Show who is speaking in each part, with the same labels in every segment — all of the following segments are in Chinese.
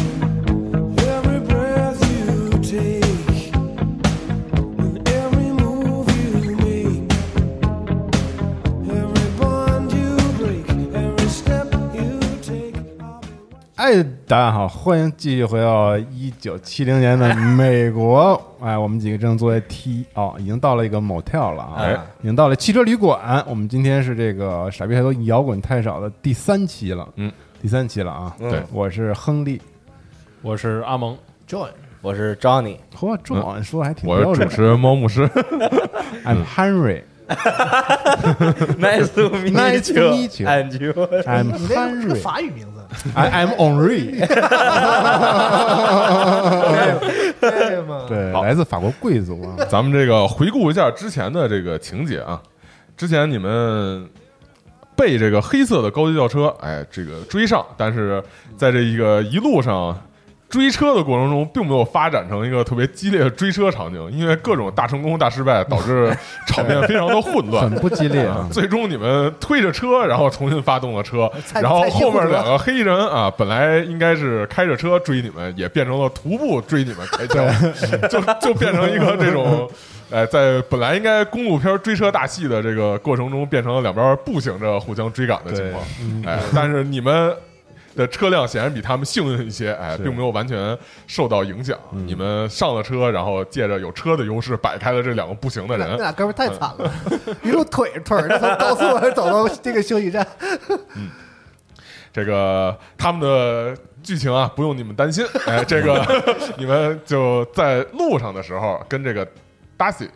Speaker 1: Every breath you take, and every move you make, every bond you break, every step you take, I'll be
Speaker 2: 哎，大家好，欢迎继续回到一九七零年的美国。哎，我们几个正坐在 T 哦，已经到了一个 motel 了啊，
Speaker 3: 哎
Speaker 2: 已经到了汽车旅馆。我们今天是这个傻逼太多摇滚太少的第三期了，嗯，第三期了啊。
Speaker 3: 对
Speaker 2: 我是亨利，
Speaker 4: 我是阿蒙，
Speaker 3: 我是 Johnny，
Speaker 2: 嚯，这好像说的还挺
Speaker 5: 我
Speaker 2: 标
Speaker 5: 是
Speaker 2: 准
Speaker 5: 主。持人嗯猫 牧师，
Speaker 2: I'm Henry,
Speaker 3: ，Nice to meet
Speaker 2: Nice to
Speaker 3: you
Speaker 2: meet you
Speaker 3: and you，
Speaker 2: I'm
Speaker 6: 你这是个
Speaker 2: Henry,
Speaker 6: 法语名字，
Speaker 2: I am Henri。
Speaker 6: 对吗？
Speaker 2: 对，来自法国贵族啊。
Speaker 5: 咱们这个回顾一下之前的这个情节啊，之前你们被这个黑色的高级轿车，哎，这个追上，但是在这一个一路上追车的过程中，并没有发展成一个特别激烈的追车场景，因为各种大成功、大失败，导 致场面非常的混
Speaker 2: 很
Speaker 5: 乱。
Speaker 2: 不激烈
Speaker 5: 啊
Speaker 2: 啊！
Speaker 5: 最终你们推着车，然后重新发动了车，
Speaker 6: 蔡
Speaker 5: 然后
Speaker 6: 蔡徐
Speaker 5: 后面
Speaker 6: 坤
Speaker 5: 两个黑衣人啊，本来应该是开着车追你们，也变成了徒步追你们开车，就 就变成一个这种。 哎，在本来应该公路片追车大戏的这个过程中，变成了两边步行着互相追赶的情况。哎，但是你们的车辆显然比他们幸运一些，哎，并没有完全受到影响。你们上了车，然后借着有车的优势摆开了这两个步行的
Speaker 6: 那那
Speaker 5: 人。
Speaker 6: 俩哥们儿
Speaker 4: 嗯
Speaker 6: 太惨了，一路腿腿儿着从高速上走到这个休息站，
Speaker 5: 这个他们的剧情啊，不用你们担心。哎，这个你们就在路上的时候跟这个 Darcy，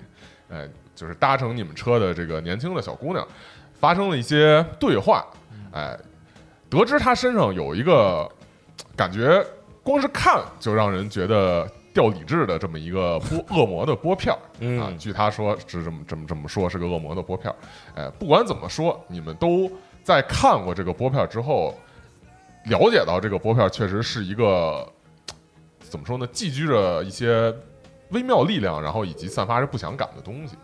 Speaker 5: 哎，就是搭乘你们车的这个年轻的小姑娘，发生了一些对话。哎，得知她身上有一个感觉，光是看就让人觉得。掉理智的这么一个波恶魔的拨片儿啊，据她说是这么这么这么说，是个恶魔的拨片儿。哎，不管怎么说，你们都在看过这个拨片之后，了解到这个拨片确实是一个怎么说呢，寄居着一些微妙力量，然后以及散发着不祥感的东西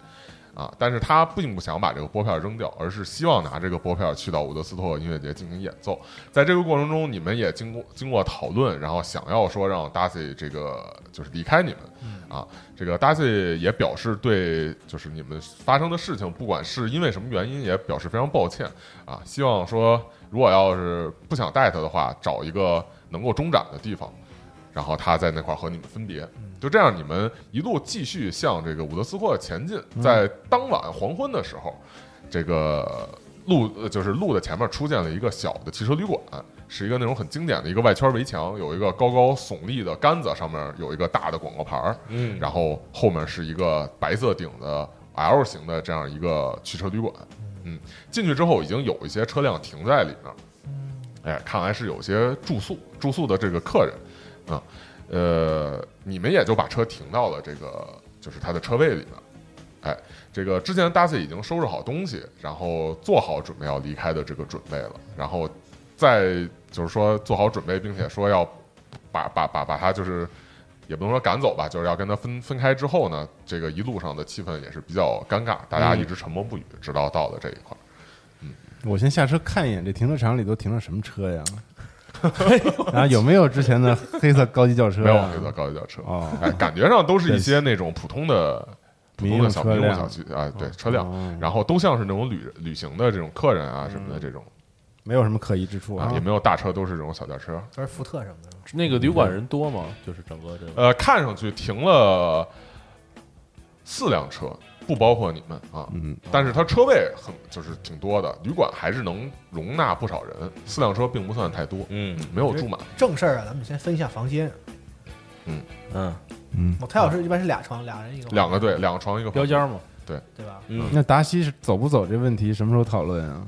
Speaker 5: 啊。但是他并不想把这个拨片扔掉，而是希望拿这个拨片去到伍德斯托音乐节进行演奏。在这个过程中，你们也经过经过讨论，然后想要说让 Darcy 这个就是离开你们。啊，这个 Darcy 也表示对，就是你们发生的事情，不管是因为什么原因，也表示非常抱歉啊。希望说，如果要是不想带他的话，找一个能够中展的地方，然后他在那块儿和你们分别。就这样，你们一路继续向这个伍德斯霍前进。在当晚黄昏的时候，这个路呃就是路的前面出现了一个小的汽车旅馆，是一个那种很经典的一个外圈围墙，有一个高高耸立的杆子，上面有一个大的广告牌儿，嗯，然后后面是一个白色顶的 L 型的这样一个汽车旅馆，嗯，进去之后已经有一些车辆停在里面，哎，看来是有些住宿住宿的这个客人，啊、呃，你们也就把车停到了这个就是他的车位里面。哎，这个之前 Darcy 已经收拾好东西，然后做好准备要离开的这个准备了，然后再就是说做好准备，并且说要把把把把他就是也不能说赶走吧，就是要跟他分分开之后呢，这个一路上的气氛也是比较尴尬，大家一直沉默不语，直到到了这一块儿。
Speaker 2: 我先下车看一眼这停车场里都停了什么车呀？
Speaker 6: 哎
Speaker 2: 啊，有没有之前的黑色高级轿车
Speaker 5: 没有
Speaker 2: 呀？
Speaker 5: 黑色高级轿车
Speaker 2: 哦，
Speaker 5: 哎，感觉上都是一些那种普通的。民用小
Speaker 2: 民用车
Speaker 5: 民用
Speaker 2: 辆哦
Speaker 5: 小区啊，对车辆，然后都像是那种旅旅行的这种客人啊什么的
Speaker 2: 嗯
Speaker 5: 这种
Speaker 2: 没有什么可疑之处
Speaker 5: 啊，也没有大车，都是这种小轿车。
Speaker 6: 都是福特什么的，
Speaker 4: 那个旅馆人多吗？就是整个这个
Speaker 5: 呃，看上去停了四辆车，不包括你们啊。
Speaker 2: 嗯，
Speaker 5: 但是它车位很就是挺多的，旅馆还是能容纳不少人，四辆车并不算太多，
Speaker 3: 嗯
Speaker 5: 没有住满。
Speaker 6: 正事儿啊，咱们先分一下房间。哦
Speaker 3: 嗯，
Speaker 6: motel 是一般是俩床，俩人一个房
Speaker 5: 两个对，两个床一个
Speaker 4: 标
Speaker 5: 房
Speaker 4: 间儿嘛，
Speaker 6: 对吧？
Speaker 2: 那达西是走不走这问题什么时候讨论啊？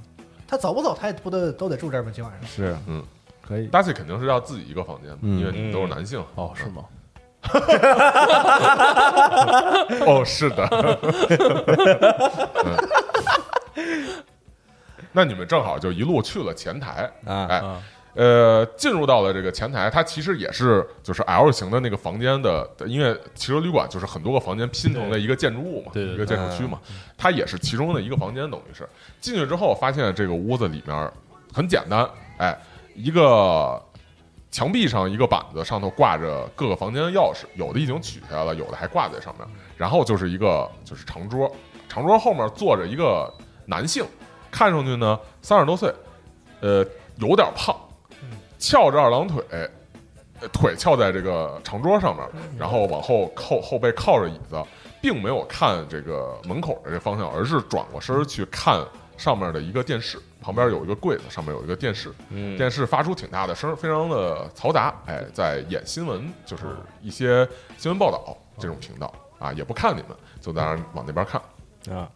Speaker 6: 他走不走，他也不得都得住这儿吗？今晚上
Speaker 2: 是，
Speaker 5: 嗯，
Speaker 2: 可以。
Speaker 5: ，Daci 肯定是要自己一个房间，
Speaker 2: 嗯
Speaker 5: 因为你们都是男性。
Speaker 4: 哦，是吗？
Speaker 5: 哦，是的。嗯那你们正好就一路去了前台，
Speaker 3: 啊
Speaker 5: 哎
Speaker 4: 啊，
Speaker 5: 呃，进入到了这个前台，它其实也是就是 L 型的那个房间的，因为汽车旅馆就是很多个房间拼成了一个建筑物嘛，
Speaker 4: 对啊对
Speaker 5: 一个建筑区嘛，它也是其中的一个房间，等于是进去之后发现这个屋子里面很简单，哎，一个墙壁上一个板子上头挂着各个房间的钥匙，有的已经取下来了，有的还挂在上面，然后就是一个就是长桌，长桌后面坐着一个男性，看上去呢三十多岁，呃，有点胖，翘着二郎腿，呃腿翘在这个长桌上面，然后往后靠后背靠着椅子，并没有看这个门口的这方向，而是转过身儿去看上面的一个电视，旁边有一个柜子，上面有一个电视，
Speaker 3: 嗯
Speaker 5: 电视发出挺大的声儿，非常的嘈杂，哎，在演新闻，就是一些新闻报道这种频道啊，也不看你们，就在那儿往那边看。
Speaker 3: 哦
Speaker 5: 嗯
Speaker 3: 啊，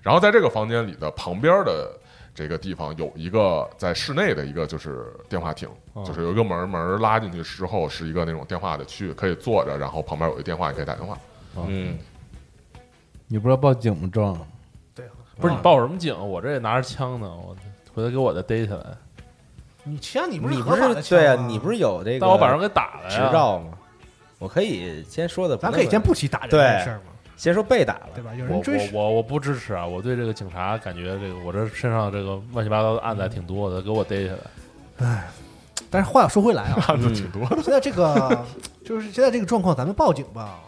Speaker 5: 然后在这个房间里的旁边的这个地方有一个在室内的一个就是电话亭，
Speaker 3: 哦
Speaker 5: 就是有一个门门拉进去之后是一个那种电话的区域，可以坐着，然后旁边有一个电话，你可以打电话。
Speaker 3: 嗯
Speaker 2: 你不知道报警吗？壮，
Speaker 4: 不是你报什么警？我这也拿着枪呢，我回头给我的逮起来，
Speaker 6: 你枪你不
Speaker 3: 你
Speaker 6: 是
Speaker 3: 不
Speaker 6: 合法
Speaker 3: 是
Speaker 6: 的
Speaker 3: 对
Speaker 6: 啊
Speaker 3: 啊，？你不是有这个
Speaker 4: 但我把人给打了
Speaker 3: 执
Speaker 4: 呀。
Speaker 3: 照吗？我可以先说的不那
Speaker 6: 咱
Speaker 3: 么，
Speaker 6: 可以先不提打人这
Speaker 3: 对
Speaker 6: 事儿嘛，
Speaker 3: 先说被打了，
Speaker 6: 对吧？有
Speaker 4: 我
Speaker 6: 人追
Speaker 4: 我
Speaker 6: 是
Speaker 4: 我我不支持啊！我对这个警察感觉这个我这身上这个乱七八糟的案子还挺多的，给我逮起来。
Speaker 6: 但是话又说回来啊，
Speaker 5: 看
Speaker 4: 嗯
Speaker 5: 的挺多的，
Speaker 6: 现在这个就是现在这个状况，咱们报警吧，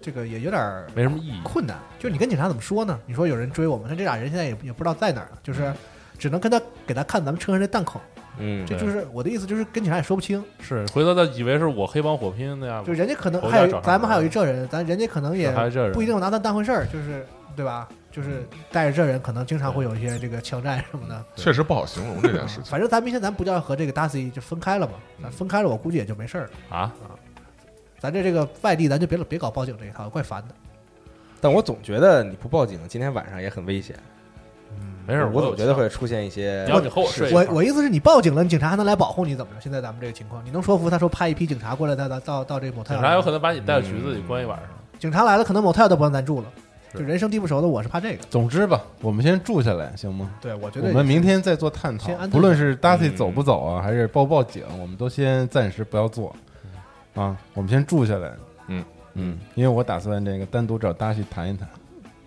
Speaker 6: 这个也有点儿
Speaker 4: 没什么意义。
Speaker 6: 困难。就是你跟警察怎么说呢？你说有人追我们，但这俩人现在也也不知道在哪儿了，就是只能跟他给他看咱们车上这弹孔。
Speaker 3: 嗯，
Speaker 6: 这就是我的意思，就是跟警察也说不清，
Speaker 4: 是回头他以为是我黑帮火拼的呀，
Speaker 6: 就人家可能
Speaker 4: 头
Speaker 6: 还
Speaker 4: 家
Speaker 6: 有
Speaker 4: 找上
Speaker 6: 咱们
Speaker 4: 门
Speaker 6: 还有一
Speaker 4: 了
Speaker 6: 这人，咱人家可能也
Speaker 4: 还有这人
Speaker 6: 不一定拿他当回事儿，就是对吧？就是
Speaker 4: 嗯
Speaker 6: 带着这人，可能经常会有一些这个枪战什么的。
Speaker 5: 确实不好形容这件事情。
Speaker 6: 反正咱明天咱不就要和这个 Daisy 就分开了嘛？咱分开了，我估计也就没事儿了。
Speaker 4: 嗯啊，
Speaker 6: 咱这这个外地，咱就别别搞报警这一套，怪烦的。
Speaker 3: 但我总觉得你不报警，今天晚上也很危险。
Speaker 4: 没事，
Speaker 3: 我
Speaker 4: 有
Speaker 3: 总觉得会出现一些
Speaker 4: 枪。你要你和我睡一块
Speaker 6: 我
Speaker 4: 儿，
Speaker 6: 我意思是你报警了，你警察还能来保护你，怎么着？现在咱们这个情况，你能说服他说派一批警察过来，到到到到这个 motel，
Speaker 4: 警察有可能把你带到局子里关一晚上。
Speaker 6: 嗯警察来了，可能 motel 都不让咱住了。就人生地不熟的，我是怕这个。
Speaker 2: 总之吧，我们先住下来行吗？
Speaker 6: 对，我觉
Speaker 2: 我
Speaker 6: 得
Speaker 2: 们明天再做探讨
Speaker 6: 先安，顿
Speaker 2: 不论是 Daci
Speaker 5: 嗯
Speaker 2: 走不走啊，还是报不报警，我们都先暂时不要做啊，我们先住下来。
Speaker 5: 嗯
Speaker 2: 嗯，因为我打算这个单独找 Daci 谈一谈，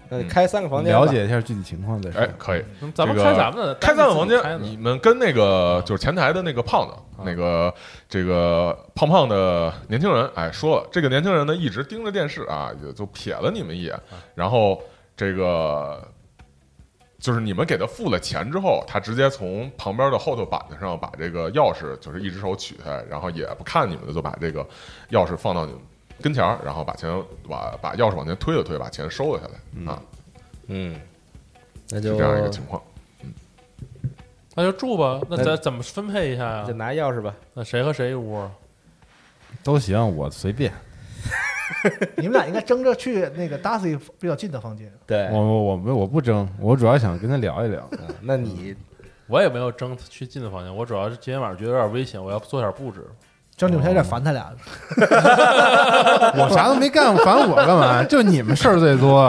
Speaker 3: 那开三个房间吧
Speaker 2: 了，解一下具体情况再说
Speaker 5: 哎。，可以，
Speaker 4: 咱们
Speaker 5: 这
Speaker 4: 开
Speaker 5: 个
Speaker 4: 咱们的，
Speaker 5: 开三
Speaker 4: 咱
Speaker 5: 个
Speaker 4: 们
Speaker 5: 房
Speaker 4: 自己
Speaker 5: 间，
Speaker 4: 开
Speaker 5: 你
Speaker 4: 的啊
Speaker 5: 们跟那个就是前台的那个胖子，那个这个胖胖的年轻人，哎，说了，这个年轻人呢一直盯着电视啊，也就瞥了你们一眼，
Speaker 4: 啊
Speaker 5: 然后这个就是你们给他付了钱之后，他直接从旁边的后头板子上把这个钥匙就是一只手取下来，然后也不看你们的，就把这个钥匙放到你们跟前儿，然后把钱把把钥匙往前推了推，把钱收了下来啊，
Speaker 3: 嗯，那
Speaker 5: 是
Speaker 3: 就
Speaker 5: 这样一个情况。
Speaker 4: 那就住吧。那咱怎么分配一下呀
Speaker 3: 就？拿钥匙吧。
Speaker 4: 那谁和谁一屋啊？
Speaker 2: 都行，我随便。
Speaker 6: 你们俩应该争着去那个 Daisy 比较近的房间。
Speaker 3: 对
Speaker 5: 哎
Speaker 2: 我，我我不我不争，我主要想跟他聊 一聊。
Speaker 3: 嗯那你
Speaker 4: 我也没有争去进的房间，我主要是今天晚上觉得有点危险，我要做点布置。
Speaker 6: 就你们现在有点烦他俩了，
Speaker 2: 我啥都没干，烦我干 嘛？就你们事儿最多。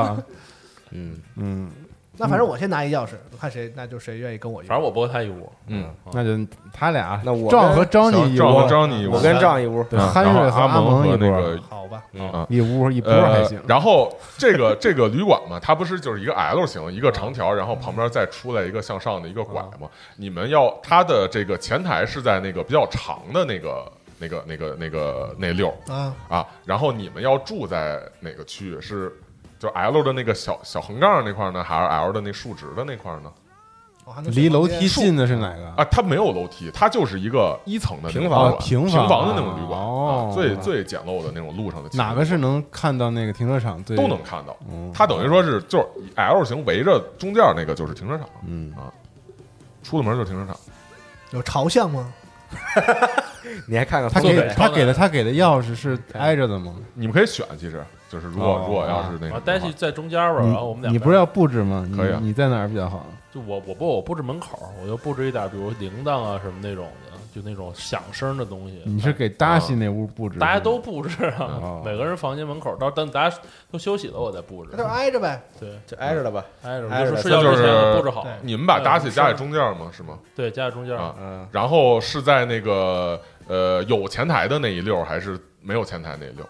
Speaker 3: 嗯，
Speaker 2: 嗯，
Speaker 6: 那反正我先拿一钥匙，看谁，那就谁愿意跟我一块
Speaker 4: 反
Speaker 6: 儿。
Speaker 4: 正我不和他一屋，
Speaker 5: 嗯，
Speaker 2: 那就他俩，
Speaker 3: 那我
Speaker 2: 赵和
Speaker 3: 跟
Speaker 2: 张
Speaker 5: 行
Speaker 2: 你，
Speaker 5: 赵和张你，
Speaker 3: 我跟赵一屋，
Speaker 2: 对
Speaker 5: 啊
Speaker 2: 憨
Speaker 5: 然后
Speaker 2: 瑞和
Speaker 5: 阿
Speaker 2: 阿
Speaker 5: 蒙
Speaker 2: 蒙一
Speaker 5: 和那
Speaker 2: 波
Speaker 5: 个
Speaker 6: 好吧，
Speaker 5: 嗯
Speaker 2: 一屋一波还
Speaker 5: 啊呃
Speaker 2: 行，。
Speaker 5: 然后这个这个旅馆嘛，它不是就是一个 L 型，一个长条，然后旁边再出来一个向上的一个拐嘛。你们要它的这个前台是在那个比较长的那个那个那个那个那溜儿
Speaker 6: 啊，
Speaker 5: 啊，然后你们要住在哪个区域是？就 L 的那个小小横杠那块儿呢，还是 L 的那竖直的那块儿呢？
Speaker 6: 我还能
Speaker 2: 离
Speaker 6: 选
Speaker 2: 楼
Speaker 6: 旁
Speaker 2: 梯
Speaker 6: 边
Speaker 2: 近的是哪个？
Speaker 5: 啊，它没有楼梯，它就是一个一层的那种
Speaker 3: 平
Speaker 5: 旅馆
Speaker 2: 房平
Speaker 5: 平
Speaker 2: 房
Speaker 5: 的那种旅馆，
Speaker 2: 哦
Speaker 5: 啊、最最简陋的那种路上的情况。
Speaker 2: 哪个是嗯能看到那个停车场？对，
Speaker 5: 都能看到？它等于说是就是以 L 型围着中间那个就是停车场，嗯啊，出了门就是停车场。
Speaker 6: 有朝向吗？
Speaker 3: 你还看看
Speaker 2: 他
Speaker 3: 坐
Speaker 2: 给
Speaker 3: 北
Speaker 2: 他给的他给的钥匙是挨着的吗？
Speaker 5: 你们可以选，其实就是如果、
Speaker 2: 哦
Speaker 5: 如果要是那个
Speaker 4: 啊，
Speaker 5: 的
Speaker 4: 待
Speaker 5: 话
Speaker 4: 去在中间吧，然后我们俩
Speaker 2: 嗯你不是要布置吗？你
Speaker 5: 可以啊
Speaker 2: 你在哪儿比较好？
Speaker 4: 就我我不我布置门口，我就布置一点，比如铃铛啊什么那种的，就那种响声的东西。
Speaker 2: 你是
Speaker 5: 嗯
Speaker 2: 给达西那屋布置的吗？
Speaker 4: 大家都布置
Speaker 2: 哦
Speaker 4: 啊，每个人房间门口，到等大家都休息了，我再布置哎
Speaker 6: 那。就挨着呗。
Speaker 4: 对，
Speaker 3: 就挨着了吧？
Speaker 4: 挨着
Speaker 2: 哎
Speaker 3: 挨着
Speaker 4: 就说睡觉之前我布置好
Speaker 6: 就是，
Speaker 5: 你们把
Speaker 4: 嗯
Speaker 5: 达西
Speaker 4: 是
Speaker 5: 加在中间吗？是吗？
Speaker 4: 对，夹在中间。
Speaker 5: 啊
Speaker 3: 嗯，
Speaker 5: 然后是在那个呃有前台的那一溜儿，还是没有前台那一溜儿？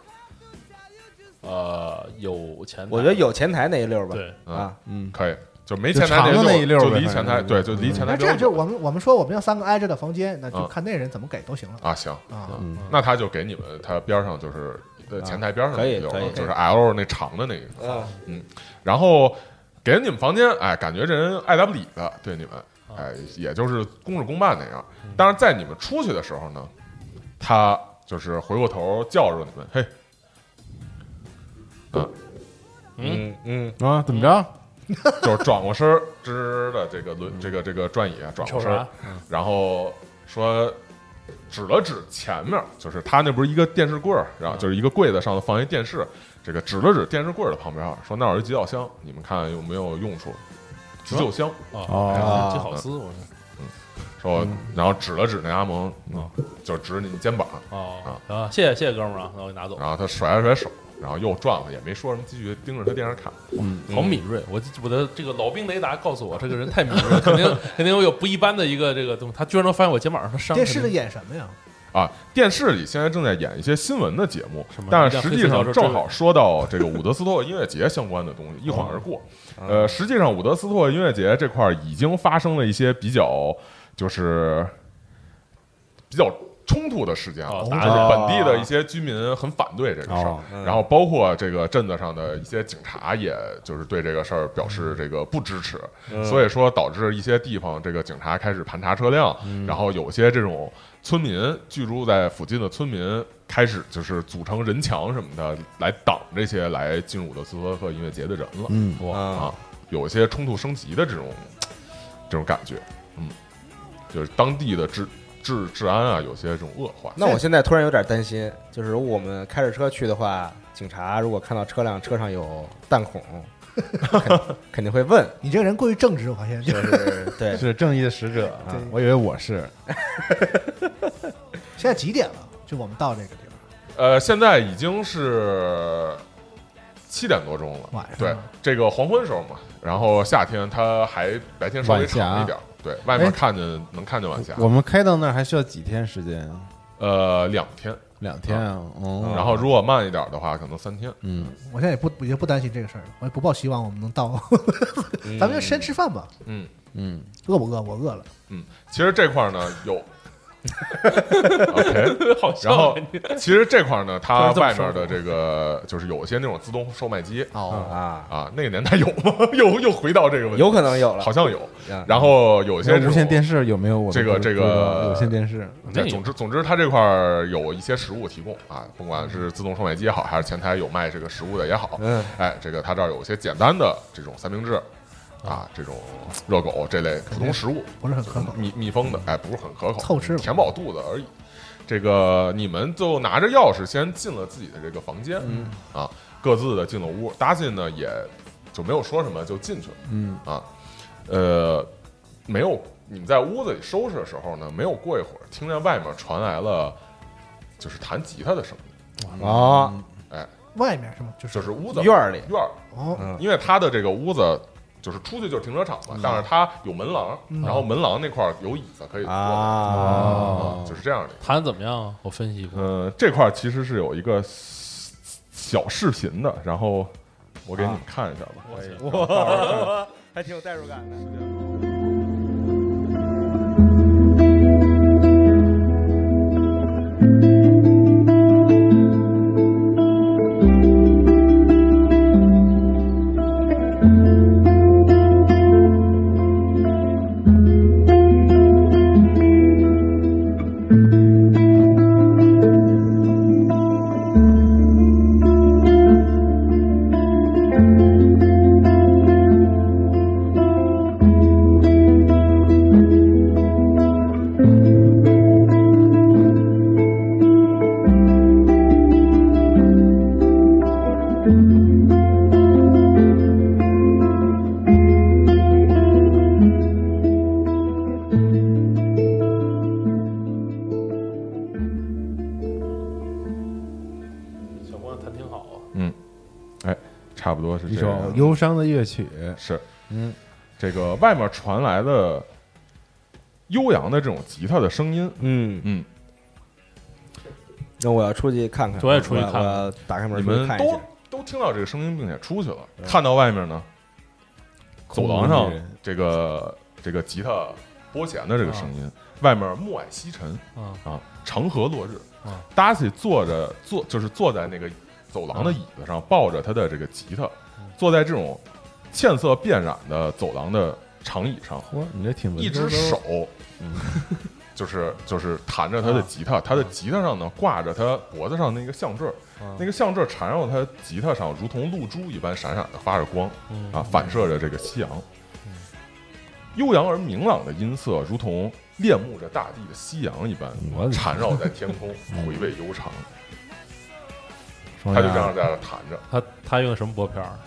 Speaker 4: 呃，有前台，
Speaker 3: 我觉得有前台那一溜儿吧。
Speaker 4: 对，
Speaker 5: 嗯
Speaker 3: 啊，
Speaker 2: 嗯，
Speaker 5: 可以，就没
Speaker 2: 就
Speaker 5: 前台
Speaker 2: 长的那一
Speaker 5: 一
Speaker 2: 溜儿
Speaker 5: 就
Speaker 2: 呗
Speaker 5: 离前台
Speaker 2: 反正嗯
Speaker 5: 对，就离前台
Speaker 6: 那
Speaker 5: 比
Speaker 6: 这
Speaker 5: 较
Speaker 6: 样就
Speaker 5: 远
Speaker 6: 我们我们说我们要三个挨着的房间，那就
Speaker 5: 嗯
Speaker 6: 看那人怎么给都行了
Speaker 5: 啊。行，
Speaker 6: 啊。
Speaker 2: 嗯
Speaker 5: 那他就给你们他边上就是呃前台边上
Speaker 3: 啊
Speaker 5: 那
Speaker 3: 可以
Speaker 5: 一溜儿
Speaker 3: 可以
Speaker 5: 就是 L 那长的那一个，
Speaker 3: 嗯，
Speaker 5: 然后给你们房间，哎，感觉这人爱答不理的对你们，
Speaker 3: 啊
Speaker 5: 哎，也就是公事公办那样。当然，在你们出去的时候呢，他就是回过头叫住你们，嘿，啊
Speaker 3: 嗯嗯，
Speaker 2: 啊，怎么着？
Speaker 5: 就是转过身儿，吱的这个轮这个这个转椅啊转过
Speaker 4: 瞅
Speaker 5: 身儿
Speaker 4: 啥，？
Speaker 5: 然后说指了指前面，就是他那不是一个电视柜儿，然后就是一个柜子上头放一电视，这个指了指电视柜儿的旁边，说那儿有一急救箱，你们看有没有用处？急救箱，啊
Speaker 4: 哦，好思，我说
Speaker 5: 说，然后指了指那阿蒙，嗯就指你肩膀，
Speaker 4: 哦，啊，谢谢谢谢哥们儿啊，那我给拿走。
Speaker 5: 然后他甩了甩手，然后又转回去，也没说什么，继续盯着他电视看。
Speaker 4: 好敏锐，我我的这个老兵雷达告诉我，这个人太敏锐，了，肯定肯定有不一般的一个这个东西。他居然能发现我肩膀上的伤。
Speaker 6: 电视
Speaker 4: 肯
Speaker 6: 里
Speaker 4: 定
Speaker 6: 演什么呀？
Speaker 5: 啊，电视里现在正在演一些新闻的节目
Speaker 4: 什么，
Speaker 5: 但是实际上正好说到这个伍德斯托克音乐节相关的东西，一晃而过。
Speaker 4: 哦
Speaker 5: 呃，实际上伍德斯托克音乐节这块儿已经发生了一些比较就是比较冲突的事件了
Speaker 4: 哦，
Speaker 5: 就
Speaker 4: 打
Speaker 5: 是
Speaker 4: 起来
Speaker 5: 本地的一些居民很反对这个事儿
Speaker 2: 哦，
Speaker 5: 然后包括这个镇子上的一些警察，也就是对这个事儿表示这个不支持，
Speaker 2: 嗯
Speaker 5: 所以说导致一些地方这个警察开始盘查车辆，
Speaker 2: 嗯
Speaker 5: 然后有些这种村民居住在附近的村民开始就是组成人墙什么的来挡这些来进入的斯托克音乐节的人了，
Speaker 2: 嗯，
Speaker 5: 啊，有一些冲突升级的这种这种感觉，嗯，就是当地的治治治安啊，有些这种恶化。
Speaker 3: 那我现在突然有点担心，就是如果我们开着车去的话，警察如果看到车辆车上有弹孔， 肯肯定会问，
Speaker 6: 你这个人过于正直，我发现。就
Speaker 3: 就是对，
Speaker 2: 是正义的使者啊
Speaker 6: 对！
Speaker 2: 我以为我是
Speaker 6: 现在几点了？就我们到这个地方，
Speaker 5: 呃，现在已经是七点多钟了，
Speaker 6: 晚上
Speaker 5: 对，这个黄昏时候嘛，然后夏天它还白天稍微长一点儿，对，外面
Speaker 2: 哎
Speaker 5: 看见能看见晚霞，
Speaker 2: 我们开到那儿还需要几天时间啊？
Speaker 5: 呃，两天，
Speaker 2: 两天啊？哦，
Speaker 5: 嗯然后如果慢一点的话，可能三天。
Speaker 2: 嗯，
Speaker 6: 我现在也不也不担心这个事儿了，我也不抱希望我们能到。 咱们就先吃饭吧。
Speaker 5: 嗯
Speaker 2: 嗯，
Speaker 6: 饿不饿？我饿了。
Speaker 5: 嗯，其实这块儿呢有，OK，
Speaker 4: 好笑
Speaker 5: 然
Speaker 4: 啊
Speaker 5: 后，其实这块儿呢，它
Speaker 4: 突然这么
Speaker 5: 外
Speaker 4: 说
Speaker 5: 面的这个就是有一些那种自动售卖机
Speaker 6: 哦，
Speaker 3: 啊，
Speaker 5: 啊，那个年代有吗？ 又又回到这个问题，
Speaker 3: 有可能有了
Speaker 5: 好。像有
Speaker 3: 啊。
Speaker 5: 然后有一些
Speaker 2: 那无线电
Speaker 5: 视，
Speaker 2: 视有没有？我都
Speaker 5: 这个
Speaker 2: 不知
Speaker 5: 这个
Speaker 2: 不知道有线电视，
Speaker 5: 对，总之总之，它这块儿有一些食物提供啊，不管是自动售卖机也好，还是前台有卖这个食物的也好，
Speaker 3: 嗯，
Speaker 5: 哎，这个它这儿有一些简单的这种三明治。啊，这种热狗这类普通食物，
Speaker 6: 不是很可 口。
Speaker 5: 密密封的，哎，不是很可口，
Speaker 6: 凑吃吧
Speaker 5: 填饱肚子而已。这个你们就拿着钥匙先进了自己的这个房间，
Speaker 6: 嗯
Speaker 5: 啊，各自的进了屋。达进呢也就没有说什么，就进去了，
Speaker 2: 嗯
Speaker 5: 啊，呃，没有你们在屋子里收拾的时候呢，没有过一会儿，听见外面传来了就是弹吉他的声音，
Speaker 2: 啊
Speaker 3: 哦，
Speaker 6: 外面是吗？就是
Speaker 5: 就是屋子
Speaker 3: 院儿里
Speaker 5: 院儿，
Speaker 6: 哦，
Speaker 5: 因为他的这个屋子。就是出去就是停车场嘛，但是他有门廊，然后门廊那块儿有椅子可以坐，
Speaker 3: 啊，
Speaker 5: 啊，就是这样的。
Speaker 4: 谈怎么样啊？我分析一个，
Speaker 5: 嗯，这块儿其实是有一个小视频的，然后我给你们看一下吧。
Speaker 3: 还挺有代入感的。
Speaker 5: 啊差不多是
Speaker 2: 一
Speaker 5: 这
Speaker 2: 首
Speaker 5: 样。
Speaker 2: 忧伤的乐曲，
Speaker 5: 是，
Speaker 2: 嗯，
Speaker 5: 这个外面传来的悠扬的这种吉他的声音，
Speaker 3: 嗯
Speaker 5: 嗯，
Speaker 3: 那我要出去看看，
Speaker 4: 嗯我也出去看看
Speaker 3: 我要打开门
Speaker 5: 你
Speaker 3: 出去
Speaker 5: 们
Speaker 3: 看一
Speaker 5: 都
Speaker 3: 下。
Speaker 5: 都听到这个声音，并且出去了，看到外面呢，走廊上这个这个吉他拨弦的这个声
Speaker 3: 啊
Speaker 5: 音，外面暮霭西沉
Speaker 4: 啊
Speaker 5: 啊，长河落日
Speaker 4: 啊。
Speaker 5: Darcy 坐着坐就是坐在那个走廊
Speaker 3: 啊
Speaker 5: 的椅子上，抱着他的这个吉他，
Speaker 3: 嗯
Speaker 5: 坐在这种嵌色遍染的走廊的长椅上，
Speaker 2: 嚯，你这挺文哦嗯
Speaker 5: 一
Speaker 2: 绉
Speaker 5: 只
Speaker 2: 绉
Speaker 5: 手， 就是就是弹着他
Speaker 2: 啊
Speaker 5: 的吉他，他的吉他上呢挂着他脖子上那个项坠儿，
Speaker 2: 啊
Speaker 5: 那个项坠儿缠绕他吉他上，如同露珠一般闪闪的发着光，
Speaker 2: 嗯
Speaker 5: 啊，反射着这个夕阳。悠扬而明朗的音色，如同恋慕着大地的夕阳一般
Speaker 2: 我，的嗯
Speaker 5: 缠绕在天空，回味悠长。
Speaker 2: 双
Speaker 5: 他
Speaker 2: 鸭
Speaker 5: 就这样在那弹着，
Speaker 4: 他他用的什么拨片儿？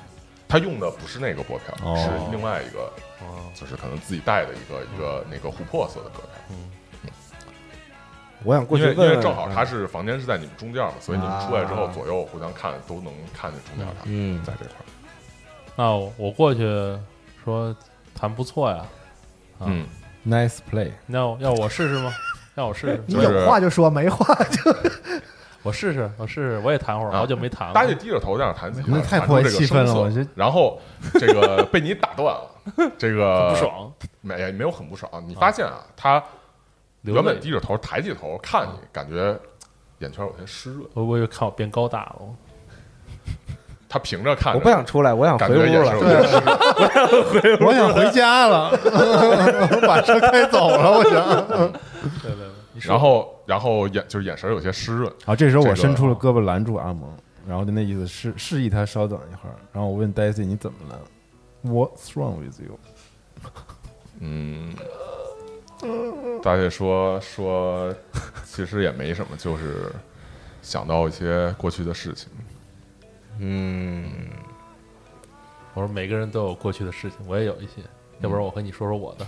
Speaker 5: 他用的不是那个拨片儿，
Speaker 2: 哦
Speaker 5: 是另外一个
Speaker 4: 哦，
Speaker 5: 就是可能自己带的一个一个那个琥珀色的拨片。
Speaker 3: 我想过去
Speaker 5: 因为
Speaker 3: 问
Speaker 5: 因为
Speaker 3: 问，
Speaker 5: 正好他是房间是在你们中间嘛，所以你们出来之后
Speaker 3: 啊
Speaker 5: 左右互相看都能看见中间他
Speaker 3: 嗯
Speaker 5: 在这块儿。
Speaker 4: 那我我过去说弹不错呀，啊
Speaker 5: 嗯，
Speaker 2: ，Nice play，
Speaker 4: 那要要我试试吗？让我试试，
Speaker 6: 你
Speaker 5: 就是
Speaker 6: 有话就说，没话就
Speaker 4: 我试试，我试试，我也弹会儿，
Speaker 5: 啊
Speaker 4: 好久没弹了。
Speaker 5: 大家低着头在那儿弹吉他，
Speaker 2: 那太
Speaker 5: 弹出
Speaker 2: 破坏
Speaker 5: 这个
Speaker 2: 气氛了
Speaker 5: 声色
Speaker 2: 我觉得
Speaker 5: 然后这 个被你打断了，这个
Speaker 4: 不，爽，
Speaker 5: 没也没有很不爽。你发现啊，他
Speaker 4: 流
Speaker 5: 原本
Speaker 4: 泪
Speaker 5: 低着头，抬起头看你，感觉眼圈有些湿润。
Speaker 4: 我我又看我变高大了，我
Speaker 5: 他平着看着，
Speaker 3: 我不想出来，我想
Speaker 5: 感
Speaker 3: 回
Speaker 5: 觉
Speaker 3: 屋
Speaker 5: 眼神
Speaker 3: 了
Speaker 5: 有。些湿 润。
Speaker 2: 我想回家了， 我把车开走了，我想。
Speaker 4: 对对对，你说
Speaker 5: 然后然后眼就是眼神有些湿润。
Speaker 2: 好，啊这时候我
Speaker 5: 这个
Speaker 2: 伸出了胳膊拦住阿蒙，然后就那意思示示意他稍等一会儿，然后我问 Daisy 你怎么了？What's wrong with you？
Speaker 5: 嗯，大家说说，其实也没什么，就是想到一些过去的事情。
Speaker 3: 嗯，
Speaker 4: 我说每个人都有过去的事情，我也有一些，要不然我和你说说我的。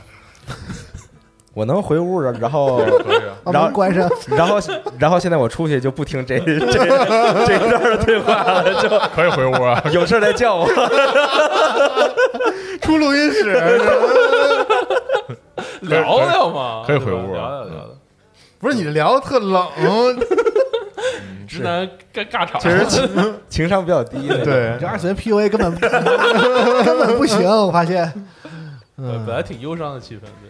Speaker 3: 我能回屋了，然 后
Speaker 5: 可以啊，
Speaker 6: 把
Speaker 3: 然后
Speaker 6: 门关上。
Speaker 3: 然后然后现在我出去就不听这这这一段的对话了，就
Speaker 5: 可以回屋啊。
Speaker 3: 有事儿再叫我。
Speaker 2: 出录音室，
Speaker 4: 聊聊嘛，
Speaker 5: 可以
Speaker 4: 对吧
Speaker 5: 回屋
Speaker 4: 聊
Speaker 5: 啊
Speaker 4: 聊
Speaker 5: 嗯
Speaker 4: 聊聊。
Speaker 2: 不是你聊的特冷，
Speaker 4: 直男尴尬场，
Speaker 3: 情商比较低，那 个，
Speaker 2: 对
Speaker 6: 你这，二次元 PUA 根本 根本不行，我发现。
Speaker 4: 呃本来挺忧伤的气氛，对，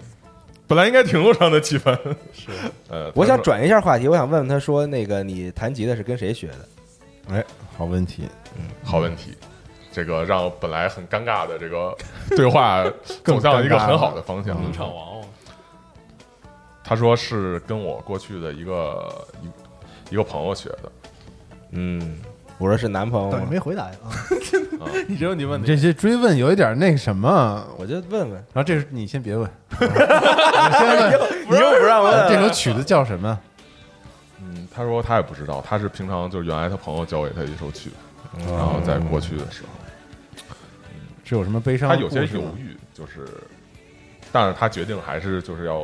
Speaker 5: 本来应该挺忧伤的气 氛。
Speaker 4: 是
Speaker 5: 呃，
Speaker 3: 我想
Speaker 5: 他说
Speaker 3: 转一下话题，我想问问他说，那个你弹吉他是跟谁学的？
Speaker 2: 哎，好问题，
Speaker 5: 好问题，这个让本来很尴尬的这 个对话走向一个很好的方向。
Speaker 4: 名
Speaker 3: 嗯
Speaker 4: 场王哦，
Speaker 5: 他说是跟我过去的一个一一个朋友学的。
Speaker 3: 嗯，我说是男朋友
Speaker 6: 等于
Speaker 3: 吗？
Speaker 6: 没回答呀。啊
Speaker 4: 你这问题问
Speaker 2: 你
Speaker 4: 的
Speaker 2: 这些追问有一点那个什么。
Speaker 3: 我就问问，
Speaker 2: 然后这时你先 别问，你先问
Speaker 3: 你又不让问，
Speaker 2: 这首曲子叫什么？
Speaker 5: 嗯，他说他也不知道，他是平常就是原来他朋友教给他一首曲，
Speaker 3: 嗯
Speaker 5: 然后
Speaker 3: 哦
Speaker 5: 在过去的时候。
Speaker 2: 是有什么悲伤
Speaker 5: 他
Speaker 2: 的
Speaker 5: 有
Speaker 2: 故事
Speaker 5: 些
Speaker 2: 吗？
Speaker 5: 犹豫，就是，但是他决定还是就是要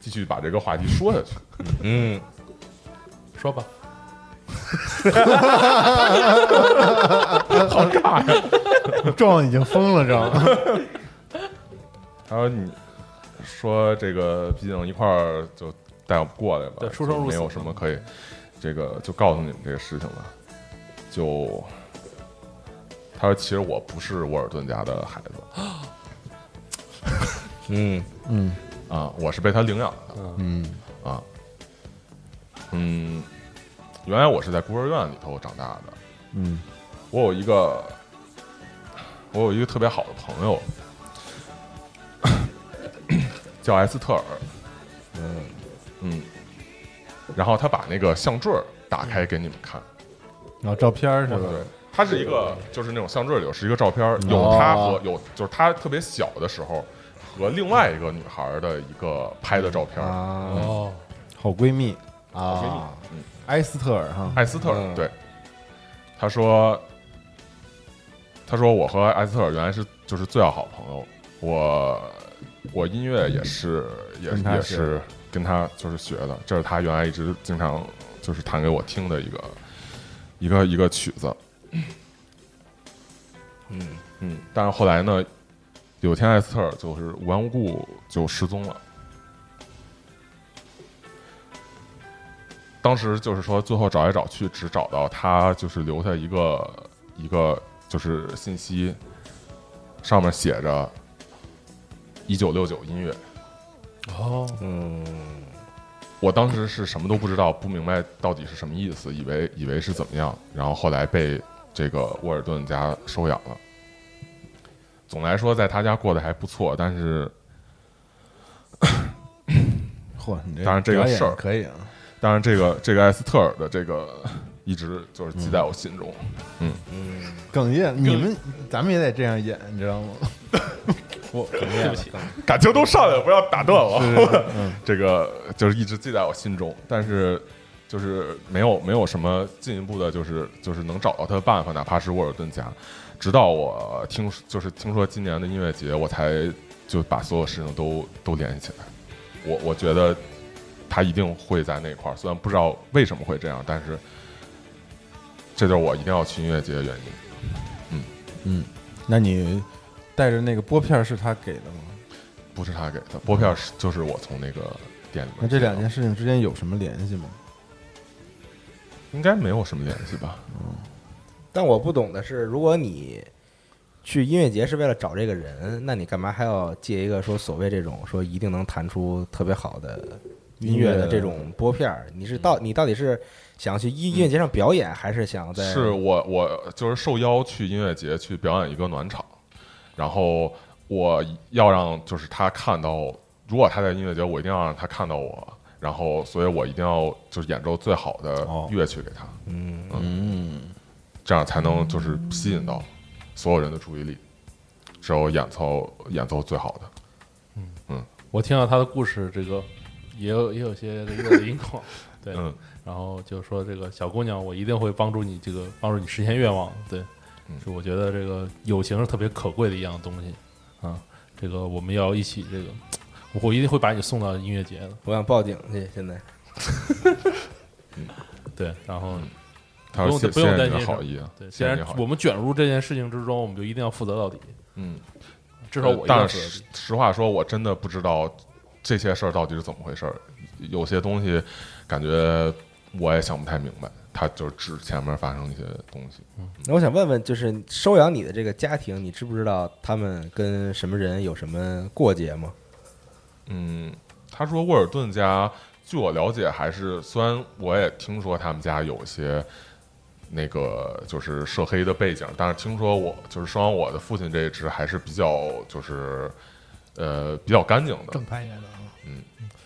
Speaker 5: 继续把这个话题说下去。
Speaker 3: 嗯，
Speaker 4: 说吧，
Speaker 2: 壮已经疯了，壮。
Speaker 5: 他说：“你说这个，毕竟一块儿就带我们过来吧，
Speaker 4: 对出生入
Speaker 5: 就
Speaker 4: 死
Speaker 5: 没有什么可以，这个就告诉你们这个事情吧。就他说，其实我不是沃尔顿家的孩子
Speaker 3: 嗯，
Speaker 5: 啊，我是被他领养的。
Speaker 2: 嗯，
Speaker 5: 啊，嗯，原来我是在孤儿院里头长大的。
Speaker 2: 嗯，
Speaker 5: 我有一个，我有一个特别好的朋友，叫埃斯特尔。嗯嗯，然后他把那个项坠儿打开给你们看。
Speaker 2: 然后照片儿是吧？
Speaker 5: 嗯对，它是一个哦就是那种项坠儿里有是一个照片儿，有他和有就是他特别小的时候和另外一个女孩儿的一个拍的照片儿。
Speaker 4: 哦，
Speaker 2: 好闺蜜
Speaker 3: 啊，
Speaker 2: 埃斯特尔哈，
Speaker 5: 艾斯特尔
Speaker 3: 嗯
Speaker 5: 对，他说，他说我和艾斯特尔原来是就是最要好朋友，我我音乐也是也
Speaker 2: 跟他
Speaker 5: 也
Speaker 2: 学
Speaker 5: 是跟他就是学的，这是他原来一直经常就是弹给我听的一个一个一个曲子，嗯，但是后来呢，有天艾斯特就是无缘无故就失踪了。当时就是说，最后找来找去，只找到他就是留下一个一个就是信息，上面写着“一九六九音乐”。嗯
Speaker 4: 哦，
Speaker 5: 我当时是什么都不知道，不明白到底是什么意思，以为以为是怎么样，然后后来被这个沃尔顿家收养了。总的来说，在他家过得还不错，但是
Speaker 2: 嚯，你这
Speaker 5: 当然这个
Speaker 2: 表演
Speaker 5: 事儿
Speaker 2: 可以啊，
Speaker 5: 当然这个这个艾斯特尔的这个 一直就是记在我心中。
Speaker 2: 哽咽，你们咱们也得这样演，你知道吗？
Speaker 4: 对不起，
Speaker 5: 感情都上来了，不要打断 我。
Speaker 2: 嗯
Speaker 5: 这个就是一直记在我心中，但是就是没有没有什么进一步的，就是就是能找到他的办法，哪怕是沃尔顿家。直到我听就是听说今年的音乐节，我才就把所有事情都都联系起来。我我觉得他一定会在那块儿，虽然不知道为什么会这样，但是这就是我一定要去音乐节的原因。
Speaker 2: 那你带着那个拨片是他给的吗？
Speaker 5: 不是他给的，拨票是就是我从那个店里面。
Speaker 2: 嗯那这两件事情之间有什么联系吗？
Speaker 5: 应该没有什么联系吧？
Speaker 3: 但我不懂的是，如果你去音乐节是为了找这个人，那你干嘛还要借一个说所谓这种说一定能弹出特别好的音乐的这种拨片儿？你是到你到底是想去音音乐节上表演，还是想在
Speaker 5: 是我我就是受邀去音乐节去表演一个暖场，然后我要让就是他看到，如果他在音乐节，我一定要让他看到我，然后所以我一定要就是演奏最好的乐曲给他，哦嗯这样才能就是吸引到所有人的注意力，只有演奏演奏最好的。
Speaker 4: 我听到他的故事，这个也有也有些这个音况，对，
Speaker 5: 嗯
Speaker 4: 然后就说这个小姑娘，我一定会帮助你，这个帮助你实现愿望，对，
Speaker 5: 嗯
Speaker 4: 就我觉得这个友情是特别可贵的一样东西啊，这个我们要一起这个，我一定会把你送到音乐节的，
Speaker 3: 我想报警去？现在
Speaker 4: 对，然后
Speaker 5: 他
Speaker 4: 不
Speaker 5: 说
Speaker 4: 用
Speaker 5: 谢
Speaker 4: 不
Speaker 5: 谢
Speaker 4: 用
Speaker 5: 谢
Speaker 4: 担
Speaker 5: 你的
Speaker 4: 心
Speaker 5: 好意啊，
Speaker 4: 对，
Speaker 5: 嗯
Speaker 4: 既
Speaker 5: 谢谢
Speaker 4: 然
Speaker 5: 你好意
Speaker 4: 我们卷入这件事情之中，我们就一定要负责到底，
Speaker 5: 嗯，
Speaker 4: 至少我一定要
Speaker 5: 但
Speaker 4: 负责到
Speaker 5: 是
Speaker 4: 底。
Speaker 5: 实话说，我真的不知道这些事儿到底是怎么回事儿。有些东西感觉我也想不太明白，它就是指前面发生一些东西。
Speaker 3: 那我想问问，就是收养你的这个家庭，你知不知道他们跟什么人有什么过节吗？
Speaker 5: 嗯，他说沃尔顿家，据我了解，还是虽然我也听说他们家有一些那个就是涉黑的背景，但是听说我就是说完我的父亲这一支还是比较就是呃比较干净的，
Speaker 6: 正派一点的啊，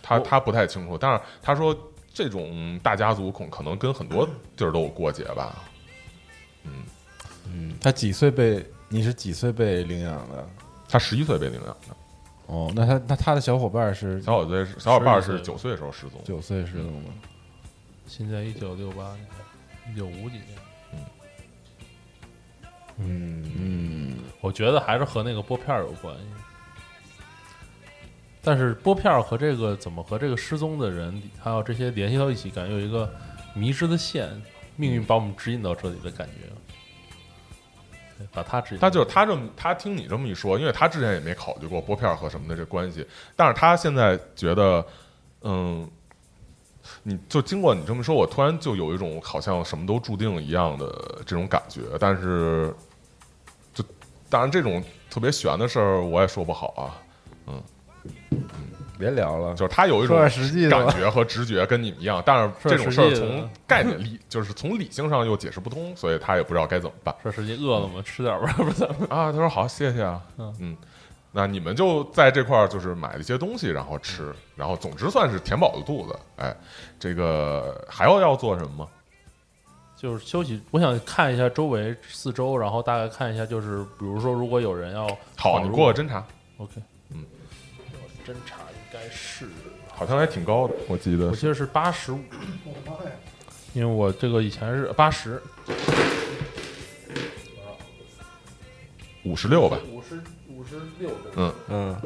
Speaker 5: 他他不太清楚，但是他说这种大家族恐可能跟很多地儿都有过节吧。
Speaker 2: 他几岁被你是几岁被领养的？
Speaker 5: 他十一岁被领养的，
Speaker 2: 哦，那他那他的小伙嗯伴是
Speaker 5: 小伙子小伙伴
Speaker 4: 11
Speaker 5: 是
Speaker 4: 岁
Speaker 5: 九岁的时候失踪。
Speaker 2: 九岁是吗？
Speaker 4: 现在一九六八年，一九五几年，嗯嗯，我觉得还是和那个拨片儿有关系。但是拨片儿和这个怎么和这个失踪的人还有这些联系到一起，感觉有一个迷失的线，命运把我们指引到这里的感觉。对把他指引到
Speaker 5: 他
Speaker 4: 这
Speaker 5: 就
Speaker 4: 里，
Speaker 5: 是他这么他听你这么一说，因为他之前也没考虑过拨片儿和什么的这关系，但是他现在觉得，嗯，你就经过你这么说，我突然就有一种好像什么都注定一样的这种感觉，但是就当然这种特别悬的事儿我也说不好啊，
Speaker 2: 别聊了，
Speaker 5: 就是他有一种
Speaker 2: 说点实际的吧
Speaker 5: 感觉和直觉跟你们一样，但是这种事
Speaker 4: 说
Speaker 5: 儿
Speaker 4: 点实际的
Speaker 5: 从概念理就是从理性上又解释不通，所以他也不知道该怎么办
Speaker 4: 说实际饿了吗？吃点儿吧， 不是咱们
Speaker 5: 啊。他说好，谢谢啊，
Speaker 4: 嗯
Speaker 5: 嗯，那你们就在这块儿就是买了一些东西，然后吃，
Speaker 4: 嗯
Speaker 5: 然后总之算是填饱了肚子。哎，这个还要要做什么吗？
Speaker 4: 就是休息。我想看一下周围四周，然后大概看一下，就是比如说，如果有人要
Speaker 5: 好，
Speaker 4: 闯
Speaker 5: 你
Speaker 4: 入
Speaker 5: 给我侦查，
Speaker 4: OK，
Speaker 5: 嗯，
Speaker 4: 侦查应该是，
Speaker 5: 好像还挺高的，我记得
Speaker 4: 我记得是八十五，因为我这个以前是八十
Speaker 5: 五十六吧。
Speaker 4: 五十五十六，
Speaker 3: 嗯，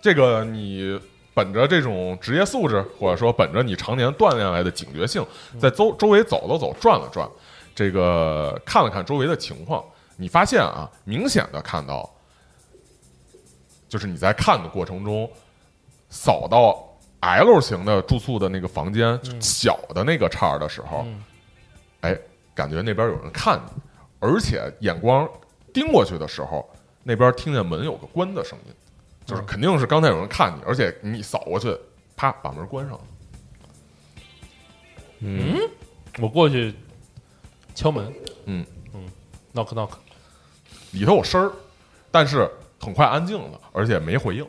Speaker 5: 这个你本着这种职业素质，或者说本着你常年锻炼来的警觉性，在周周围走了走、转了转，这个看了看周围的情况，你发现啊，明显的看到，就是你在看的过程中，扫到 L 型的住宿的那个房间，就小的那个叉儿的时候，哎，感觉那边有人看你，而且眼光盯过去的时候，那边听见门有个关的声音，
Speaker 4: 嗯
Speaker 5: 就是肯定是刚才有人看你，而且你扫过去，啪把门关上了。
Speaker 4: 我过去敲门，
Speaker 5: 嗯
Speaker 4: 嗯，knock knock，
Speaker 5: 里头有声儿，但是很快安静了，而且没回应，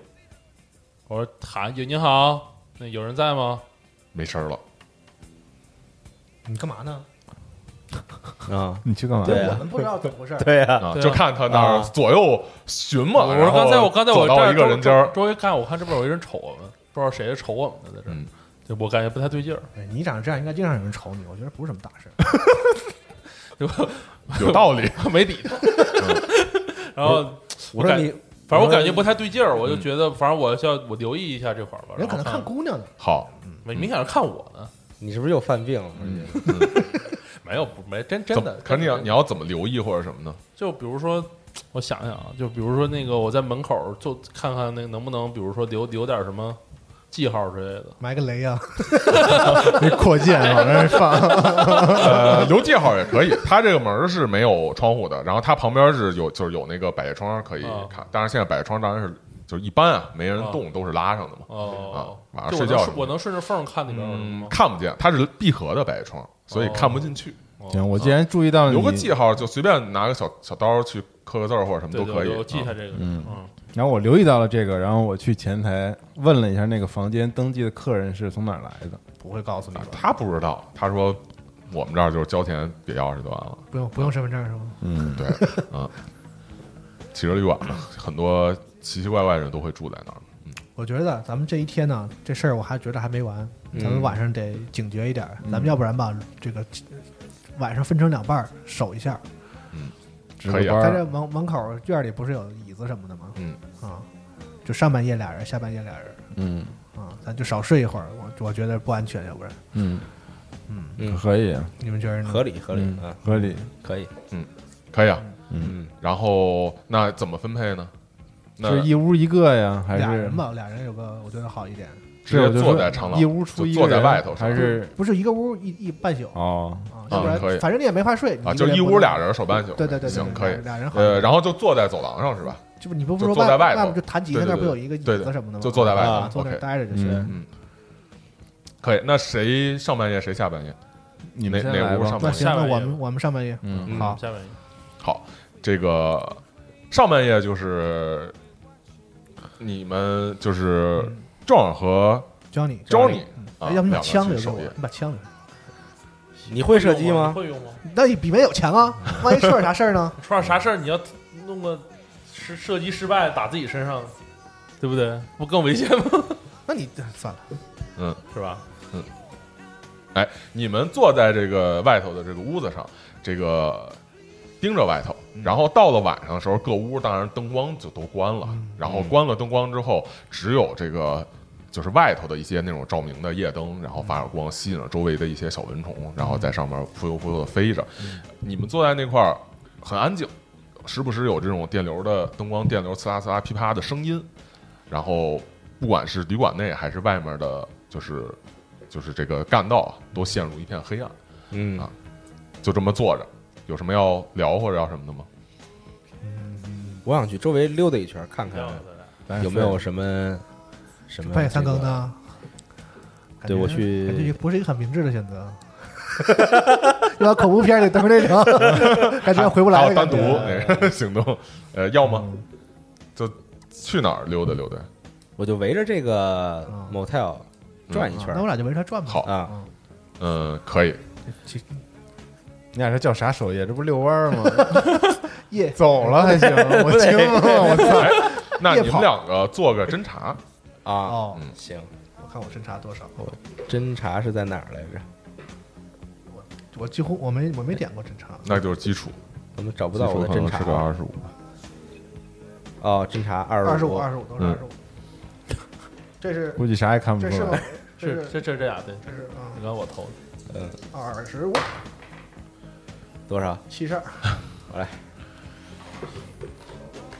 Speaker 4: 我说喊一句：“你好，那有人在吗
Speaker 5: 没声儿了。
Speaker 3: 你干嘛呢？
Speaker 2: 啊你去干嘛？
Speaker 3: 对
Speaker 6: 我们不知道怎么回事儿，
Speaker 3: 对呀，
Speaker 5: 啊，
Speaker 4: 对啊
Speaker 5: 就看他那儿
Speaker 3: 啊
Speaker 5: 左右寻嘛。？”
Speaker 4: 我
Speaker 5: 然
Speaker 4: 说：“
Speaker 5: 后
Speaker 4: 刚才我刚才我
Speaker 5: 走
Speaker 4: 这
Speaker 5: 到
Speaker 4: 儿
Speaker 5: 一个人间儿，
Speaker 4: 周周围看，我看这边有一人瞅我们，不知道谁瞅我们呢，在这儿
Speaker 5: 嗯，
Speaker 4: 就我感觉不太对劲儿。
Speaker 6: 哎你长这样应该经常有人瞅你，我觉得不是什么大事儿。
Speaker 5: 有道 理。
Speaker 4: 没理他。然后，
Speaker 3: 我
Speaker 4: 我
Speaker 3: 说
Speaker 4: 感
Speaker 3: 你，
Speaker 4: 反正我感觉
Speaker 3: 说
Speaker 4: 不太对劲儿，我就觉得，反正我需要我留意一下这块儿吧。
Speaker 6: 人可能
Speaker 4: 然后
Speaker 6: 看姑娘呢，
Speaker 5: 好，
Speaker 4: 没明显是看我呢，
Speaker 3: 你是不是又犯病了？
Speaker 4: 没有不没真真
Speaker 5: 怎
Speaker 4: 的
Speaker 5: 么？。啊可是你
Speaker 4: 真
Speaker 5: 要
Speaker 4: 的
Speaker 5: 你要怎么留意或者什么呢？
Speaker 4: 就比如说，我想想啊，就比如说那个我在门口儿就看看那个能不能，比如说留留点儿什么记号之类的。
Speaker 6: 埋个雷啊，
Speaker 2: 那扩建 往那儿放，
Speaker 5: 呃，留记号也可以。它这个门儿是没有窗户的，然后它旁边是有就是有那个百叶窗可以
Speaker 4: 啊
Speaker 5: 看，但是现在百叶窗当然是就是一般啊，没人动都是拉上的嘛。
Speaker 4: 哦，
Speaker 5: 啊晚上
Speaker 4: 就
Speaker 5: 睡觉
Speaker 4: 我
Speaker 5: 什
Speaker 4: 能
Speaker 5: 么
Speaker 4: 我能顺着缝儿看那边有什么
Speaker 5: 嗯
Speaker 4: 吗，？
Speaker 5: 看不见，它是闭合的百叶窗，所以
Speaker 4: 哦
Speaker 5: 看不进去。
Speaker 2: 行，我既然注意到了
Speaker 5: 留个
Speaker 2: 你，
Speaker 5: 记号，就随便拿个小小刀去刻个字儿或者什么
Speaker 4: 对
Speaker 5: 都
Speaker 4: 对
Speaker 5: 可以。
Speaker 4: 对我记
Speaker 5: 啊
Speaker 4: 下这个。嗯，
Speaker 2: 然后我留意到了这个，然后我去前台问了一下那个房间登记的客人是从哪儿来的，
Speaker 6: 不会告诉你吧？
Speaker 5: 他不知道，他说我们这儿就是交钱给钥匙就完了。
Speaker 6: 不用不用身份证是吗？
Speaker 5: 对，嗯，汽车旅馆嘛，很多奇奇怪怪的人都会住在那儿。
Speaker 6: 我觉得咱们这一天呢，这事儿我还觉得还没完，咱们晚上得警觉一点儿，咱们要不然吧，这个晚上分成两半儿守一下，
Speaker 2: 值
Speaker 5: 可
Speaker 2: 个
Speaker 5: 以
Speaker 2: 班
Speaker 5: 啊
Speaker 6: 在
Speaker 2: 儿
Speaker 6: 这门门口院里不是有椅子什么的吗？
Speaker 5: 嗯
Speaker 6: 啊，就上半夜俩人，下半夜俩人
Speaker 2: 嗯
Speaker 6: 啊，咱就少睡一会儿，我我觉得不安全，要不然
Speaker 2: 嗯
Speaker 3: 嗯
Speaker 2: 可以啊，
Speaker 6: 你们觉得呢？
Speaker 3: 合理合理
Speaker 2: 嗯
Speaker 3: 啊，
Speaker 2: 合理。
Speaker 3: 可以。
Speaker 5: 可以啊，
Speaker 3: 嗯，
Speaker 5: 然后那怎么分配呢？那
Speaker 2: 是一屋一个呀，还
Speaker 6: 俩
Speaker 2: 是
Speaker 6: 人吧，俩人有个我觉得好一点，
Speaker 5: 直
Speaker 2: 是我
Speaker 5: 接
Speaker 2: 就说
Speaker 5: 坐在长廊，
Speaker 2: 一屋出
Speaker 5: 就
Speaker 2: 一个
Speaker 5: 坐在
Speaker 2: 人
Speaker 5: 外头是吧
Speaker 2: 还是
Speaker 6: 不是一个屋一一半宿啊，
Speaker 2: 哦，
Speaker 6: 要不然
Speaker 5: 可以
Speaker 6: 反正你也没法睡
Speaker 5: 啊，
Speaker 6: 你
Speaker 5: 就
Speaker 6: 也
Speaker 5: 一
Speaker 6: 不
Speaker 5: 屋
Speaker 6: 能
Speaker 5: 俩人手办宿。
Speaker 6: 对对对，对
Speaker 5: 行
Speaker 6: 对
Speaker 5: 可以。
Speaker 6: 俩人好一点。
Speaker 5: 呃，然后就坐在走廊上是吧？
Speaker 6: 就不你不不
Speaker 5: 就
Speaker 6: 说
Speaker 5: 坐在外
Speaker 6: 外
Speaker 5: 头
Speaker 6: 面就弹吉他
Speaker 5: 对对
Speaker 6: 那儿不
Speaker 5: 对
Speaker 6: 有一个椅
Speaker 5: 对
Speaker 6: 子
Speaker 5: 的
Speaker 6: 什么的吗？
Speaker 5: 就坐在外
Speaker 6: 啊
Speaker 5: 头
Speaker 6: 坐那儿
Speaker 5: OK
Speaker 6: 待着就行。
Speaker 2: 嗯
Speaker 5: 可以。那谁上半夜谁下半夜？
Speaker 2: 你们
Speaker 5: 哪
Speaker 2: 先来
Speaker 5: 哪屋
Speaker 2: 吧
Speaker 5: 上
Speaker 6: 那
Speaker 5: 半夜？
Speaker 6: 行，
Speaker 4: 下
Speaker 6: 那
Speaker 4: 半夜
Speaker 6: 我们我们上半夜，
Speaker 2: 嗯
Speaker 6: 好，
Speaker 4: 下面
Speaker 5: 好，这个上半夜就是你们就是
Speaker 2: 嗯
Speaker 5: 壮和
Speaker 6: 教你
Speaker 5: Johnny 啊，
Speaker 6: 哎，要不你把
Speaker 5: 两个
Speaker 6: 枪留
Speaker 5: 去
Speaker 6: 给
Speaker 5: 守
Speaker 6: 我
Speaker 5: 夜，
Speaker 6: 你把枪留给
Speaker 3: 你会射击吗？
Speaker 4: 会用吗？
Speaker 6: 我，那你比没有强啊？万一出点啥事儿呢？
Speaker 4: 出点啥事儿，你要弄个失射击失败打自己身上，对不对？不更危险吗？
Speaker 6: 那你算了，
Speaker 4: 是吧？
Speaker 5: 哎，你们坐在这个外头的这个屋子上，这个盯着外头，然后到了晚上的时候，各屋当然灯光就都关了，然后关了灯光之后，只有这个就是外头的一些那种照明的夜灯，然后发着光，吸引了周围的一些小蚊虫，然后在上面扑悠扑悠的飞着。你们坐在那块儿很安静，时不时有这种电流的灯光电流刺啦刺啦噼啪的声音，然后不管是旅馆内还是外面的，就是就是这个干道啊，都陷入一片黑暗。
Speaker 3: 嗯
Speaker 5: 啊就这么坐着，有什么要聊或者要什么的吗？
Speaker 3: 我想去周围溜达一圈，看
Speaker 4: 这样
Speaker 3: 看
Speaker 4: 子的
Speaker 2: 咱
Speaker 3: 有没有什么什么
Speaker 6: 半夜三
Speaker 3: 这个
Speaker 6: 更的。感
Speaker 3: 对
Speaker 6: 觉
Speaker 3: 我去
Speaker 6: 感觉也不是一个很明智的选择。 要往恐怖片里都是那种，感觉回不来
Speaker 5: 还
Speaker 6: 了。
Speaker 5: 有单独
Speaker 6: 感觉
Speaker 5: 那个 行动，呃，要吗？就去哪儿溜达溜达？
Speaker 3: 我就围着这个
Speaker 6: 嗯
Speaker 3: motel 转一圈
Speaker 6: 那我俩就围着他转吧。
Speaker 5: 好
Speaker 3: 啊，
Speaker 5: 嗯，可以。
Speaker 6: 其实
Speaker 2: 你俩这叫啥守夜？这不遛弯儿 吗？
Speaker 6: 夜
Speaker 2: 走了还行，我惊了，我操！
Speaker 5: 哎，那
Speaker 2: 夜
Speaker 5: 你们
Speaker 2: 跑
Speaker 5: 两个做个侦查，
Speaker 3: 啊，
Speaker 6: 哦，
Speaker 3: 行，
Speaker 6: 我看我侦查多少，
Speaker 3: 侦查是在哪儿来着？
Speaker 6: 我几乎我没我没点过侦查，
Speaker 5: 那就是基础，
Speaker 3: 怎么找不
Speaker 5: 基
Speaker 3: 到
Speaker 5: 础
Speaker 3: 我的
Speaker 5: 可
Speaker 3: 侦
Speaker 5: 能是个
Speaker 3: 查啊
Speaker 5: 二？十五。
Speaker 3: 哦，侦查二
Speaker 6: 二
Speaker 3: 十
Speaker 6: 十五二十五都是
Speaker 5: 嗯
Speaker 6: 二十五，这是
Speaker 2: 估计啥也看不
Speaker 6: 这
Speaker 2: 出
Speaker 6: 是吗
Speaker 2: 来。？
Speaker 6: 这是
Speaker 4: 是
Speaker 6: 嗯
Speaker 4: 这这这俩对，
Speaker 5: 哦
Speaker 6: 这是啊
Speaker 4: 你看我投的，
Speaker 6: 二十五，
Speaker 3: 多少？
Speaker 6: 七十二，
Speaker 3: 我来，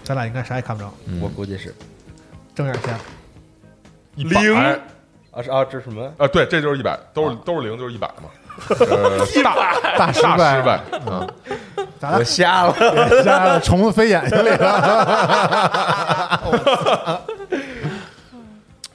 Speaker 6: 咱俩应该啥也看不着，
Speaker 3: 我估计是
Speaker 6: 睁眼瞎。
Speaker 5: 一
Speaker 4: 零
Speaker 5: 百
Speaker 3: 啊是啊这是什么？
Speaker 5: 啊，对，这就是一百，都是都是零，就是一百嘛。呃大大失
Speaker 2: 败
Speaker 5: 失败啊！
Speaker 3: 我瞎了，
Speaker 2: 瞎了，虫子飞眼睛里了。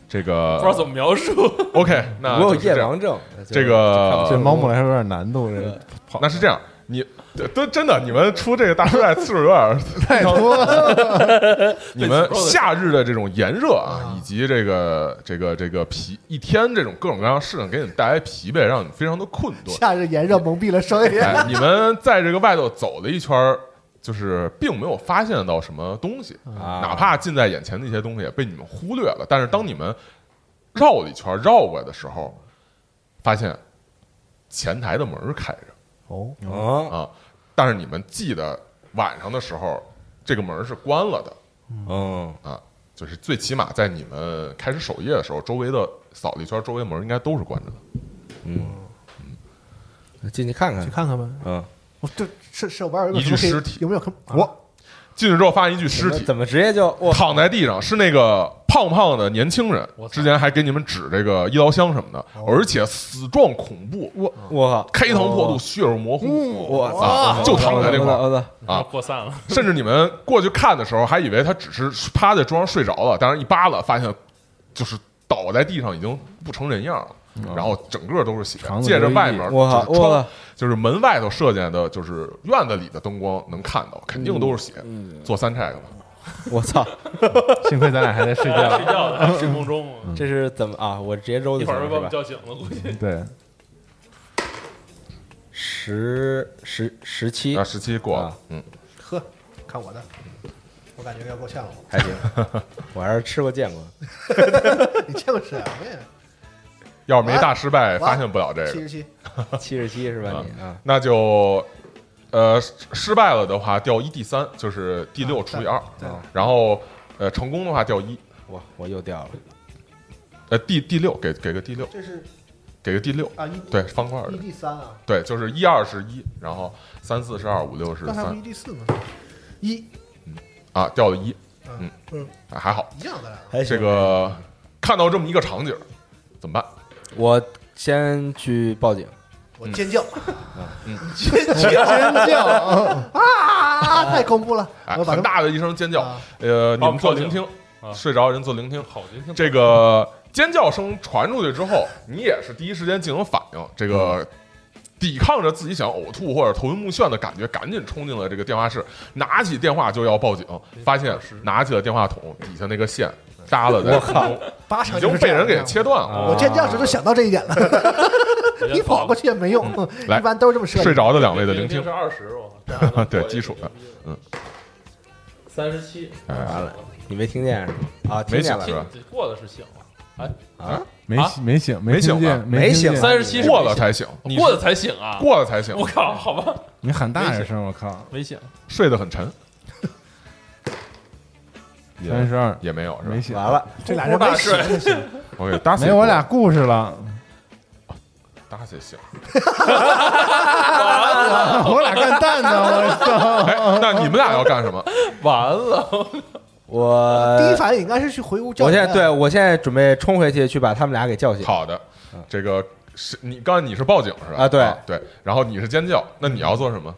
Speaker 5: 这
Speaker 4: 不知道
Speaker 5: 个
Speaker 4: 怎么描述。
Speaker 5: OK，那
Speaker 3: 我有
Speaker 5: 啊就是
Speaker 3: 夜
Speaker 5: 这样
Speaker 3: 盲症。
Speaker 5: 这
Speaker 2: 对
Speaker 3: 哦
Speaker 5: 个
Speaker 2: 毛姆来说有点难度，这个
Speaker 5: 那是这样，你都真的你们出这个大失败次数有点儿
Speaker 2: 太多了。
Speaker 5: 你们夏日的这种炎热啊，以及这个这个这个疲一天这种各种各样的事情给你们带来疲惫，让你们非常的困顿。
Speaker 6: 夏日炎热蒙蔽了双眼，
Speaker 5: 哎，你们在这个外头走了一圈儿，就是并没有发现到什么东西，
Speaker 3: 啊
Speaker 5: 哪怕近在眼前的一些东西也被你们忽略了。但是当你们绕了一圈儿绕过来的时候，发现前台的门儿开着
Speaker 3: 哦
Speaker 5: 啊，但是你们记得晚上的时候这个门儿是关了的。
Speaker 3: 嗯，
Speaker 5: 啊，就是最起码在你们开始守夜的时候，周围的扫了一圈，周围门应该都是关着的。
Speaker 3: 进去看看
Speaker 6: 去。看看吧。
Speaker 3: 嗯，
Speaker 6: 我这是是我玩儿有
Speaker 5: 一具
Speaker 6: 什么可以
Speaker 5: 尸体啊
Speaker 6: 有没有可
Speaker 5: 我进去之后发现一具尸 体
Speaker 3: 怎么直接就我
Speaker 5: 躺在地上，是那个胖胖的年轻人
Speaker 4: 我，操
Speaker 5: 之前还给你们指这个一刀香什么的，而且死状恐怖，
Speaker 3: 哦我我
Speaker 5: 开膛破肚，血肉模糊，
Speaker 3: 我
Speaker 5: 啊
Speaker 3: 操，
Speaker 5: 就躺在那块儿
Speaker 3: 我操，
Speaker 5: 啊
Speaker 4: 扩散了，
Speaker 5: 甚至你们过去看的时候，还以为他只是趴在桌上睡着了，但是一扒拉发现就是倒在地上，已经不成人样了。
Speaker 3: 嗯
Speaker 5: 然后整个都是血，
Speaker 2: 肠子
Speaker 5: 借着
Speaker 2: 流
Speaker 5: 外
Speaker 2: 溢
Speaker 5: 面
Speaker 3: 我靠
Speaker 5: 就是
Speaker 3: 我
Speaker 5: 窗
Speaker 3: 靠，
Speaker 5: 就是门外头射进来的，就是院子里的灯光能看到，肯定都是血。
Speaker 3: 嗯
Speaker 5: 做三 check 吧，
Speaker 3: 我操，
Speaker 2: 幸亏咱俩还在睡觉
Speaker 4: 睡。 觉的睡梦中，
Speaker 5: 嗯
Speaker 3: 这是怎么啊？我直接揉
Speaker 4: 一
Speaker 3: 就行
Speaker 4: 会儿
Speaker 3: 了
Speaker 4: 被把我
Speaker 3: 是
Speaker 4: 们
Speaker 3: 吧？
Speaker 4: 叫醒了，估计
Speaker 2: 对，
Speaker 3: 十十十七
Speaker 5: 啊，十七过了
Speaker 3: 啊，
Speaker 5: 嗯，
Speaker 6: 呵，看我的，我感觉要够呛了。
Speaker 3: 还行，我还是吃过见过。
Speaker 6: 你啊见过沈阳呀？
Speaker 5: 要是没大失败，
Speaker 6: 完
Speaker 5: 发现不了这
Speaker 6: 七
Speaker 5: 个。
Speaker 6: 十七，
Speaker 3: 七十七是吧你啊？
Speaker 5: 那就呃失失败了的话掉一 d 三，就是第六
Speaker 6: 啊
Speaker 5: 除以二
Speaker 6: 对对，
Speaker 5: 然后呃成功的话掉一，
Speaker 3: 我我又掉了，
Speaker 5: 呃第第六给给个第六，
Speaker 6: 这是
Speaker 5: 给个第六，
Speaker 6: 啊一
Speaker 5: 对方块儿
Speaker 6: 一
Speaker 5: 的，
Speaker 6: D 三啊，
Speaker 5: 对，就是一二是一，然后三四是二，五六是
Speaker 6: 刚才不
Speaker 5: 三
Speaker 6: 一 D 四吗？一
Speaker 5: 啊，掉了一，
Speaker 6: 嗯嗯，
Speaker 5: 啊还好。
Speaker 6: 一样咱俩。
Speaker 3: 还行
Speaker 5: 这个看到这么一个场景，怎么办？
Speaker 3: 我先去报警，
Speaker 6: 我尖叫，
Speaker 5: 嗯
Speaker 6: 尖尖 叫啊！太恐怖了！
Speaker 5: 哎，
Speaker 6: 我把
Speaker 5: 很
Speaker 6: 它
Speaker 5: 大的一声尖叫
Speaker 6: 啊，
Speaker 5: 呃，你
Speaker 4: 把我
Speaker 5: 们
Speaker 4: 们
Speaker 5: 做
Speaker 4: 叫
Speaker 5: 聆
Speaker 4: 醒
Speaker 5: 听
Speaker 4: 啊，
Speaker 5: 睡着人做聆听。
Speaker 4: 好就听
Speaker 5: 这个尖叫声传出去之后，你也是第一时间进行反应，这个抵抗着自己想呕吐或者头晕目眩的感觉，赶紧冲进了这个电话室，拿起电话就要报警，发现拿起了电话筒底下那个线耷拉在空 中，
Speaker 6: 八成
Speaker 5: 已经被人给切断了。
Speaker 6: 我尖叫时就想到这一点了，
Speaker 4: 我先
Speaker 6: 你跑过去也没用，
Speaker 5: 嗯来
Speaker 6: 一般都是这么设计。
Speaker 5: 睡着的两位的聆
Speaker 4: 聆
Speaker 5: 听
Speaker 4: 是，二十，我靠
Speaker 5: 对基础的，嗯，
Speaker 4: 三十七，完了，
Speaker 3: 你没听见是吗？啊，
Speaker 5: 没
Speaker 3: 听见
Speaker 5: 醒
Speaker 3: 了
Speaker 5: 是
Speaker 3: 是
Speaker 5: 吧
Speaker 3: 吧？
Speaker 4: 听过的是醒了，哎，
Speaker 2: 没
Speaker 4: 啊
Speaker 2: 没醒，
Speaker 5: 没醒
Speaker 2: 听见，
Speaker 5: 吧
Speaker 2: 没听
Speaker 3: 没
Speaker 2: 见
Speaker 3: 醒
Speaker 4: 三十七
Speaker 5: 过了才醒，你
Speaker 4: 过了才醒啊，
Speaker 5: 过了才醒，
Speaker 4: 我靠，好吧，
Speaker 2: 你喊大点声，我靠！
Speaker 4: 没醒，
Speaker 5: 睡得很沉，也
Speaker 2: 三十二
Speaker 5: 也没有是吧
Speaker 2: 没？醒，
Speaker 3: 完了，
Speaker 6: 这俩人没醒就行，
Speaker 5: 我给打死
Speaker 2: 没我俩故事了，
Speaker 5: 打死醒。
Speaker 2: 我俩干蛋呢，我操！
Speaker 5: 哎，那你们俩要干什么？
Speaker 4: 完 了，
Speaker 3: 我
Speaker 6: 第一反应应该是去回屋叫
Speaker 3: 我
Speaker 6: 人
Speaker 3: 现
Speaker 6: 啊。
Speaker 3: 在对我现在准备冲回去去把他们俩给叫醒。
Speaker 5: 好的，这个是你刚才你是报警是吧？
Speaker 3: 啊对
Speaker 5: 对，然后你是尖叫，那你要做什么？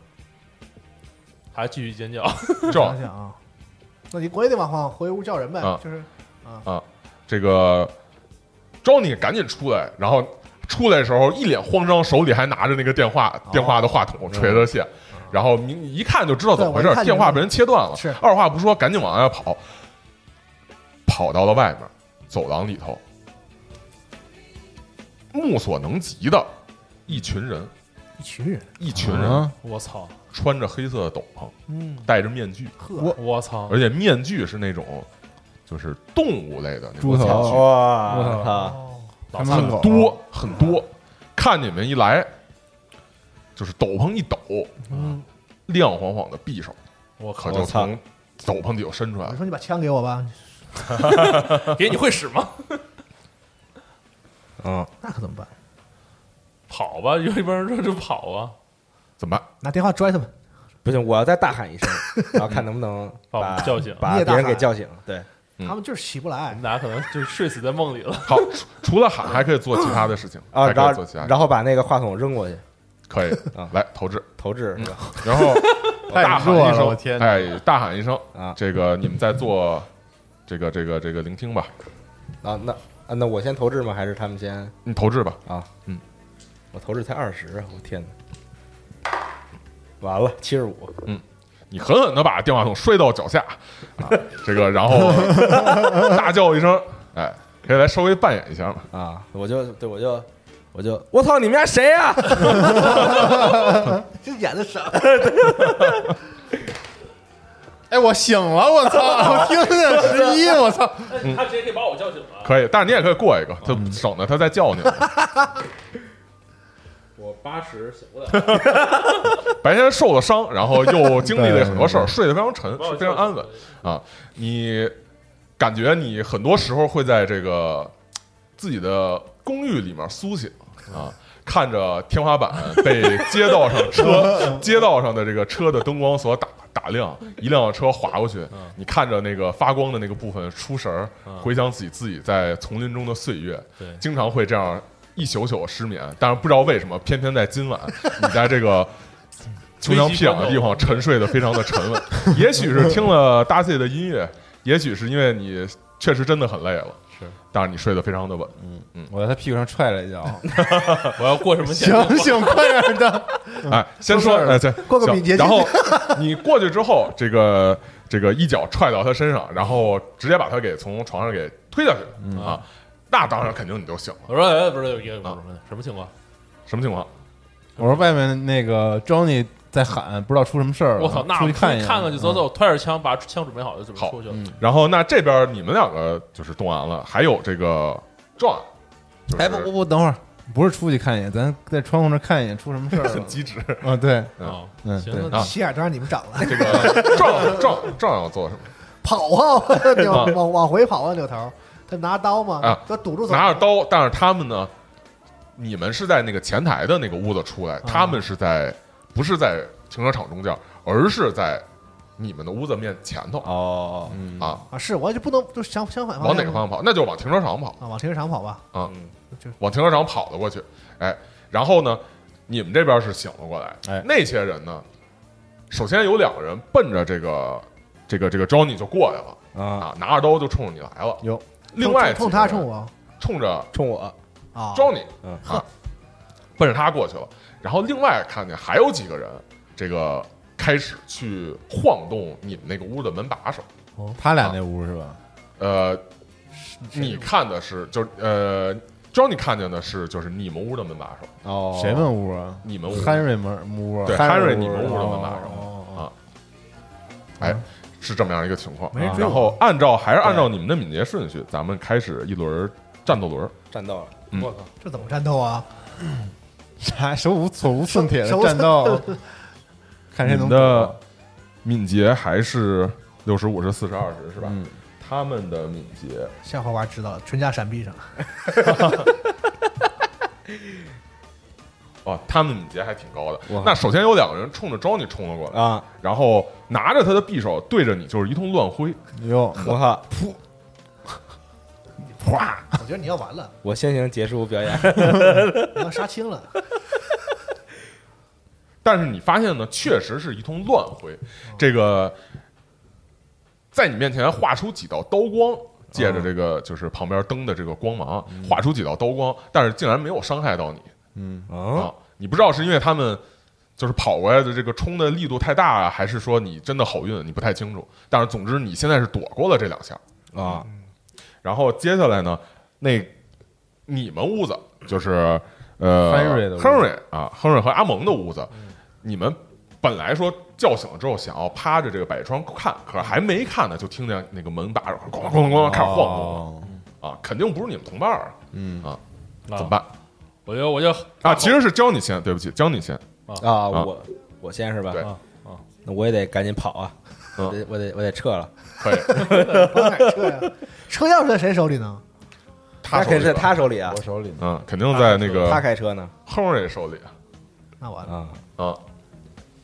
Speaker 4: 还继续尖叫，
Speaker 5: 撞
Speaker 6: 想想啊，那你我也得往往回屋叫人呗
Speaker 5: 啊，
Speaker 6: 就是
Speaker 5: 啊，这个 Johnny 赶紧出来，然后出来的时候一脸慌张，手里还拿着那个电话，电话的话筒垂着线，哦嗯然后你你一看就知道怎么回
Speaker 6: 对
Speaker 5: 事
Speaker 6: 我一，看就
Speaker 5: 电话被人切断了，
Speaker 6: 是
Speaker 5: 二话不说赶紧往外跑，跑到了外面走廊里头，目所能及的一群人，
Speaker 6: 一群人，
Speaker 5: 一群人
Speaker 2: 啊，
Speaker 4: 我操，
Speaker 5: 穿着黑色的斗篷，
Speaker 6: 嗯，
Speaker 5: 戴着面具，
Speaker 6: 呵，
Speaker 4: 我操，
Speaker 5: 而且面具是那种就是动物类的那
Speaker 2: 猪
Speaker 5: 种
Speaker 2: 头
Speaker 5: 面具
Speaker 3: 哇靠！
Speaker 2: 他
Speaker 4: 老
Speaker 2: 们
Speaker 5: 很多很多，看你们一来，就是斗篷一抖，亮晃晃的匕首
Speaker 4: 我靠
Speaker 5: 可，就从斗篷底下伸出来
Speaker 6: 我
Speaker 5: 了。
Speaker 6: 说你把枪给我吧，
Speaker 4: 给你会使 吗？
Speaker 6: 那可怎么办？
Speaker 4: 跑吧，有一帮人说就跑啊，
Speaker 5: 怎么办？
Speaker 6: 拿电话拽他们，
Speaker 3: 不行，我要再大喊一声，然后看能不能
Speaker 4: 把我们
Speaker 3: 把
Speaker 4: 叫嗯醒
Speaker 3: 把
Speaker 6: 你也大
Speaker 3: 别人给
Speaker 6: 喊
Speaker 3: 叫醒。对，
Speaker 6: 他们就是起不
Speaker 4: 我
Speaker 6: 来
Speaker 4: 们。俩可能就睡死在梦里了。
Speaker 5: 好，除除了喊，还可以做其他的事情
Speaker 3: 啊，
Speaker 5: 还可
Speaker 3: 然
Speaker 5: 以
Speaker 3: 后
Speaker 5: 做其他的，
Speaker 3: 然后把那个话筒扔过去，
Speaker 5: 可以
Speaker 3: 啊
Speaker 5: 来投掷，
Speaker 3: 投掷是吧？
Speaker 5: 然后
Speaker 2: 太
Speaker 5: 大喊
Speaker 2: 弱
Speaker 5: 一
Speaker 2: 了我
Speaker 5: 声，
Speaker 2: 天
Speaker 5: 哎，大喊一声
Speaker 3: 啊
Speaker 5: 这个你们在做这个这个这个聆听吧，
Speaker 3: 啊，那啊，那我先投掷吗？还是他们先？
Speaker 5: 你投掷吧，
Speaker 3: 我投掷才二十啊！我天哪，完了，七十五，
Speaker 5: 你狠狠的把电话筒摔到脚下，啊，这个然后大叫一声，哎，可以来稍微扮演一下嘛，
Speaker 3: 啊，我就对我就我就我操，你们家谁啊 呀、
Speaker 6: 这演的啥？
Speaker 2: 哎，我醒了，我操！我听见十一，我操！
Speaker 4: 他直接可以把我叫醒了。
Speaker 5: 可以，但是你也可以过一个，就省得他再叫你了。
Speaker 4: 我八十醒 不了，
Speaker 5: 白天受了伤，然后又经历了很多事儿，睡得非常沉，
Speaker 4: 把我
Speaker 5: 睡得非常
Speaker 4: 叫
Speaker 5: 安
Speaker 4: 醒
Speaker 5: 稳
Speaker 4: 了
Speaker 5: 啊。你感觉你很多时候会在这个自己的公寓里面苏醒啊。看着天花 板被街道上车街道上的这个车的灯光所打打亮，一辆车划过去，
Speaker 4: 嗯
Speaker 5: 你看着那个发光的那个部分出神儿，回想起自己在丛林中的岁月，
Speaker 4: 对
Speaker 5: 经常会这样一宿宿失眠，但是不知道为什么，偏偏在今 晚，你在这个。穷乡僻壤的地方沉睡的非常的沉 稳，也许是听了大 C 的音乐，也许是因为你确实真的很累了，
Speaker 4: 是，
Speaker 5: 但是你睡得非常的稳，
Speaker 2: 我在他屁股上踹了一脚，
Speaker 4: 我要过什么 前
Speaker 2: 醒醒，快点的！
Speaker 6: 啊
Speaker 5: 哎，先说，哎，对，
Speaker 6: 过个
Speaker 5: 行
Speaker 6: 敏捷期
Speaker 5: 然后 你过去之后，这个这个一脚踹到他身上，然后直接把他给从床上给推下
Speaker 2: 嗯
Speaker 5: 去啊，那当然肯定你就醒了。
Speaker 4: 我说哎，不是，也不是不是什么情况？
Speaker 5: 什么情况？
Speaker 2: 我说外面那个 Johnny 在喊，不知道出什么事儿了。
Speaker 4: 我操，那
Speaker 2: 出去看
Speaker 4: 看
Speaker 2: 一眼，啊
Speaker 4: 看就走走，揣着枪，把枪准备好就准备出去了。
Speaker 2: 嗯
Speaker 5: 然后那这边你们两个就是动完了，还有这个壮，就是
Speaker 2: 哎，不不不，等会儿，不是出去看一眼，咱在窗户那看一眼，出什么事儿了
Speaker 5: 很机智。
Speaker 2: 啊？对，
Speaker 4: 啊，
Speaker 2: 嗯
Speaker 4: 行
Speaker 2: 对，
Speaker 4: 那
Speaker 6: 心眼都让你们长了，
Speaker 5: 这个壮壮壮要做什么？
Speaker 6: 跑啊！我扭往往回跑啊，扭头。他拿刀嘛
Speaker 5: 啊，
Speaker 6: 他堵住走。
Speaker 5: 拿着刀，但是他们呢，你们是在那个前台的那个屋子出
Speaker 6: 啊
Speaker 5: 来，他们是在不是在停车场中间，而是在你们的屋子面前头
Speaker 3: 哦，
Speaker 5: 啊，
Speaker 6: 啊，是我就不能就相相反方
Speaker 5: 往
Speaker 6: 向
Speaker 5: 哪个方向跑？那就往停车场跑，
Speaker 6: 啊？往停车场跑吧。
Speaker 5: 往停车场跑了过去。哎，然后呢，你们这边是醒了过来，
Speaker 2: 哎
Speaker 5: 那些人呢，首先有两个人奔着这个这个这个 Johnny 就过来了
Speaker 3: 啊，
Speaker 5: 啊，拿着刀就冲着你来了。
Speaker 2: 哟，
Speaker 5: 另外
Speaker 6: 冲冲
Speaker 5: 几
Speaker 6: 他
Speaker 5: 个人
Speaker 6: 冲啊我
Speaker 5: 冲着
Speaker 3: 冲我，
Speaker 6: 啊！
Speaker 5: Johnny，
Speaker 3: 嗯
Speaker 5: 啊，奔着他过去了。然后另外看见还有几个人，这个开始去晃动你们那个屋的门把手。
Speaker 2: 他俩那屋是吧？
Speaker 5: 呃，你看的是就是呃，Johnny 看见的是就是你们屋的门把手，
Speaker 3: 哦，
Speaker 2: 谁们屋啊？
Speaker 5: 你们屋
Speaker 2: Henry 门屋啊。
Speaker 5: 对
Speaker 3: Henry
Speaker 5: Henry 你们屋的门把手。啊
Speaker 2: 哦
Speaker 5: 哎，是这么样一个情况。啊
Speaker 6: 没人追
Speaker 5: 然
Speaker 6: 我
Speaker 5: 后按照还是按照你们的敏捷顺序，咱们开始一轮战斗轮。
Speaker 3: 战斗了，
Speaker 4: 我操，
Speaker 6: 这怎么战斗啊？
Speaker 3: 啊
Speaker 2: 啥手无手无寸铁的
Speaker 6: 手
Speaker 2: 战斗，看谁
Speaker 5: 你
Speaker 2: 能
Speaker 5: 们的敏捷还是六十五是四十二十是吧？
Speaker 2: 嗯
Speaker 5: 他们的敏捷
Speaker 6: 夏侯娃知道了，全家闪避上。
Speaker 5: 哦，他们的敏捷还挺高的
Speaker 3: 哇。
Speaker 5: 那首先有两个人冲着 Johnny 冲了过来，
Speaker 3: 啊，
Speaker 5: 然后拿着他的匕首对着你就是一通乱挥，
Speaker 2: 哟，
Speaker 3: 我靠，
Speaker 2: 哗！
Speaker 6: 我觉得你要完了，
Speaker 3: 我先行结束表演，
Speaker 6: 你要杀青了。
Speaker 5: 但是你发现呢，确实是一通乱挥，
Speaker 3: 哦
Speaker 5: 这个在你面前画出几道刀光，借着这个就是旁边灯的这个光芒，画出几道刀光，但是竟然没有伤害到你，
Speaker 3: 嗯
Speaker 5: 啊，你不知道是因为他们就是跑过来的这个冲的力度太大啊，还是说你真的好运，你不太清楚。但是总之你现在是躲过了这两下。
Speaker 3: 啊，
Speaker 5: 然后接下来呢，那你们屋子就是呃
Speaker 2: Henry 的屋子
Speaker 5: Henry 啊，Henry 和阿蒙的屋子，你们本来说叫醒了之后想要趴着这个百叶窗看，可是还没看呢，就听见那个门把手咣咣咣咣开始晃动
Speaker 2: 哦，
Speaker 5: 啊，肯定不是你们同伴儿啊，嗯啊，怎么
Speaker 4: 办？
Speaker 5: 办
Speaker 4: 我就我就
Speaker 5: 啊？其实是教你先，对不起，教你先。
Speaker 3: 啊，我我先是吧？
Speaker 5: 对
Speaker 4: 啊
Speaker 3: 那我也得赶紧跑啊，
Speaker 5: 嗯
Speaker 3: 我得我得我得撤了，
Speaker 5: 可以，
Speaker 6: 往哪儿撤呀？车钥匙在谁手里呢？
Speaker 5: 他
Speaker 3: 那
Speaker 5: 手
Speaker 3: 肯定在
Speaker 5: 里吧
Speaker 3: 他手里啊
Speaker 2: 我，手里呢。
Speaker 5: 嗯，肯定在那
Speaker 3: 他
Speaker 5: 个
Speaker 3: 开车呢，
Speaker 5: 亨瑞手里
Speaker 6: 那完了，
Speaker 3: 啊，
Speaker 5: 啊。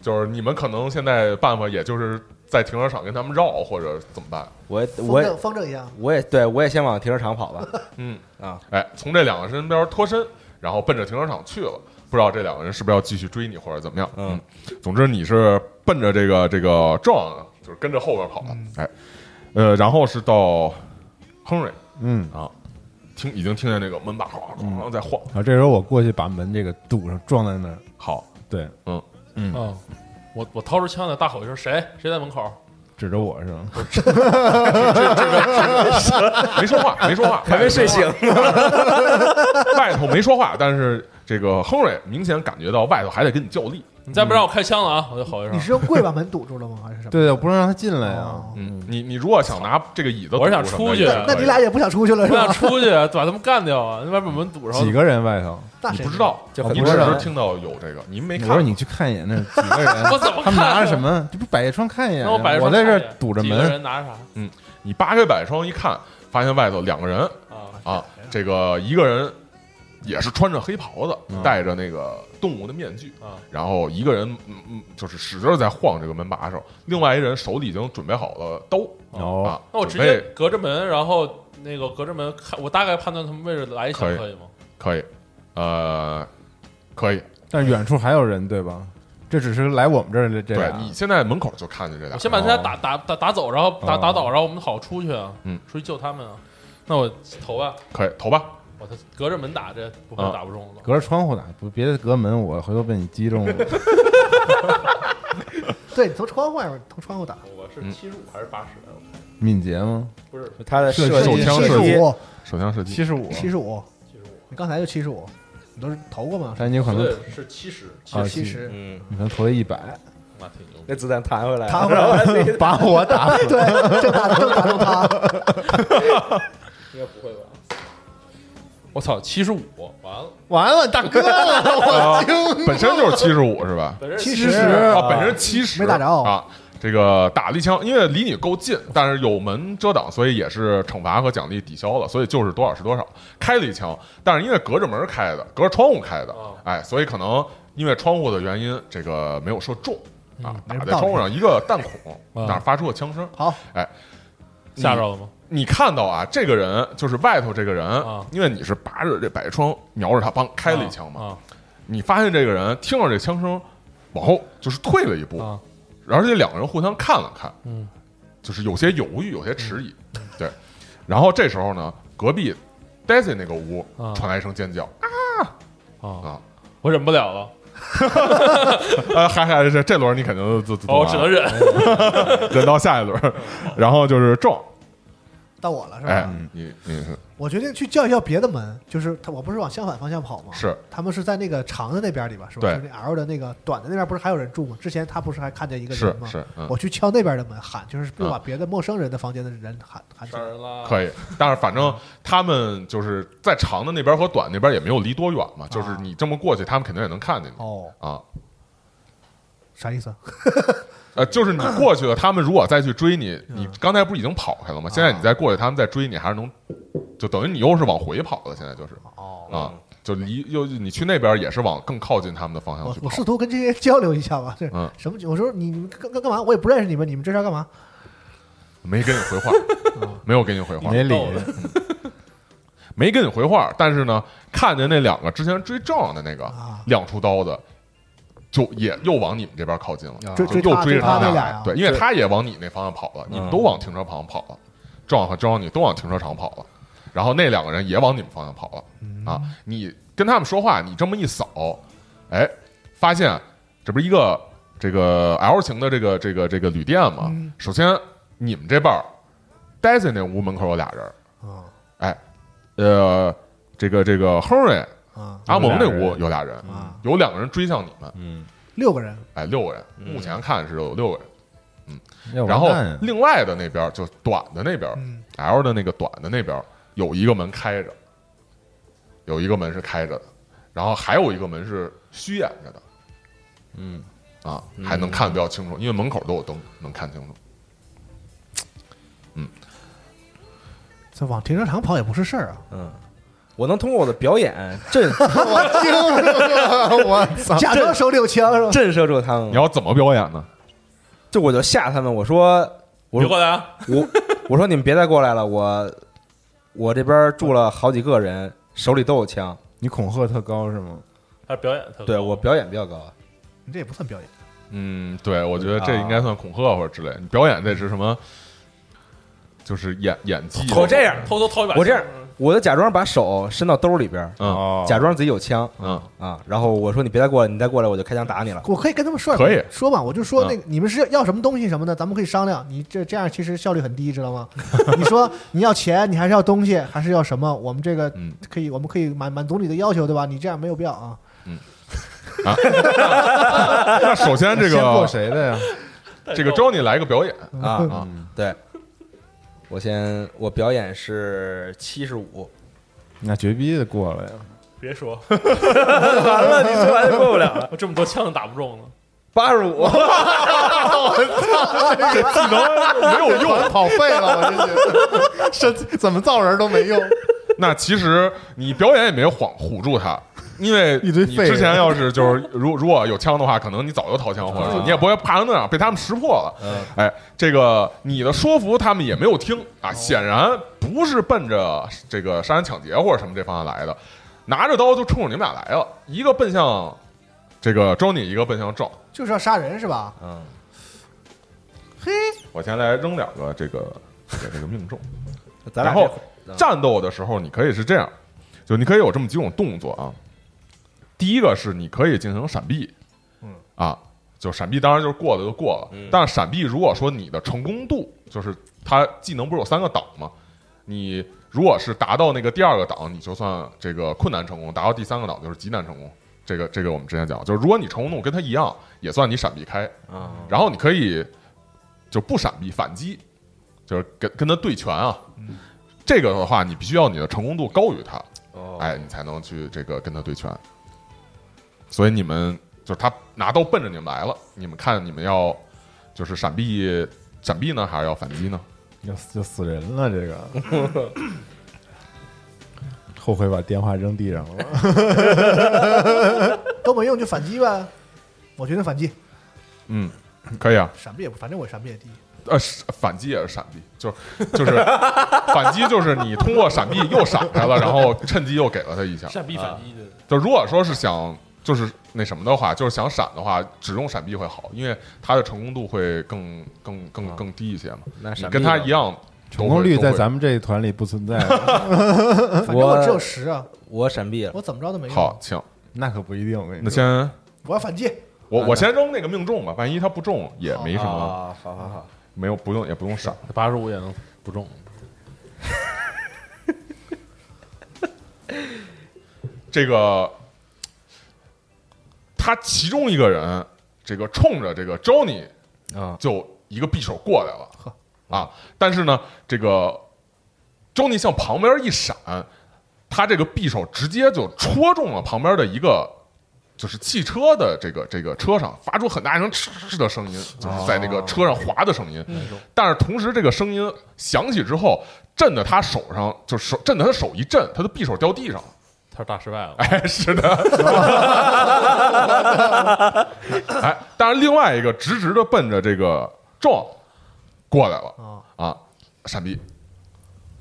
Speaker 5: 就是你们可能现在办法也就是在停车场跟他们绕或者怎么办？
Speaker 3: 我我
Speaker 6: 风
Speaker 3: 也
Speaker 6: 筝风筝一样，
Speaker 3: 我也对我也先往停车场跑吧。
Speaker 5: 嗯
Speaker 3: 啊，
Speaker 5: 哎，从这两个身边脱身，然后奔着停车场去了。不知道这两个人是不是要继续追你或者怎么样？
Speaker 3: 嗯，
Speaker 5: 总之你是奔着这个这个 John 就是跟着后边跑的。哎，呃，然后是到 Henry
Speaker 2: 嗯，
Speaker 5: 啊，听已经听见那个门把哐哐哐在晃。
Speaker 2: 啊，这时候我过去把门这个堵上，撞在那儿。
Speaker 5: 好，
Speaker 2: 对，
Speaker 4: 啊，我我掏出枪来大吼一声：“谁？谁在门口
Speaker 2: 指着我是吧？
Speaker 5: 没说话，没说话， 还没睡醒。 外头没说话，但是这个 Henry 明显感觉到外头还得跟你较力。？”
Speaker 4: 你再不让我开枪了啊！我就吼一
Speaker 6: 你
Speaker 4: 声。
Speaker 6: 是用棍把门堵住了吗？还是什么？
Speaker 2: 对，我不能让他进来啊。
Speaker 6: 哦，
Speaker 5: 嗯，你你如果想拿这个椅子，
Speaker 4: 我是想出去
Speaker 6: 那那你俩也不想出去了
Speaker 4: 我
Speaker 6: 是
Speaker 4: 想
Speaker 6: 吧？
Speaker 4: 出去把他们干掉啊！那外边把门堵上，
Speaker 2: 几个人外头？
Speaker 6: 那
Speaker 5: 你
Speaker 6: 谁
Speaker 5: 不知？道，
Speaker 3: 就很
Speaker 5: 你
Speaker 3: 多
Speaker 5: 只是
Speaker 3: 人
Speaker 5: 听到有这个，你没
Speaker 2: 我
Speaker 5: 看。
Speaker 2: 说你去看一眼那几个人，
Speaker 4: 我怎么看啊哦
Speaker 2: 他们拿着什么？这不百叶窗看一眼
Speaker 4: 那我摆
Speaker 2: 啊？
Speaker 4: 着
Speaker 2: 我
Speaker 4: 双
Speaker 2: 在这
Speaker 4: 看
Speaker 2: 儿
Speaker 4: 见
Speaker 2: 堵着
Speaker 4: 几个
Speaker 2: 门，
Speaker 4: 人拿着啥
Speaker 5: 你扒开百窗一看，发现外头两个人
Speaker 4: 啊？
Speaker 5: 啊，这个一个人也是穿着黑袍子，戴着那个动物的面具
Speaker 4: 啊，
Speaker 5: 然后一个人嗯嗯就是使劲儿在晃这个门把手，另外一人手里已经准备好了刀
Speaker 2: 哦
Speaker 5: 啊，
Speaker 4: 那我直
Speaker 5: 准备
Speaker 4: 接隔着门，然后那个隔着门看，我大概判断他们位置来一
Speaker 5: 可
Speaker 4: 枪
Speaker 5: 以
Speaker 4: 可以
Speaker 2: 啊
Speaker 4: 吗？
Speaker 5: 可以，呃，可以，
Speaker 2: 但是远处还有人，对吧？这只是来我们这儿的这
Speaker 5: 对
Speaker 2: 俩
Speaker 5: 你现在门口就看见这俩
Speaker 4: 我，先把他家打打打打走，然后打
Speaker 2: 哦
Speaker 4: 打倒，然后我们好出去啊，
Speaker 5: 嗯，
Speaker 4: 出去救他们啊。那我投吧，
Speaker 5: 可以投吧，
Speaker 4: 我他隔着门打，这不可
Speaker 2: 哦
Speaker 5: 啊
Speaker 4: 能打不中了。
Speaker 2: 隔着窗户打，不别隔门，我回头被你击中了。
Speaker 6: 对，你从窗户外面从窗户打，
Speaker 4: 我
Speaker 2: 嗯
Speaker 4: 是七十五啊还是八十？
Speaker 2: 敏捷吗？
Speaker 4: 不是，
Speaker 3: 他的
Speaker 2: 射
Speaker 3: 设
Speaker 2: 手
Speaker 3: 计
Speaker 2: 枪
Speaker 6: 七
Speaker 3: 设
Speaker 6: 十
Speaker 3: 计
Speaker 6: 五，
Speaker 5: 手枪射击，
Speaker 2: 七十五，
Speaker 6: 七十五，你刚才就七十五，你都是投过
Speaker 5: 啊
Speaker 6: 吗？
Speaker 2: 但你有可能
Speaker 4: 对，是七十，
Speaker 2: 啊
Speaker 6: 七
Speaker 2: 七
Speaker 6: 十，
Speaker 3: 嗯，
Speaker 2: 你可能投一百，
Speaker 4: 那挺牛逼。
Speaker 3: 那子弹弹回来，
Speaker 6: 弹回来
Speaker 3: 了，
Speaker 2: 把我打死。
Speaker 6: 对，正打正打中他，
Speaker 4: 应该不会吧？我操，七十五，完了，
Speaker 2: 完了，大 哥了，
Speaker 5: 啊本身就是七十 五是吧？
Speaker 4: 本身
Speaker 6: 七
Speaker 4: 是
Speaker 6: 十
Speaker 5: 啊，本身七十
Speaker 6: 没打着
Speaker 5: 啊。这个打了一枪，因为离你够近，但是有门遮挡，所以也是惩罚和奖励抵消了，所以就是多少是多少。开了一枪，但是因为隔着门开的，隔着窗户开的
Speaker 4: 哦，
Speaker 5: 哎，所以可能因为窗户的原因，这个没有射中
Speaker 4: 嗯
Speaker 5: 啊，打
Speaker 6: 没
Speaker 5: 在
Speaker 6: 道理
Speaker 5: 窗户上一个弹孔，
Speaker 4: 啊
Speaker 5: 哪发出了枪声。
Speaker 6: 好，
Speaker 4: 吓着了
Speaker 3: 嗯
Speaker 4: 吗？
Speaker 5: 你看到啊，这个人就是外头这个人
Speaker 4: 啊，
Speaker 5: 因为你是拔着这百叶窗瞄着他，帮开了一枪嘛，
Speaker 4: 啊
Speaker 5: 你发现这个人听到这枪声，往后就是退了一步，
Speaker 4: 啊
Speaker 5: 然后这两个人互相看了看，
Speaker 4: 嗯，
Speaker 5: 就是有些犹豫，有些迟疑，对。然后这时候呢，隔壁 Daisy 那个屋、
Speaker 4: 啊
Speaker 5: 传来一声尖叫，
Speaker 4: 啊
Speaker 5: 啊！
Speaker 4: 我忍不了了，
Speaker 5: 呃，还还这这轮你肯定就就
Speaker 4: 哦，我只能嗯忍。
Speaker 5: 啊
Speaker 3: 啊
Speaker 5: 忍到下一轮，然后就是撞，
Speaker 6: 到我了是
Speaker 5: 哎
Speaker 6: 吧？，
Speaker 5: 你你是
Speaker 6: 我决定去叫一叫别的门，就是他，我不是往相反方向跑吗？
Speaker 5: 是，
Speaker 6: 他们是在那个长的那边里吧？是吧？
Speaker 5: 对
Speaker 6: 就是那 L 的那个短的那边，不是还有人住吗？之前他不是还看见一个
Speaker 5: 是
Speaker 6: 人吗？
Speaker 5: 是，嗯，
Speaker 6: 我去敲那边的门喊，就是又
Speaker 5: 嗯
Speaker 6: 把别的陌生人的房间的人喊喊走
Speaker 4: 杀。人啦！
Speaker 5: 可以，但是反正他们就是在长的那边和短那边也没有离多远嘛，就是你这么过去，他们肯定也能看见你
Speaker 6: 哦，
Speaker 5: 啊。
Speaker 6: 啥意思？
Speaker 5: 呃，就是你过去了，他们如果再去追你，你刚才不是已经跑开了吗？现在你再过去，他们再追你，还是能，就等于你又是往回跑了。现在就是
Speaker 6: 哦，
Speaker 5: 啊，就离又你去那边也是往更靠近他们的方向
Speaker 6: 我
Speaker 5: 去
Speaker 6: 我
Speaker 5: 跑
Speaker 6: 试。图跟这些人交流一下吧。这
Speaker 5: 嗯
Speaker 6: 什么？我说你你们干干干嘛？我也不认识你们，你们这是要干嘛？
Speaker 5: 没跟你回话，没有跟你回话，
Speaker 2: 没理
Speaker 4: 逗的
Speaker 5: 没跟你回话。但是呢，看见那两个之前追撞的那个
Speaker 6: 啊
Speaker 5: 亮出刀的，就也又往你们这边靠近了，
Speaker 6: 追
Speaker 5: 就
Speaker 6: 追
Speaker 5: 又
Speaker 6: 他
Speaker 5: 追着
Speaker 6: 追他
Speaker 5: 们俩
Speaker 6: 那俩
Speaker 5: 来
Speaker 6: 呀。。
Speaker 5: 对，因为他也往你那方向跑了，你们都往停车场跑了，撞和张你都往停车场跑了，然后那两个人也往你们方向跑了。啊，你跟他们说话，你这么一扫，哎，发现这不是一个这个 L 型的这个这个这个旅店吗？首先，你们这半儿待在那屋门口有俩人儿，
Speaker 6: 啊
Speaker 5: 哎，呃，这个这个 Henry
Speaker 6: 啊，
Speaker 5: 阿蒙那屋有俩人，
Speaker 6: 啊
Speaker 5: 有两个人追向你们，
Speaker 6: 六个人
Speaker 5: 哎，六个人，目前看是有六个人。
Speaker 2: 要
Speaker 5: 然
Speaker 2: 完
Speaker 5: 后
Speaker 2: 蛋呀
Speaker 5: 另外的那边儿就短的那边儿、
Speaker 6: 嗯
Speaker 5: l 的那个短的那边儿有一个门开着，有一个门是开着的，然后还有一个门是虚掩着的，嗯，啊，还能看得比较清楚，因为门口都有灯，能看清楚。
Speaker 6: 这往停车场跑也不是事儿啊。
Speaker 3: 嗯，我能通过我的表演震
Speaker 2: 我听说了， 我操！
Speaker 6: 假装手里有枪是吧？
Speaker 3: 震慑住他
Speaker 5: 你
Speaker 3: 们。
Speaker 5: 要怎么表演呢？
Speaker 3: 就我就吓他们，我说我
Speaker 4: 别过来啊！
Speaker 3: 我我说你们别再过来了，我我这边住了好几个人，手里都有枪。
Speaker 2: 你恐吓特高是吗？
Speaker 4: 他表演特高
Speaker 3: 对我表演比较高，
Speaker 6: 你这也不算表演，
Speaker 5: 嗯，对，我觉得这应该算恐吓或者之类。你表演这是什么？就是演演技。
Speaker 3: 我哦这样
Speaker 4: 偷偷掏一把，
Speaker 3: 我这样，我就假装把手伸到兜里边，
Speaker 5: 嗯
Speaker 2: 哦
Speaker 3: 假装自己有枪
Speaker 5: 嗯，
Speaker 3: 啊，然后我说你别再过来，你再过来我就开枪打你了。
Speaker 6: 我可以跟他们说，
Speaker 5: 可以啊
Speaker 6: 说嘛，我就说那个你们是要什么东西什么的，咱们可以商量。你这这样其实效率很低，知道 吗？你说你要钱，你还是要东西，还是要什么？我们这个
Speaker 5: 嗯
Speaker 6: 可以，我们可以满满足你的要求，对吧？你这样没有必要啊。
Speaker 5: 那首先这
Speaker 2: 先过
Speaker 5: 个
Speaker 2: 谁的呀？
Speaker 5: 这个 Johnny 来个表演，
Speaker 6: 嗯
Speaker 3: 啊啊！对，我先我表演是七十五，
Speaker 2: 那绝逼的过了呀！
Speaker 4: 别说，
Speaker 3: 完了你突然就过不了了，
Speaker 4: 我这么多枪都打不中呢。
Speaker 3: 八十五，
Speaker 5: 技能没有用。
Speaker 2: 跑 跑废了，我 这是是怎么造人都没用。
Speaker 5: 那其实你表演也没有晃唬住他，因为
Speaker 2: 一堆
Speaker 5: 你
Speaker 2: 废人
Speaker 5: 之前要是就是如如果有枪的话，可能你早就掏枪或
Speaker 2: 啊
Speaker 5: 者你也不会怕成那样，被他们识破了。哎，这个你的说服他们也没有听啊，显然不是奔着这个杀人抢劫或者什么这方向来的，拿着刀就冲着你们俩来了，一个奔向这个 Johnny，一个奔向赵。
Speaker 6: 就是要杀人是吧？
Speaker 3: 嗯，
Speaker 6: 嘿，
Speaker 5: 我先来扔两个这个这个这个命中。
Speaker 3: 咱俩
Speaker 5: 然后
Speaker 3: 这嗯
Speaker 5: 战斗的时候，你可以是这样，就你可以有这么几种动作啊。第一个是你可以进行闪避，嗯啊，就闪避当然就是过了就过了，但是闪避如果说你的成功度，就是它技能不是有三个档吗？你如果是达到那个第二个档，你就算这个困难成功；达到第三个档就是极难成功。这个这个我们之前讲，就是如果你成功度跟他一样，也算你闪避开。
Speaker 3: 啊，
Speaker 5: 然后你可以就不闪避反击，就是跟跟他对拳啊。这个的话，你必须要你的成功度高于他，
Speaker 3: 哦
Speaker 5: 哎，你才能去这个跟他对拳。所以你们就是他拿刀奔着你们来了，你们看你们要就是闪避闪避呢，还是要反击呢？
Speaker 2: 要死就死人了，这个 后悔把电话扔地上了。
Speaker 6: 都没用就反击呗。我决定反击，
Speaker 5: 嗯，可以啊，
Speaker 6: 闪避也不，反正我闪避也低。
Speaker 5: 呃，是反击也是闪避，就是 就是反击就是你通过闪避又闪开了，然后趁机又给了他一下。
Speaker 4: 闪避反击
Speaker 3: 啊
Speaker 4: 的，
Speaker 5: 就如果说是想就是那什么的话，就是想闪的话，只用闪避会好，因为它的成功度会更更更更低一些嘛。
Speaker 3: 那
Speaker 5: 你
Speaker 3: 闪避
Speaker 5: 跟他
Speaker 3: 呢
Speaker 5: 一样，
Speaker 2: 成功率在咱
Speaker 5: 们
Speaker 2: 们这一团里不存在，
Speaker 6: 反正我只有十啊，
Speaker 3: 我闪避了，
Speaker 6: 我怎么着都没用。
Speaker 5: 好，请
Speaker 2: 那可不一定。我跟你说，
Speaker 5: 那先
Speaker 6: 我要反击，
Speaker 5: 我我先扔那个命中吧，万一他不中也没什么，
Speaker 3: 啊，好好好，
Speaker 5: 没有不用也不用闪。
Speaker 4: 八十五也能不中。
Speaker 5: 这个他其中一个人，这个冲着这个 Johnny
Speaker 3: 啊
Speaker 5: 就一个匕首过来了，啊，但是呢，这个 Johnny 向旁边一闪，他这个匕首直接就戳中了旁边的一个。就是汽车的这个这个车上发出很大一声嗤嗤的声音，就是在那个车上滑的声音。但是同时，这个声音响起之后，震得他手上就手震得他手一震，他的匕首掉地上了。
Speaker 4: 他是大失败了，
Speaker 5: 哎，是的。 哎，当然，另外一个直直的奔着这个撞过来了啊，闪避。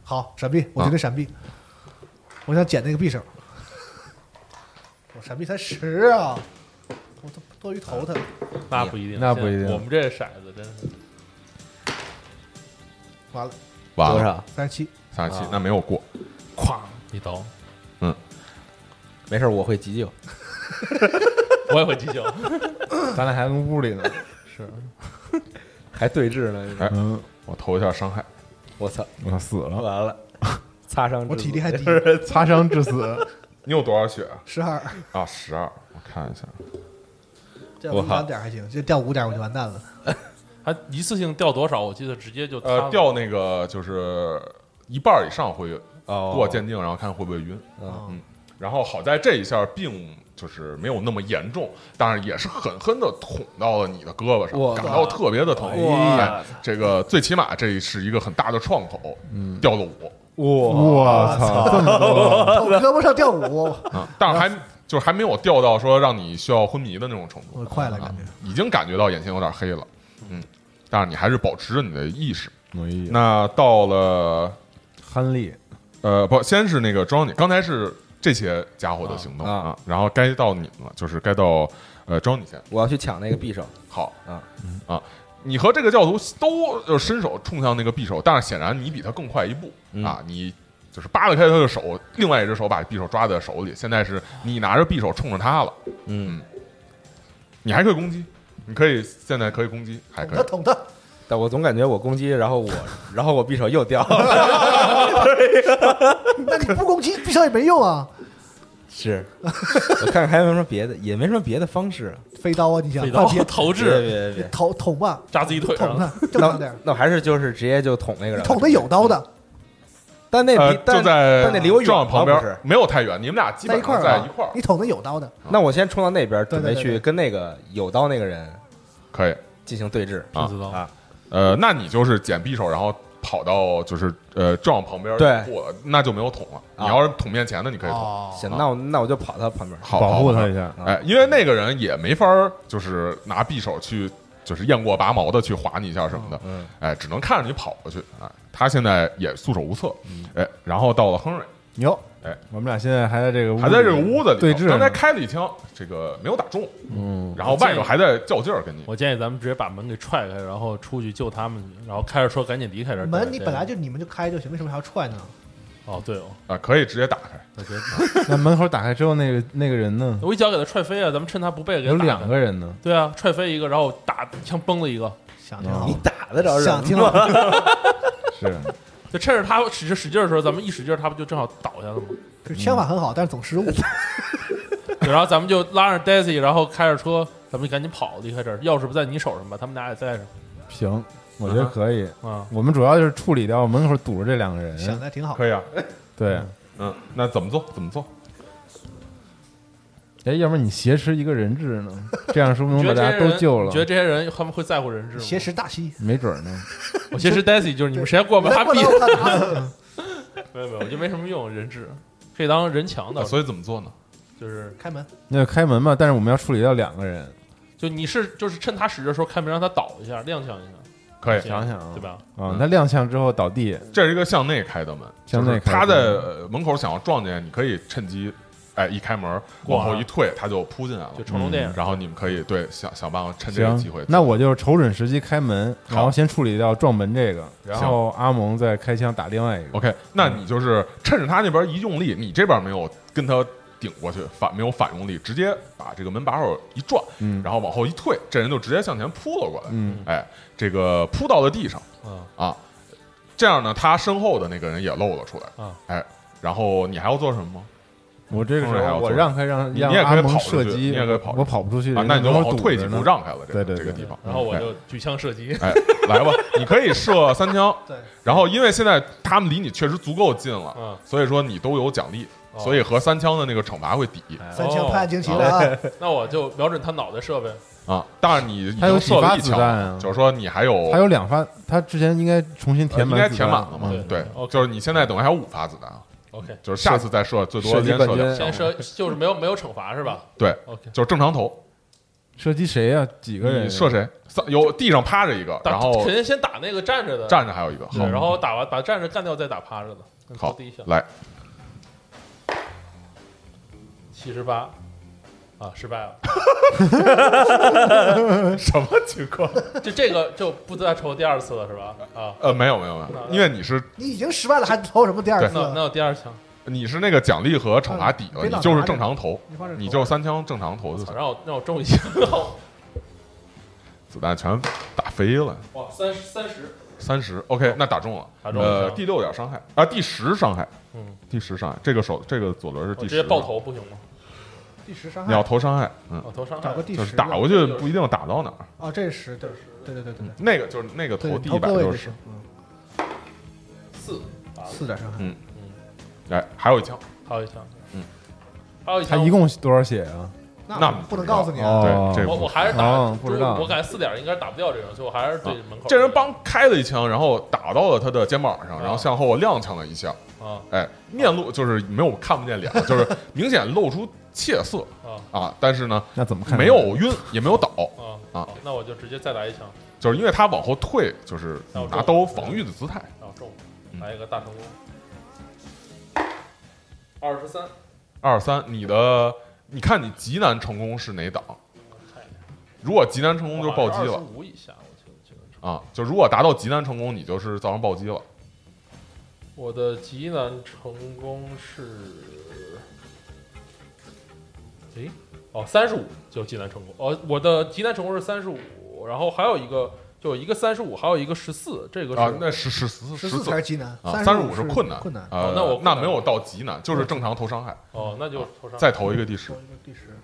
Speaker 6: 好闪避，我决定闪避。我想捡那个匕首，我闪避才十啊，我都多余投他。
Speaker 3: 嗯
Speaker 4: 那不一定，
Speaker 2: 那不一定
Speaker 4: 我们这骰子真是
Speaker 6: 完了，
Speaker 5: 完
Speaker 3: 多
Speaker 5: 了，
Speaker 3: 少？
Speaker 6: 三十七，
Speaker 5: 三十七，那没有过。
Speaker 4: 哐一刀，
Speaker 3: 没事，我会急救。
Speaker 4: 我也会急救。
Speaker 2: 咱俩还跟屋 里呢。
Speaker 3: 还对峙呢，
Speaker 5: 哎，
Speaker 2: 嗯，
Speaker 5: 我投一下伤害，
Speaker 3: 我操，
Speaker 2: 我死了，
Speaker 3: 完了，擦伤之
Speaker 6: 我体力还低，
Speaker 2: 擦伤致 死。
Speaker 5: 你有多少血
Speaker 6: 十二，
Speaker 5: 啊？十二，我看一下。
Speaker 6: 这
Speaker 3: 我
Speaker 6: 要
Speaker 3: 靠
Speaker 6: 五点还行，这掉五点我就完蛋 了。
Speaker 4: 他一次性掉多少？我记得直接就塌
Speaker 5: 呃，
Speaker 4: 了
Speaker 5: 掉那个就是一半儿以上会
Speaker 3: 哦
Speaker 5: 过鉴定，然后看会不会晕。嗯，然后好在这一下并就是没有那么严重，但是也是狠狠的捅到了你的胳膊上，
Speaker 3: 哇
Speaker 5: 感到特别的疼。哎，这个最起码这是一个很大的创口，掉了五。
Speaker 2: 我操，这么多，
Speaker 5: 啊
Speaker 6: 我胳膊上跳舞，
Speaker 5: 但是还就是还没有掉到说让你需要昏迷的那种程度，
Speaker 6: 我快了感觉
Speaker 5: 啊已经感觉到眼前有点黑了，嗯，但是你还是保持着你的意识。
Speaker 2: 哎呀，
Speaker 5: 那到了
Speaker 2: 憨利，
Speaker 5: 呃，不，先是那个 Johnny，刚才是这些家伙的行动
Speaker 3: 啊，
Speaker 5: 然后该到你们了，就是该到呃 Johnny 先。
Speaker 3: 我要去抢那个匕首，
Speaker 5: 好
Speaker 3: 啊
Speaker 5: 啊，你和这个教徒都呃伸手冲向那个匕首，但是显然你比他更快一步、
Speaker 3: 嗯
Speaker 5: 啊，你就是扒拉开他的手，另外一只手把匕首抓在手里。现在是你拿着匕首冲着他了，
Speaker 3: 嗯，
Speaker 5: 你还可以攻击，你可以现在可以攻击，还可
Speaker 6: 他
Speaker 5: 以。
Speaker 6: 捅他，
Speaker 3: 但我总感觉我攻击，然后 我，然后我匕首又掉了，
Speaker 6: 那你不攻击必杀也没用啊，
Speaker 3: 是， 我看看还有没有什么别的，也没什么别的方式，
Speaker 6: 飞刀啊，你想
Speaker 4: 飞刀
Speaker 6: 啊别
Speaker 4: 投
Speaker 3: 别
Speaker 4: 掷
Speaker 3: 别别，
Speaker 6: 捅捅吧，
Speaker 4: 扎自己
Speaker 5: 啊
Speaker 4: 腿
Speaker 6: 捅
Speaker 4: 上
Speaker 6: 他，正常
Speaker 3: 那
Speaker 6: 点
Speaker 2: 啊
Speaker 6: 儿，
Speaker 3: 那我还是就是直接就捅那个人，
Speaker 6: 捅的有，刀的，
Speaker 3: 但那
Speaker 5: 呃
Speaker 3: 离，
Speaker 5: 就
Speaker 3: 但
Speaker 5: 在
Speaker 3: 但那离我远
Speaker 5: 撞
Speaker 3: 了
Speaker 5: 旁
Speaker 3: 不是
Speaker 5: 边，没有太远，你们俩基
Speaker 6: 在
Speaker 5: 本
Speaker 6: 一块
Speaker 5: 上
Speaker 6: 儿
Speaker 5: 在
Speaker 6: 啊
Speaker 5: 一块儿，
Speaker 6: 你捅的有刀的，
Speaker 3: 那我先冲到那边，
Speaker 6: 对
Speaker 3: 准
Speaker 6: 对
Speaker 3: 备
Speaker 6: 对
Speaker 3: 去
Speaker 6: 对
Speaker 3: 跟那个有刀那个人
Speaker 5: 可以。
Speaker 3: 进行对峙
Speaker 4: 不知道
Speaker 3: 啊，
Speaker 5: 呃，那你就是捡匕首，然后跑到就是呃撞旁边
Speaker 3: 对
Speaker 5: 过了，那就没有捅了。
Speaker 3: 啊
Speaker 5: 你要是捅面前的，你可以捅，
Speaker 6: 哦，
Speaker 3: 行，那我那我就跑到旁边，
Speaker 5: 好
Speaker 2: 保护他。
Speaker 5: 好
Speaker 2: 一下，
Speaker 5: 好哎，因为那个人也没法儿就是拿匕首去就是雁过拔毛的去划你一下什么的，
Speaker 3: 嗯，
Speaker 5: 哎，只能看着你跑过去。哎，他现在也束手无策。哎，然后到了亨瑞，
Speaker 2: 哟，
Speaker 5: 哎，
Speaker 2: 我们俩现在还在这个屋
Speaker 5: 还在这个屋子里头，
Speaker 2: 对峙呢，
Speaker 5: 刚才开了一枪，这个没有打中，嗯，然后外面还在较劲儿跟你。
Speaker 4: 我建议咱们直接把门给踹开，然后出去救他们去，然后开着车赶紧离开这儿。
Speaker 6: 门你
Speaker 4: 对
Speaker 6: 本来就你们就开就行，为什么还要踹呢？
Speaker 4: 哦，对哦，
Speaker 5: 啊，可以直接打开。
Speaker 4: 我觉得？
Speaker 2: 那门口打开之后，那个那个人呢
Speaker 4: 我一脚给他踹飞啊！咱们趁他不备给他
Speaker 2: 有
Speaker 4: 打
Speaker 2: 两
Speaker 4: 开
Speaker 2: 个人 呢，
Speaker 4: 对啊，踹飞一个，然后打一枪崩了一个，
Speaker 6: 想挺好
Speaker 3: 你，打得着人
Speaker 6: 想挺
Speaker 3: 吗？
Speaker 6: 好，
Speaker 2: 是
Speaker 4: 就趁着他使劲使劲的时候，咱们一使劲，他不就正好倒下了吗？
Speaker 6: 就是枪法很好，但是总失误，
Speaker 4: 对然后咱们就拉着 Daisy，然后开着车，咱们就赶紧跑离开这儿。钥匙不在你手上吧？他们俩也在上
Speaker 2: 行，我觉得可以。
Speaker 4: 啊。
Speaker 2: 我们主要就是处理掉门口堵着这两个
Speaker 6: 想
Speaker 2: 人，
Speaker 6: 的挺好。
Speaker 5: 可以啊，
Speaker 2: 对。
Speaker 5: 嗯，那怎么做？怎么做？
Speaker 2: 哎，要不然你挟持一个人质呢？这样说不
Speaker 4: 你
Speaker 2: 定把
Speaker 4: 觉得
Speaker 2: 大家
Speaker 4: 这些
Speaker 2: 都
Speaker 4: 人
Speaker 2: 救了
Speaker 4: 你觉，得这些人他们会在乎人质吗？
Speaker 6: 挟持大西，
Speaker 2: 没准儿呢。
Speaker 4: 我挟持 Daisy 就是你们谁过门，他
Speaker 6: 过
Speaker 4: 必
Speaker 6: 来我怕打死你
Speaker 4: 没有没有，我觉得没什么用，人质可以当人墙
Speaker 5: 啊
Speaker 4: 的，
Speaker 5: 所以怎么做呢？
Speaker 4: 就是
Speaker 6: 开 门，
Speaker 2: 那就开门吧，但是我们要处理掉两个人。
Speaker 4: 就你是就是趁他使劲的时候开门让他倒一下，踉跄一下，
Speaker 5: 可以，
Speaker 2: 想想啊
Speaker 4: 对吧？
Speaker 5: 嗯
Speaker 2: 啊，他踉跄之后倒地，
Speaker 5: 这是一个向内开的门，
Speaker 2: 向内开的门
Speaker 5: 就是他在呃门口想要撞见你，可以趁机，哎，一开门
Speaker 4: 哇
Speaker 5: 往后一退，他就扑进来了嗯
Speaker 4: 就。成龙
Speaker 2: 嗯
Speaker 4: 电影，
Speaker 5: 然后你们可以对想想办法趁这个机
Speaker 2: 行
Speaker 5: 会，，
Speaker 2: 那我就瞅准时机开门，
Speaker 5: 好
Speaker 2: 然后先处理掉撞门这个，然
Speaker 5: 行哦
Speaker 2: 后阿蒙再开枪打另外一个。
Speaker 5: OK，那你就是趁着他那边一用力，你这边没有跟他顶过去，反没有反用力，直接把这个门把手一转，
Speaker 2: 嗯
Speaker 5: 然后往后一退，这人就直接向前扑了过来，
Speaker 2: 嗯，
Speaker 5: 哎，这个扑到了地上
Speaker 4: 嗯
Speaker 5: 啊，这样呢，他身后的那个人也露了出来，
Speaker 4: 啊
Speaker 5: 哎，然后你还要做什么吗？
Speaker 2: 我这个时
Speaker 5: 当然还
Speaker 2: 候
Speaker 5: 要
Speaker 2: 我
Speaker 5: 做
Speaker 2: 让开让
Speaker 5: 你
Speaker 2: 让
Speaker 5: 你也可以
Speaker 2: 阿蒙
Speaker 5: 跑出
Speaker 2: 射
Speaker 5: 去
Speaker 2: 击，
Speaker 5: 你也可以跑出去
Speaker 2: 我跑不出去，
Speaker 5: 啊，那你就
Speaker 2: 人家
Speaker 5: 往
Speaker 2: 门口
Speaker 5: 后
Speaker 2: 堵
Speaker 5: 退几
Speaker 2: 着呢
Speaker 5: 步，让开了这
Speaker 2: 对
Speaker 5: 个
Speaker 2: 对
Speaker 5: 这个
Speaker 2: 对
Speaker 5: 地方，
Speaker 4: 然后我
Speaker 5: 哎
Speaker 4: 就举枪射击，
Speaker 5: 哎，来吧，你可以射三枪。
Speaker 6: 对，
Speaker 5: 然后因为现在他们离你确实足够近了，
Speaker 4: 嗯
Speaker 5: 所以说你都有奖励，
Speaker 4: 哦
Speaker 5: 所以和三枪的那个惩罚会抵
Speaker 6: 三枪
Speaker 4: 哦
Speaker 6: 判惊奇了啊！
Speaker 4: 那我就瞄准他脑袋射呗。
Speaker 5: 啊。但是你已
Speaker 2: 他有
Speaker 5: 经
Speaker 2: 几
Speaker 5: 射了
Speaker 2: 发
Speaker 5: 一
Speaker 2: 子
Speaker 5: 枪
Speaker 2: 弹
Speaker 5: 了，
Speaker 2: 啊
Speaker 5: 就是说你还有呃
Speaker 2: 他有两发，他之前应该重新填
Speaker 5: 呃应
Speaker 2: 满子弹，
Speaker 5: 该填满了嘛？
Speaker 4: 嗯
Speaker 5: 对
Speaker 4: 对，，OK
Speaker 5: 就是你现在等于还有五发子弹，啊
Speaker 4: OK，
Speaker 5: 就是下次再射最多
Speaker 2: 射击
Speaker 5: 连射
Speaker 2: 冠军
Speaker 5: 两枪，
Speaker 4: 先射就是没有没有惩罚是吧
Speaker 5: 对，
Speaker 4: ？OK，
Speaker 5: 就是正常投。
Speaker 2: 射击谁呀？几个人啊
Speaker 5: 你？射谁？三有地上趴着一个，
Speaker 4: 打嗯
Speaker 5: 然后
Speaker 4: 肯定先打那个站着的，
Speaker 5: 站着还有一个，
Speaker 4: 对
Speaker 5: 好，
Speaker 4: 然后打完把站着干掉，再打趴着的。
Speaker 5: 好
Speaker 4: 第一项，
Speaker 5: 来，
Speaker 4: 七十八，啊，失败了。
Speaker 5: 什么情况？
Speaker 4: 就这个就不再抽第二次了是吧？啊，
Speaker 5: 呃，没有没有没有，因为你是
Speaker 6: 你已经失败了，还投什么第二次
Speaker 4: 那那
Speaker 6: 啊？
Speaker 4: 有第二枪，
Speaker 5: 你是那个奖励和惩罚抵了，
Speaker 6: 别
Speaker 5: 你
Speaker 6: 老
Speaker 5: 就是
Speaker 6: 拿着
Speaker 5: 正常投
Speaker 6: 你放这，儿啊
Speaker 5: 你
Speaker 6: 投
Speaker 5: 就三枪正常投就行，
Speaker 4: 啊让我让我中一枪，
Speaker 5: 子弹全打飞了，
Speaker 4: 哇，三三十，
Speaker 5: 三十，OK，那打中了，
Speaker 4: 打中了
Speaker 5: 呃，第六点伤害啊，第十伤害，
Speaker 4: 嗯，
Speaker 5: 第十伤害，这个手这个左轮是
Speaker 4: 我
Speaker 5: 第
Speaker 4: 直
Speaker 5: 十，
Speaker 4: 接爆，头不哦行吗？
Speaker 6: 第十伤
Speaker 5: 你要
Speaker 6: 害，
Speaker 5: 投伤害，嗯，
Speaker 4: 我投伤
Speaker 6: 找
Speaker 4: 害
Speaker 6: 个，第
Speaker 5: 就是
Speaker 6: 十的
Speaker 5: 打过去不一定打到哪儿，
Speaker 6: 哦，这是十，对对对对对对
Speaker 5: 那个就是那个
Speaker 6: 对，
Speaker 5: 投第
Speaker 6: 嗯投
Speaker 5: 一百
Speaker 6: 各位
Speaker 5: 就
Speaker 6: 就是行，，嗯
Speaker 4: 四，打了
Speaker 6: 四点伤害，
Speaker 5: 哎，还有一枪，
Speaker 4: 哦还有一枪，
Speaker 5: 嗯，
Speaker 4: 还有一
Speaker 2: 他
Speaker 4: 枪，
Speaker 2: 一共多少血啊？
Speaker 6: 那
Speaker 5: 那
Speaker 6: 我不能
Speaker 5: 不知道
Speaker 6: 告诉你啊。
Speaker 2: 哦，
Speaker 5: 对这
Speaker 4: 我我还是打，
Speaker 2: 哦不知道
Speaker 4: 就我感觉四点应该打不掉这种，所以我还是对门口
Speaker 5: 啊这人帮开了一枪，然后打到了他的肩膀上，然后向后踉跄了一下，
Speaker 4: 啊
Speaker 5: 哎，面露就是没有看不见脸，就是明显露出怯色
Speaker 4: 啊
Speaker 5: 啊，但是呢，
Speaker 2: 那怎么看？
Speaker 5: 没有晕也没有倒，
Speaker 4: 啊
Speaker 5: 啊
Speaker 4: 好那我就直接再来一枪，
Speaker 5: 就是因为他往后退，就是拿刀防御的姿态，
Speaker 4: 然后中了，
Speaker 5: 嗯
Speaker 4: 来一个大成功，二十三，
Speaker 5: 二三，你的你看你极难成功是哪档？如果极难成功就暴击了
Speaker 4: 五以下，我记得这个是
Speaker 5: 啊，就如果达到极难成功，你就是造成暴击了。
Speaker 4: 我的极难成功是，诶，哦，三十五就极难成功。哦，我的极难成功是三十五，然后还有一个就有一个三十五，还有一个十四，这个是、
Speaker 5: 啊，那十十四
Speaker 6: 十
Speaker 5: 十
Speaker 6: 四才是极难，
Speaker 5: 啊，
Speaker 6: 三
Speaker 5: 三十五
Speaker 6: 是
Speaker 5: 是困难，
Speaker 6: 困难。啊
Speaker 5: 呃
Speaker 4: 哦那我
Speaker 5: 那没有到极难，就是正常投伤害，
Speaker 4: 哦，那就头上
Speaker 5: 再投一个第十，
Speaker 6: 第十，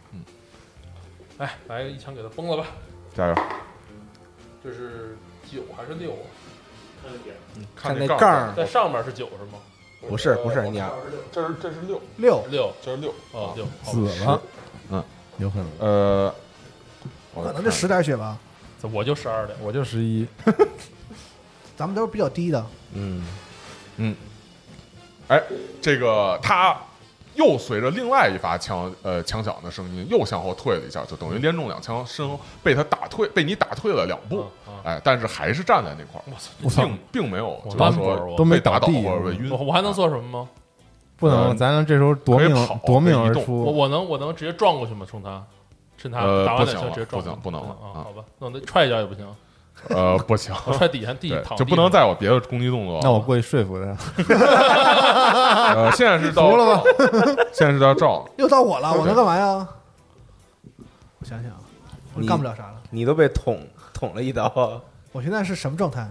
Speaker 4: 哎，来一枪给他崩了吧，
Speaker 5: 加油！
Speaker 4: 这是九还是六啊？
Speaker 5: 看
Speaker 3: 看那
Speaker 5: 杠
Speaker 3: 杠
Speaker 5: 儿，
Speaker 3: 儿
Speaker 4: 在上面是九是吗？
Speaker 3: 不是不是，你啊，
Speaker 5: 这是这是六，
Speaker 6: 六
Speaker 4: 六
Speaker 5: 这是六
Speaker 4: 哦
Speaker 5: 啊，
Speaker 4: 六，好吧
Speaker 2: 死了，
Speaker 5: 嗯，
Speaker 2: 有可能，
Speaker 5: 呃，我
Speaker 6: 可能就
Speaker 5: 看
Speaker 6: 十点血吧，
Speaker 4: 我就十二点，
Speaker 2: 我就十一，
Speaker 6: 咱们都是比较低的。
Speaker 3: 嗯，
Speaker 5: 哎，这个他又随着另外一发枪，呃，枪响的声音又向后退了一下，就等于连中两枪，身后被他打退，被你打退了两步，
Speaker 4: 嗯嗯
Speaker 5: 哎，但是还是站在那块儿，
Speaker 4: 我操，
Speaker 2: 我操
Speaker 5: 并并没有
Speaker 4: 我
Speaker 5: 就是
Speaker 4: 单波儿
Speaker 5: 说
Speaker 4: 我
Speaker 2: 都没
Speaker 5: 被打
Speaker 2: 倒
Speaker 5: 倒
Speaker 2: 地
Speaker 5: 或者被晕
Speaker 4: 我，我还能做什么吗？
Speaker 2: 不能，咱俩这时候夺
Speaker 5: 嗯可以
Speaker 2: 命
Speaker 5: 跑
Speaker 2: 夺命
Speaker 5: 可以
Speaker 2: 而
Speaker 5: 移动
Speaker 4: 我
Speaker 2: 出，
Speaker 4: 我能我能直接撞过去吗？冲他，趁他
Speaker 5: 呃
Speaker 4: 打完
Speaker 5: 不
Speaker 4: 两
Speaker 5: 行
Speaker 4: 枪
Speaker 5: 了
Speaker 4: 直接撞
Speaker 5: 不
Speaker 4: 过
Speaker 5: 行
Speaker 4: 去，
Speaker 5: 不能了
Speaker 4: 嗯
Speaker 5: 啊
Speaker 4: 好吧，那我那踹一脚也 不行，
Speaker 5: 呃，不行，
Speaker 4: 我踹底下地
Speaker 5: 对
Speaker 4: 躺，
Speaker 5: 就
Speaker 4: 地
Speaker 5: 不能
Speaker 4: 上
Speaker 5: 再有别的攻击动作。
Speaker 2: 那我过去说服他，
Speaker 5: 呃，现在是到了吧？ 现在是到赵了，
Speaker 6: 又到我了，我能干嘛呀？我想想啊，我
Speaker 3: 你
Speaker 6: 干不了啥了。
Speaker 3: 你都被捅捅了一刀，
Speaker 6: 我现在是什么状态？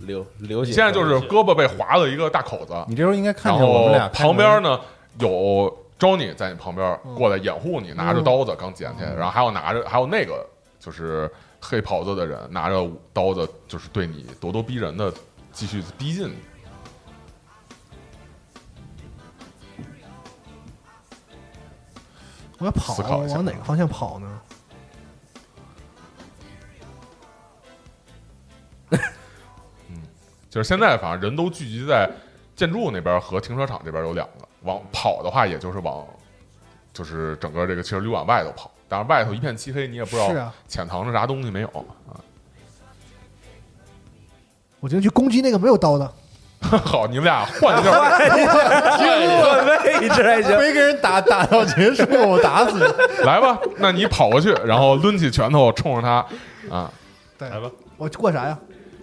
Speaker 3: 流流血。
Speaker 5: 你现在就是胳膊被划了一个大口子，
Speaker 2: 你这时候应该看嗯
Speaker 5: 然
Speaker 2: 见我
Speaker 5: 后
Speaker 2: 们俩
Speaker 5: 旁边呢有 Johnny 在你旁边过来掩护你，
Speaker 2: 嗯
Speaker 5: 拿着刀子刚捡起来，然后还有拿着还有那个就是黑袍子的人拿着刀子，就是对你咄咄逼人的继续逼近你。
Speaker 6: 我要跑
Speaker 5: 思，考一下
Speaker 6: 往哪个方向跑呢？
Speaker 5: 就是现在，反正人都聚集在建筑那边和停车场这边有两个，往跑的话，也就是往就是整个这个汽车旅馆外头跑。当然，外头一片漆黑，你也不知
Speaker 6: 是
Speaker 5: 道
Speaker 6: 啊
Speaker 5: 潜藏着啥东西没有 啊。
Speaker 6: 我今天去攻击那个没有刀的，
Speaker 5: 好，你们俩换一下。
Speaker 3: 换位置还行，
Speaker 2: 没给人打打到结束，我打死你。
Speaker 5: 来吧，那你跑过去，然后抡起拳头冲着他，啊，
Speaker 6: 对，
Speaker 4: 来吧，
Speaker 6: 我过啥呀？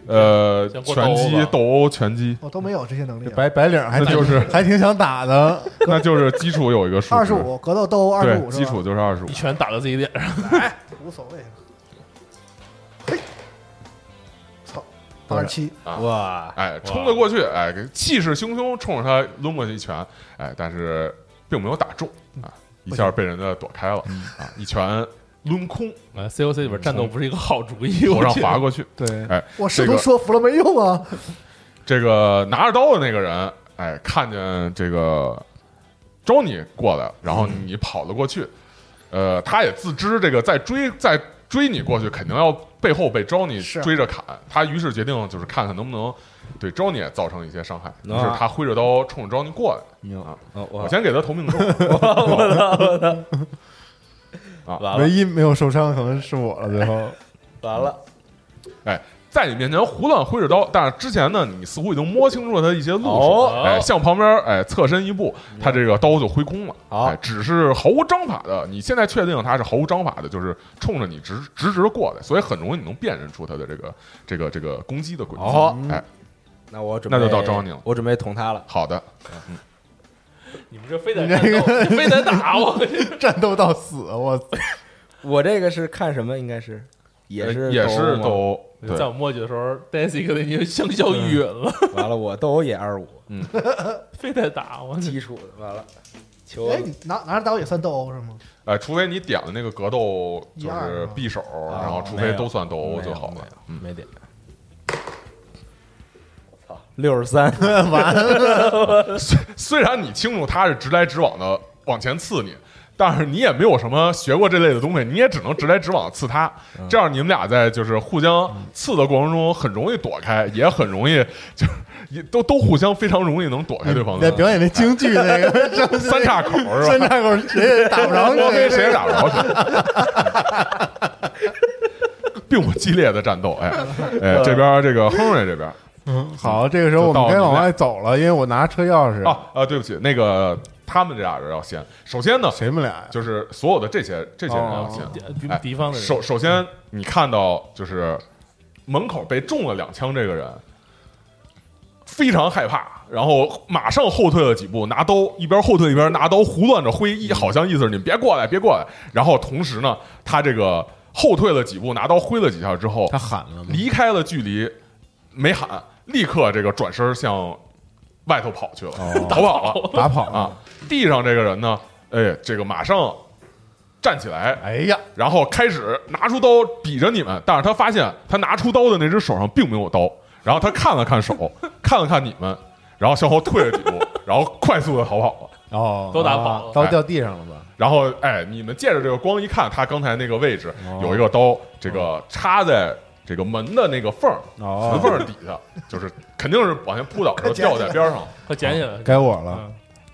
Speaker 5: 呃，
Speaker 4: 先过
Speaker 5: 拳击、
Speaker 4: 斗
Speaker 5: 斗殴、拳击，
Speaker 6: 我都没有这些能力啊。
Speaker 2: 白白领还
Speaker 5: 那就是
Speaker 2: 还挺想打的，
Speaker 5: 那就是基础有一个数值，
Speaker 6: 二十，五格斗斗殴二十
Speaker 5: 对，
Speaker 6: 五，
Speaker 5: 基础就是二十五
Speaker 4: 一。拳打到自己脸上，
Speaker 6: 无所谓。嘿，操，八十七，
Speaker 3: 哇，
Speaker 5: 哎，冲了过去，哎，给气势汹汹冲着他抡过去一拳，哎，但是并没有打中
Speaker 6: 嗯
Speaker 5: 啊，一下被人家躲开了啊，一拳抡空，
Speaker 4: 哎，COC 里边战斗不是一个好主意，
Speaker 5: 嗯头
Speaker 4: 我
Speaker 5: 上
Speaker 4: 觉得
Speaker 5: 划过去。
Speaker 2: 对，
Speaker 5: 哎，
Speaker 6: 我试
Speaker 5: 这
Speaker 6: 图
Speaker 5: 个
Speaker 6: 说服了没用啊。
Speaker 5: 这个拿着刀的那个人，哎，看见这个 Johnny 过来，然后你跑了过去，呃，他也自知这个再追再追你过去，肯定要背后被 Johnny
Speaker 6: 是
Speaker 5: 追着砍，他于是决定就是看看能不能对 Johnny 也造成一些伤害，于是他挥着刀冲着 Johnny 过来，
Speaker 2: 牛
Speaker 5: 啊，
Speaker 3: 哦
Speaker 5: 我
Speaker 3: 我
Speaker 5: 先给他投命中，
Speaker 3: 完了
Speaker 2: 唯一没有受伤可能是我了，最后
Speaker 3: 完了，
Speaker 5: 哎。在你面前胡乱挥着刀，但是之前呢，你似乎已经摸清楚了他一些路数，
Speaker 3: 哦
Speaker 5: 哎，向旁边哎侧身一步，他这个刀就挥空了，
Speaker 3: 好
Speaker 5: 哎，只是毫无章法的。你现在确定他是毫无章法的，就是冲着你直直直的过来，所以很容易你能辨认出他的这个这个这个攻击的轨迹。
Speaker 3: 哦
Speaker 5: 哎，
Speaker 3: 那我准备
Speaker 5: 那就到 Johnny 了
Speaker 3: 我准备捅他了。
Speaker 5: 好的，
Speaker 4: 你们这非得 战斗，非得打我，
Speaker 2: 战斗到死，我
Speaker 3: 我这个是看什么？应该是也是
Speaker 5: 呃也
Speaker 3: 是
Speaker 5: 是斗殴，
Speaker 4: 在
Speaker 5: 对，嗯
Speaker 4: 我默剧的时候，Daisy 跟你就相消于远了，
Speaker 3: 完了，我斗殴也二十五，
Speaker 4: 非得打
Speaker 5: 哎
Speaker 4: 我，
Speaker 3: 基础的完了，求
Speaker 6: 哎，你拿拿着刀也算斗殴是吗？
Speaker 5: 哎，除非你点了那个格斗
Speaker 6: 一
Speaker 5: 就
Speaker 6: 二是
Speaker 5: 是
Speaker 6: 吧
Speaker 5: 匕首，然后除非都算斗殴就好了。嗯，
Speaker 3: 啊没点。操，六十三，
Speaker 5: 虽然你清楚他是直来直往的往前刺你，但是你也没有什么学过这类的东西，你也只能直来直往刺他。
Speaker 7: 嗯
Speaker 5: 这样你们俩在就是互相刺的过程中，很容易躲开，也很容易就是也都都互相非常容易能躲开对方
Speaker 7: 在
Speaker 5: 的。
Speaker 7: 表演那京剧嗯那个上次
Speaker 5: 三岔口是吧
Speaker 7: 三？岔口谁也打不着
Speaker 5: 我跟
Speaker 7: 谁，
Speaker 5: 谁也打不着谁， 并不激烈的战斗。哎
Speaker 7: 嗯
Speaker 5: 哎，这边这个亨瑞这边
Speaker 2: 好，这个时候我们该往外走了，因为我拿车钥匙。
Speaker 5: 啊啊，对不起，那个他们这俩人要先，首先呢，
Speaker 2: 谁们俩呀？
Speaker 5: 就是所有的这些这些人要先。
Speaker 4: 敌
Speaker 5: 哎
Speaker 4: 敌方的人
Speaker 5: 首首先你看到就是门口被中了两枪这个人非常害怕，然后马上后退了几步，拿刀一边后退一边拿刀胡乱着挥，一好像意思是你们别过来，别过来。然后同时呢，他这个后退了几步，拿刀挥了几下之后，
Speaker 2: 他喊了 吗？
Speaker 5: 离开了距离，没喊，立刻这个转身向外头跑去了， 逃跑了。
Speaker 2: 打跑了。
Speaker 5: 啊，地上这个人呢，哎，这个马上站起来，
Speaker 2: 哎呀，
Speaker 5: 然后开始拿出刀比着你们，但是他发现他拿出刀的那只手上并没有刀，然后他看了看手，看了看你们，然后向后退了几步，然后快速的逃跑了。
Speaker 2: 哦，
Speaker 4: 都打跑了
Speaker 2: 啊刀掉地上了吧？
Speaker 5: 然后，哎，你们借着这个光一看，他刚才那个位置有一个刀，这个插在这个门的那个缝儿，
Speaker 2: 哦
Speaker 5: 门缝儿底下，就是肯定是往前扑倒的时候掉在边上，
Speaker 4: 快捡起来，
Speaker 2: 该我了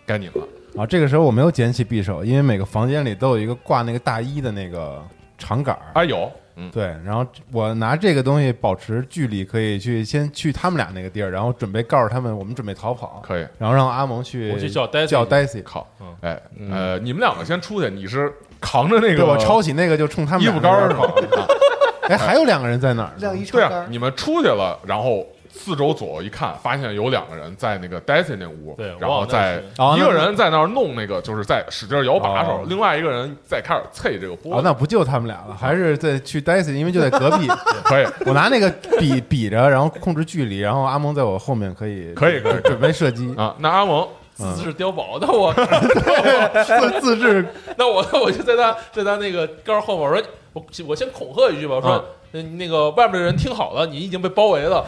Speaker 5: 该你们了。
Speaker 2: 啊！这个时候我没有捡起匕首，因为每个房间里都有一个挂那个大衣的那个长杆儿。
Speaker 5: 哎，有，嗯，
Speaker 2: 对，然后我拿这个东西保持距离，可以去先去他们俩那个地儿，然后准备告诉他们我们准备逃跑，
Speaker 5: 可以。
Speaker 2: 然后让阿蒙去
Speaker 4: 我去叫 Daisy
Speaker 2: 叫 Daisy，
Speaker 5: 靠，哎，呃，你们两个先出去，你是扛着那
Speaker 2: 嗯对
Speaker 5: 个
Speaker 2: 我抄起那个就冲他们
Speaker 5: 衣
Speaker 2: 俩
Speaker 5: 服杆儿
Speaker 2: 那
Speaker 5: 是
Speaker 2: 边跑
Speaker 5: 吗？啊
Speaker 2: 哎，还有两个人在哪儿呢？
Speaker 6: 晾衣
Speaker 5: 对
Speaker 6: 撑杆
Speaker 5: 啊，
Speaker 6: 儿，
Speaker 5: 你们出去了，然后四周左右一看，发现有两个人在那个 Daisy 那屋，
Speaker 4: 对我
Speaker 5: 然后
Speaker 4: 往那儿
Speaker 5: 在
Speaker 4: 去
Speaker 2: 哦
Speaker 5: 一
Speaker 2: 那
Speaker 5: 个人在那儿弄那个，就是在使劲摇把手
Speaker 4: 哦，
Speaker 5: 另外一个人在开始啐这个
Speaker 2: 哦
Speaker 5: 波，，
Speaker 2: 那不就他们俩了，还是在去 Daisy，因为就在隔壁。
Speaker 5: 可以，
Speaker 2: 我拿那个比比着，然后控制距离，然后阿蒙在我后面可以
Speaker 5: 可以可以可以
Speaker 2: 准备射击，
Speaker 5: 啊，那阿蒙
Speaker 2: 嗯
Speaker 4: 自制碉堡，那我
Speaker 2: 自自制
Speaker 4: 那我那我就在他在他那个杆儿后面，我说我我先恐吓一句吧，我说。
Speaker 5: 嗯
Speaker 4: 呃那个外面的人听好了，你已经被包围了。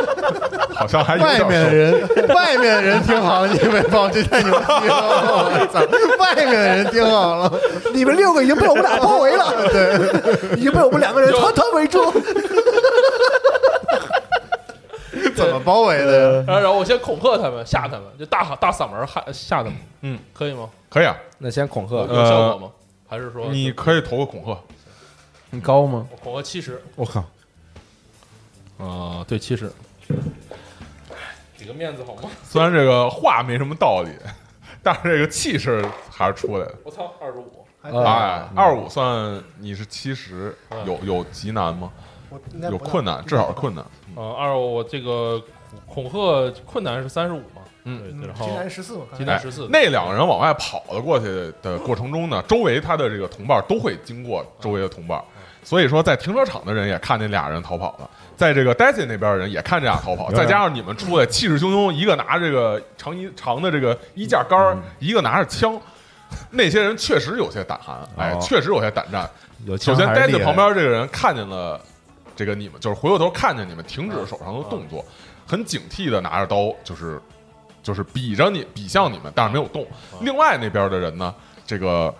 Speaker 5: 好像还有
Speaker 7: 外
Speaker 5: 点
Speaker 7: 面的
Speaker 5: 熟，
Speaker 7: 人， 外面的人听好了，你们报这太牛逼了！我操，外面的人听好了，
Speaker 6: 你们六个已经被我们俩包 围了，对，已经被我们两个人团团围住。
Speaker 7: 怎么包围的呀？
Speaker 4: 然后，然后我先恐吓他们，吓他们，就大喊大嗓门儿喊吓他们。
Speaker 5: 嗯，
Speaker 4: 可以吗？
Speaker 5: 可以啊，呃
Speaker 3: 那先恐吓
Speaker 2: 呃
Speaker 4: 有效果吗？还是说
Speaker 5: 你可以投个恐吓，
Speaker 2: 你高吗？
Speaker 4: 我恐吓七十？
Speaker 2: 我靠，
Speaker 4: 啊，对，七十。给个面子好吗？
Speaker 5: 虽然这个话没什么道理， 但是这个气势还是出来了。
Speaker 4: 我操，二十五。
Speaker 2: 哦
Speaker 5: 哎，二五算你是七十，有有极难吗？
Speaker 6: 我应该
Speaker 5: 有
Speaker 6: 不大
Speaker 5: 困难，至少是困难。
Speaker 4: 呃，二我这个恐吓困难是三十五嘛？
Speaker 5: 嗯
Speaker 4: 对
Speaker 6: 嗯
Speaker 4: 对，然
Speaker 6: 竟
Speaker 4: 后
Speaker 6: 然十四嘛，
Speaker 4: 今
Speaker 5: 哎
Speaker 4: 天十四。
Speaker 5: 那两个人往外跑了过去的过程中呢，周围他的这个同伴都会经过周围的同伴，
Speaker 6: 嗯
Speaker 5: 所以说在停车场的人也看见俩人逃跑了，在这个 Daisy 那边的人也看这俩逃跑，再加上你们出来气势汹汹，一个拿这个长衣长的这个衣架杆儿，一个拿着枪，那些人确实有些胆寒，哎，
Speaker 2: 哦
Speaker 5: 确实有些胆战。
Speaker 2: 有
Speaker 5: 首
Speaker 2: 枪
Speaker 5: 先
Speaker 2: 还是厉害
Speaker 5: ，Daisy 旁边这个人看见了这个你们，就是回过头看见你们停止手上的动作，很警惕的拿着刀，就是就是比着你，比向你们，但是没有动。另外那边的人呢，这个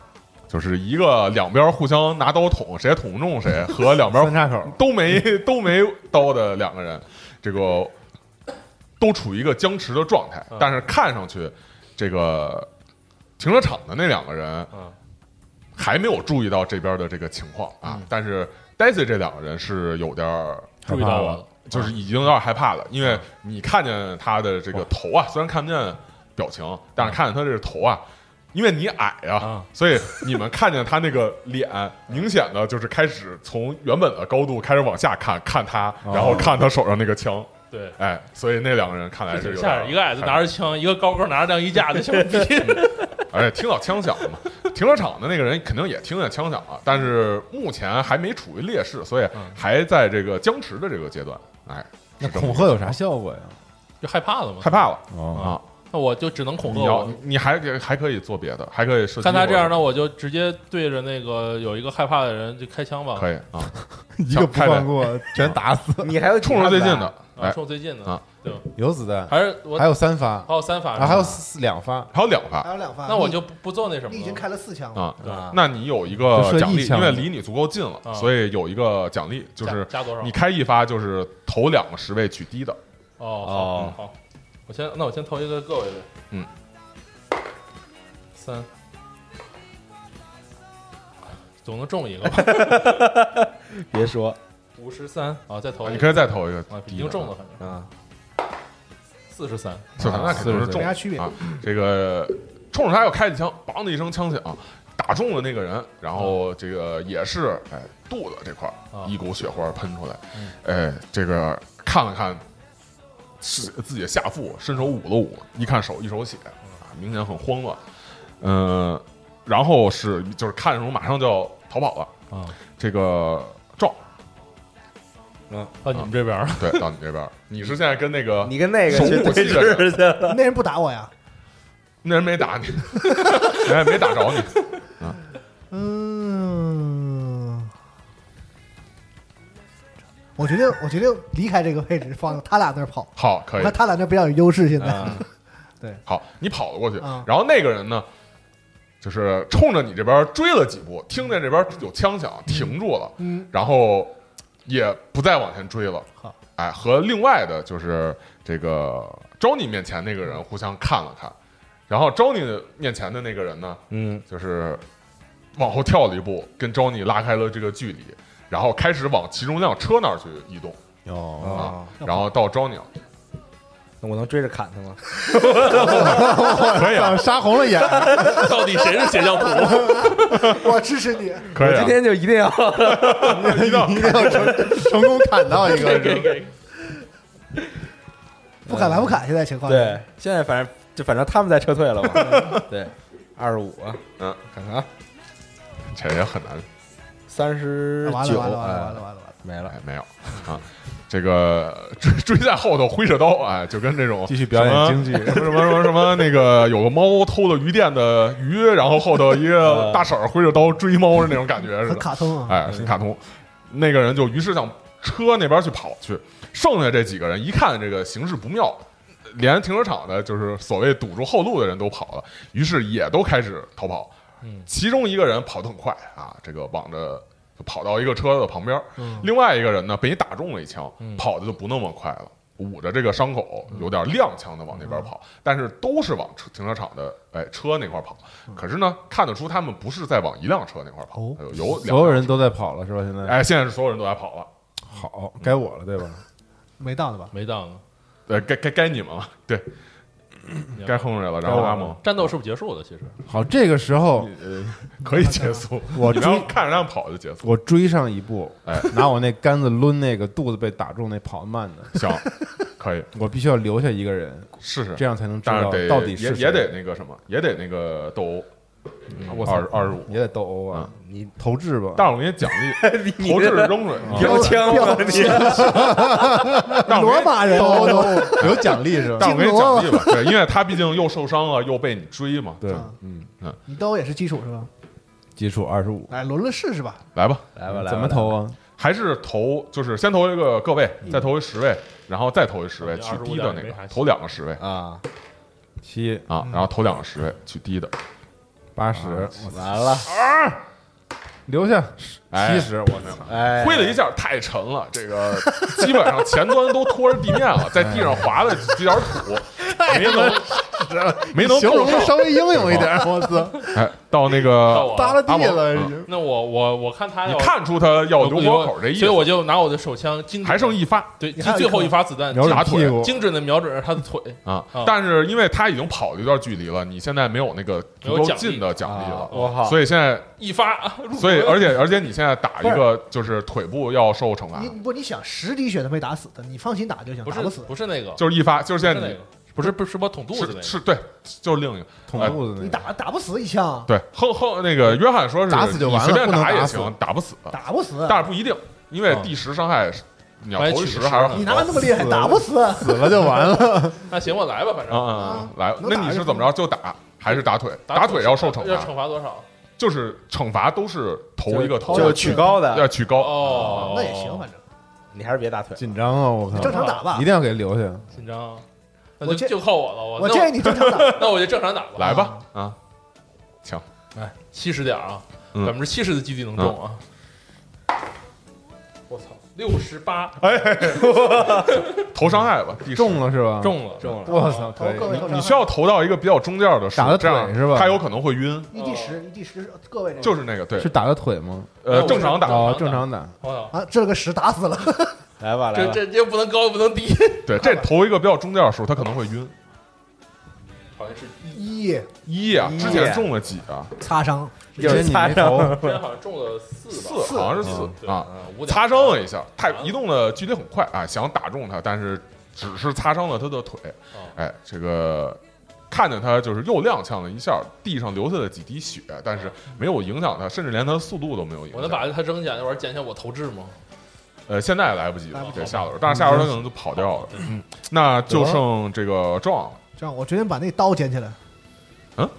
Speaker 5: 就是一个两边互相拿刀捅，谁捅中谁，和两边
Speaker 2: 三岔口，
Speaker 5: 都没 都没刀的两个人，这个都处于一个僵持的状态
Speaker 4: 嗯，
Speaker 5: 但是看上去这个停车场的那两个人
Speaker 4: 嗯
Speaker 5: 还没有注意到这边的这个情况啊，但是 Daisy 这两个人是有点儿
Speaker 4: 注意到我了，嗯
Speaker 5: 就是已经有点害怕了，因为你看见他的这个头啊，虽然看不见表情，但
Speaker 4: 嗯
Speaker 5: 是看见他这个头啊，因为你矮啊
Speaker 4: 啊，
Speaker 5: 所以你们看见他那个 脸，明显的就是开始从原本的高度开始往下看，看他，然后看他手上那个枪，
Speaker 4: 啊对，
Speaker 5: 哎，所以那两个人看来是有
Speaker 4: 吓
Speaker 5: 点
Speaker 4: 人！哎一个矮子拿着枪，一个高个拿着晾衣架 的，兄弟，
Speaker 5: 而且哎听到枪响了嘛，停车场的那个人肯定也听见枪响了，但是目前还没处于劣势，所以
Speaker 4: 嗯
Speaker 5: 还在这个僵持的这个阶段，哎，
Speaker 2: 那
Speaker 5: 是这么
Speaker 2: 恐吓有啥效果呀？
Speaker 4: 就害怕了嘛
Speaker 5: 害。怕了
Speaker 2: 哦，
Speaker 5: 啊。
Speaker 4: 那我就只能恐吓
Speaker 5: 你要
Speaker 4: 我。
Speaker 5: 你还给还可以做别的，还可以射击。
Speaker 4: 看他这样，
Speaker 5: 呢，
Speaker 4: 呢，我就直接对着那个有一个害怕的人就开枪吧。
Speaker 5: 可以啊，
Speaker 2: 一个不放过，
Speaker 7: 全打 死，
Speaker 3: 你还有
Speaker 5: 嗯冲着最近的，
Speaker 4: 啊，
Speaker 5: 哎，
Speaker 4: 冲最近的
Speaker 5: 啊，
Speaker 4: 对吧？
Speaker 7: 有子弹，
Speaker 4: 还是我
Speaker 7: 还有三发，
Speaker 4: 还有三发，
Speaker 7: 啊，还有四两发，
Speaker 5: 还有两发
Speaker 6: 还有两发，
Speaker 4: 那我
Speaker 6: 你
Speaker 4: 就不不做那什么了。
Speaker 6: 你已经开了四枪了，
Speaker 5: 啊。
Speaker 4: 对
Speaker 5: 那你有一个
Speaker 2: 就射一
Speaker 5: 奖励，
Speaker 2: 枪
Speaker 5: 因为离你足够近了，
Speaker 4: 啊
Speaker 5: 所以有一个奖励，就是
Speaker 4: 加加多少
Speaker 5: 你开一发就是头两个十位取低的，
Speaker 4: 哦，好，好，我先那我先投一个各位的，
Speaker 5: 嗯，
Speaker 4: 三，总能中一 个吧？
Speaker 3: 别说
Speaker 4: 五十三啊，再投一个，
Speaker 5: 你可以再投一个
Speaker 4: 啊，
Speaker 5: 低
Speaker 4: 已
Speaker 5: 的
Speaker 4: 经中了，，反正
Speaker 3: 啊，
Speaker 4: 四十三，
Speaker 5: 是吧那肯定是中
Speaker 6: 没
Speaker 5: 了
Speaker 6: 啥区别。
Speaker 5: 啊。这个冲着他又开了一枪，梆的一声枪响，打中了那个人，然后这个也是哎肚子这块儿
Speaker 4: 啊
Speaker 5: 一股血花喷出来，
Speaker 4: 嗯
Speaker 5: 哎这个看了看是自己的下腹，伸手捂了捂，一看手一手血啊，明显很慌乱，嗯、然后是就是看的时候马上就要逃跑了，
Speaker 4: 啊，
Speaker 5: 这个赵
Speaker 4: 到你
Speaker 5: 啊
Speaker 4: 们这边儿了，
Speaker 5: 对到你这边儿，你是现在跟那个
Speaker 3: 你跟那个
Speaker 5: 手
Speaker 3: 去
Speaker 5: 舞
Speaker 3: 对
Speaker 5: 技的人
Speaker 3: 峙去了，
Speaker 6: 那人不打我呀？
Speaker 5: 那人没打你， 人家没打着你。
Speaker 6: 嗯，我决定，我决定离开这个位置，放他俩那儿跑。
Speaker 5: 好，可
Speaker 6: 我
Speaker 5: 以
Speaker 6: 看。他俩那儿比较有优势，现在、
Speaker 5: 好，你跑了过去，
Speaker 6: 啊
Speaker 5: 然后那个人呢，就是冲着你这边追了几步，听见这边有枪响，停住了，
Speaker 6: 嗯
Speaker 5: 然后也不再往前追了。
Speaker 6: 好，
Speaker 5: 哎，和另外的就是这个 Johnny 面前那个人互相看了看，然后 Johnny 面前的那个人呢，
Speaker 3: 嗯，
Speaker 5: 就是往后跳了一步，跟 Johnny 拉开了这个距离，然后开始往其中一辆车那儿去移动
Speaker 7: 哦，
Speaker 5: 啊
Speaker 3: 啊，，
Speaker 5: 然后到 Johnny 了。
Speaker 3: 那我能追着砍他吗？
Speaker 5: 可以啊，
Speaker 7: 杀红了眼，
Speaker 4: 到底谁是血浆图？
Speaker 6: 我支持你。
Speaker 5: 可以、
Speaker 3: 我
Speaker 5: 啊
Speaker 3: 今。天就一定要
Speaker 5: 移动
Speaker 7: 一定要成成功砍到一个人，
Speaker 6: 不砍白不砍，现在情 况
Speaker 3: 对，现在反正就反正他们在撤退了 嘛，对，二十五，
Speaker 5: 嗯，
Speaker 3: 看看啊，
Speaker 5: 这也很难。
Speaker 3: 三十
Speaker 6: 啊完了
Speaker 3: 九，
Speaker 6: 完了完了
Speaker 3: 哎
Speaker 6: 完了完了完了，
Speaker 3: 没了
Speaker 5: 哎，，没有啊，这个 追追在后头挥着刀，哎，就跟这种
Speaker 2: 继续表演京剧。
Speaker 5: 什么什么什么什么那个有个猫偷了鱼店的鱼，然后后头一个
Speaker 2: 啊
Speaker 5: 大婶儿挥着刀追猫是那种感觉似
Speaker 6: 很
Speaker 5: 的，
Speaker 6: 卡通啊。
Speaker 5: 哎，很卡通。那个人就于是向车那边去跑去，剩下这几个人一看这个形势不妙。连停车场的，就是所谓堵住后路的人都跑了，于是也都开始逃跑。
Speaker 2: 嗯
Speaker 5: 其中一个人跑得很快啊，这个往着就跑到一个车的旁边儿，
Speaker 2: 嗯
Speaker 5: 另外一个人呢被你打中了一枪，跑的就不那么快了，捂着这个伤口，
Speaker 2: 嗯
Speaker 5: 有点踉跄的往那边跑，但是都是往车停车场的哎车那块跑。
Speaker 2: 嗯
Speaker 5: 可是呢，看得出他们不是在往一辆车那块跑，
Speaker 6: 哦
Speaker 5: 有
Speaker 2: 所
Speaker 5: 有
Speaker 2: 有
Speaker 5: 两辆
Speaker 2: 人都在跑了是吧？现在
Speaker 5: 哎，现在是所有人都在跑了，
Speaker 2: 好，该我了对吧？
Speaker 6: 没到的吧？
Speaker 4: 没当呢，
Speaker 5: 呃，该该该你们了， 对，该轰出来了，然后阿蒙
Speaker 4: 战斗是不是结束了？其实
Speaker 5: 啊
Speaker 2: 好，这个时候
Speaker 5: 可以结束，
Speaker 2: 我
Speaker 5: 你们要
Speaker 2: 追
Speaker 5: 看着他们跑就结束，
Speaker 2: 我追上一步，
Speaker 5: 哎，
Speaker 2: 拿我那杆子抡那个肚子被打中那跑得慢 的，
Speaker 5: 行，可以
Speaker 2: 我必须要留下一个人，
Speaker 5: 试试
Speaker 2: 这。样才能知
Speaker 5: 但
Speaker 2: 道
Speaker 5: 是得
Speaker 2: 到底
Speaker 5: 也
Speaker 2: 是谁嗯
Speaker 5: 也得那个什么，也得那个斗殴，
Speaker 2: 我操
Speaker 5: 二二十五。
Speaker 2: 也得斗殴啊，
Speaker 3: 你
Speaker 2: 投掷吧。
Speaker 5: 但是我给你奖励， 投掷扔水，
Speaker 3: 标枪吗？你
Speaker 5: 但是我给
Speaker 6: 罗
Speaker 5: 你
Speaker 6: 马人
Speaker 2: 斗
Speaker 6: 啊，
Speaker 2: 殴斗殴 有奖励是吧？
Speaker 5: 但是我给你奖励吧，对，因为他毕竟又受伤了，又被你追嘛，嗯
Speaker 2: 对，
Speaker 6: 你刀也是基础是吧？
Speaker 2: 基础二十五，
Speaker 6: 哎，轮轮试试吧。
Speaker 5: 来吧，
Speaker 3: 来吧来吧，
Speaker 2: 怎么投啊？
Speaker 5: 还是投，就是先投一个个位，再投一十位，然后再投一十位，
Speaker 2: 嗯
Speaker 5: 取低的那
Speaker 4: 没啥
Speaker 5: 个，
Speaker 4: 戏
Speaker 5: 投两个十位
Speaker 3: 啊？
Speaker 2: 七
Speaker 5: 啊，然后投两个十位，取低的，
Speaker 2: 八
Speaker 5: 啊
Speaker 2: 十，
Speaker 3: 完了，
Speaker 2: 留下十
Speaker 5: 哎
Speaker 2: 七十，我操！
Speaker 3: 哎，
Speaker 5: 挥了一下，太沉了，这个 基本上前端都拖着地面了，在地上滑了几点土，没能没能
Speaker 7: 形容
Speaker 5: 够
Speaker 7: 的
Speaker 5: 上，
Speaker 7: 稍微英勇一 点，我操，
Speaker 5: 哎，到那
Speaker 4: 到
Speaker 5: 个
Speaker 4: 我
Speaker 7: 耷
Speaker 4: 了，
Speaker 7: 拉地了，
Speaker 5: 阿
Speaker 7: 已
Speaker 4: 那我我我看他
Speaker 5: 你
Speaker 4: 要
Speaker 5: 看出他要留活口这意
Speaker 4: 所
Speaker 5: 思
Speaker 4: 以，我就拿我的手枪精准
Speaker 5: 还剩一发，
Speaker 4: 对
Speaker 6: 还有一
Speaker 4: 最后一发子弹
Speaker 2: 瞄准
Speaker 5: 打腿
Speaker 2: 屁股，
Speaker 4: 精准的瞄准着他 的腿，
Speaker 5: 啊
Speaker 4: 啊，
Speaker 5: 但是因为他已经跑了一段距离了，你现在没有那个足够近的奖励
Speaker 3: 啊
Speaker 5: 了，
Speaker 3: 我靠，
Speaker 5: 所以现在，
Speaker 4: 一发，入
Speaker 5: 所以
Speaker 4: 门
Speaker 5: 而且而且你现在打一个就是腿部要受惩罚啊
Speaker 6: 你，不，你想十滴血都没打死的，你放心打就行，
Speaker 4: 不
Speaker 6: 打
Speaker 4: 是
Speaker 6: 死。
Speaker 4: 不是那个，
Speaker 5: 就是一发，就是
Speaker 4: 不是
Speaker 5: 现
Speaker 4: 那
Speaker 5: 在你
Speaker 4: 个，不是不是不是捅肚子那
Speaker 5: 是
Speaker 4: 个，
Speaker 5: 是对，就是另一个
Speaker 2: 捅
Speaker 5: 哎
Speaker 2: 肚子那
Speaker 6: 你
Speaker 2: 个。
Speaker 6: 打打不死一枪，
Speaker 5: 对后后那个约翰说是
Speaker 7: 打死就完了
Speaker 5: 你随便
Speaker 7: 不能
Speaker 5: 打也
Speaker 7: 打死嗯
Speaker 5: 行，打不死，
Speaker 6: 打不死。
Speaker 5: 但是不一定，因为
Speaker 4: 啊
Speaker 5: 第十伤害是你要
Speaker 4: 白
Speaker 5: 投
Speaker 4: 取
Speaker 5: 十
Speaker 4: 十
Speaker 5: 还是
Speaker 4: 啊
Speaker 5: 很嗯
Speaker 6: 你哪有
Speaker 5: 高
Speaker 6: 那么厉害？打不死。
Speaker 7: 死了就完了，
Speaker 4: 那行我来吧，反
Speaker 5: 啊
Speaker 4: 正
Speaker 5: 啊啊来，
Speaker 6: 能
Speaker 5: 那
Speaker 6: 打
Speaker 5: 你
Speaker 6: 就是
Speaker 5: 怎么着就打还是打腿？
Speaker 4: 打
Speaker 5: 腿要受惩
Speaker 4: 要
Speaker 5: 罚
Speaker 4: 惩，罚多少？
Speaker 5: 就是惩罚都是头一个 头，
Speaker 3: 就是曲高
Speaker 5: 要
Speaker 3: 的，
Speaker 5: 曲高啊
Speaker 4: 哦，
Speaker 6: 那也行，反正
Speaker 3: 你还是别打腿。
Speaker 2: 紧张啊！我靠，
Speaker 6: 正常打吧
Speaker 2: 一。定要给留下。
Speaker 4: 紧张，
Speaker 6: 我
Speaker 4: 那就
Speaker 6: 建
Speaker 4: 就靠我了，我
Speaker 6: 我建议你正常打，
Speaker 4: 那我就正常打吧，
Speaker 5: 来吧啊，
Speaker 4: 哎，七十点儿啊，
Speaker 5: 嗯
Speaker 4: 百分之七十的几率能中啊！我操，六十八
Speaker 5: 啊投伤害吧，第十
Speaker 2: 中了是吧？，
Speaker 4: 中了，中了，
Speaker 2: 我操，
Speaker 6: 投
Speaker 2: 可以
Speaker 6: 哦各。位
Speaker 5: 你需要投到一个比较中间的数，
Speaker 2: 打个
Speaker 5: 这样
Speaker 2: 腿是吧
Speaker 5: 他有可能会晕，
Speaker 6: 一 d 十，一 d 十，各位这个
Speaker 5: 就是那个对
Speaker 2: 是，打个腿吗？
Speaker 5: 呃，正常打，
Speaker 2: 哦，正常打。
Speaker 4: 我操，
Speaker 6: 啊，这个十打死了，
Speaker 3: 来吧，来
Speaker 4: 这
Speaker 3: 吧，
Speaker 4: 这又不能高又不能 低，
Speaker 5: 对，这投一个比较中间的数，他可能会晕。
Speaker 4: 好像是一，
Speaker 6: 一
Speaker 5: 一啊，
Speaker 3: 一
Speaker 5: 之前中了几啊？
Speaker 6: 擦伤，
Speaker 2: 之前你没投，
Speaker 4: 之前好像中了四 吧，
Speaker 5: 四，好像是四
Speaker 4: 对
Speaker 5: 啊。，
Speaker 4: 五点
Speaker 5: 擦伤了一下，太
Speaker 4: 啊
Speaker 5: 移动的距离很快啊，想打中他，但是只是擦伤了他的腿
Speaker 4: 哦。
Speaker 5: 哎，这个看见他就是又踉跄了一下，地上留下了几滴血，但是没有影响他，甚至连他的速度都没有影
Speaker 4: 我能
Speaker 5: 响。
Speaker 4: 把他扔下，那玩意儿捡起来我投掷吗？
Speaker 5: 呃，现在来不及
Speaker 6: 来
Speaker 5: 了
Speaker 6: 不，及
Speaker 5: 对，
Speaker 6: 了
Speaker 5: 下轮，但是下轮他可能就跑掉了。嗯，那就剩这个壮了。
Speaker 6: 这样我决定把那刀捡起来。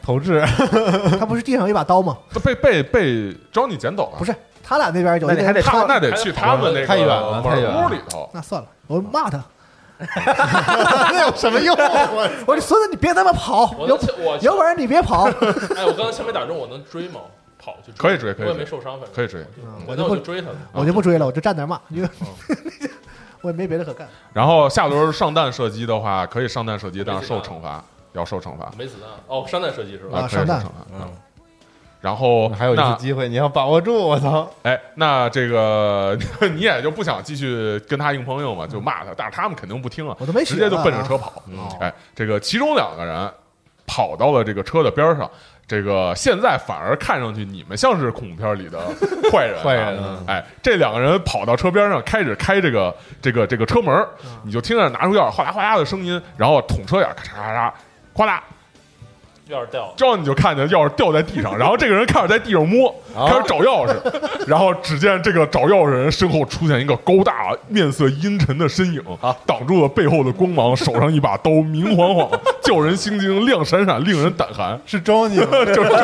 Speaker 2: 投掷，
Speaker 6: 他不是地上有一把刀吗？
Speaker 5: 被被被 Johnny 捡走了，
Speaker 6: 不是，他俩那边有
Speaker 3: 那
Speaker 6: 一
Speaker 3: 你还
Speaker 6: 个，
Speaker 3: 得
Speaker 5: 他
Speaker 3: 抄
Speaker 5: 那得去他们那个
Speaker 2: 太远了太远了
Speaker 5: 屋里头。
Speaker 6: 那算了，我骂他，
Speaker 7: 那有什么用？
Speaker 6: 我说孙子你别他妈跑，
Speaker 4: 我
Speaker 6: 有
Speaker 4: 能我
Speaker 6: 有本事你别跑，
Speaker 4: 哎，我刚才枪没打中，我能追吗？跑去
Speaker 5: 可以追可以
Speaker 4: 我也
Speaker 5: 追
Speaker 4: 没受伤，反正
Speaker 5: 可以追
Speaker 4: 嗯
Speaker 6: 嗯
Speaker 4: 我
Speaker 6: 我
Speaker 4: 那
Speaker 6: 就
Speaker 4: 我
Speaker 6: 不
Speaker 4: 就追他了。
Speaker 6: 我就不追了，我就站那儿骂，因为 我也没别的可干。
Speaker 5: 然后下轮上弹射击的话，可以上弹射击，但是受
Speaker 4: 没子弹
Speaker 5: 惩罚，要受惩罚。
Speaker 4: 没子弹哦，山弹射击是吧？
Speaker 6: 啊
Speaker 5: 可以
Speaker 6: 上弹
Speaker 5: 受惩罚嗯。然后
Speaker 2: 还有一次
Speaker 5: 那
Speaker 2: 机会，你要把握住。我操，
Speaker 5: 哎，那这个 你也就不想继续跟他硬碰硬嘛，就骂他，但是他们肯定不听啊，
Speaker 6: 我都没
Speaker 5: 直
Speaker 6: 血
Speaker 5: 接就
Speaker 6: 了
Speaker 5: 奔着
Speaker 6: 啊
Speaker 5: 车跑。哎，这个其中两个人跑到了这个车的边儿上，这个现在反而看上去你们像是恐怖片里的坏人啊、
Speaker 2: 坏人啊
Speaker 5: 哎，这两个人跑到车边上，开始开这个这个这个车门儿，你就听着拿出钥匙哗啦哗啦的声音，然后捅车眼儿，咔嚓咔嚓，哗啦，
Speaker 4: 有点掉了，
Speaker 5: 这样你就看见钥匙掉在地上，然后这个人开始在地上摸，
Speaker 2: 啊
Speaker 5: 开始找钥 匙，然后只见这个找钥匙人身后出现一个高大、面色阴沉的身影，
Speaker 2: 啊
Speaker 5: 挡住了背后的光芒，手上一把刀，明 晃晃，叫人心惊，亮闪闪，令人胆寒。
Speaker 2: 是周你吗？
Speaker 5: 就是说，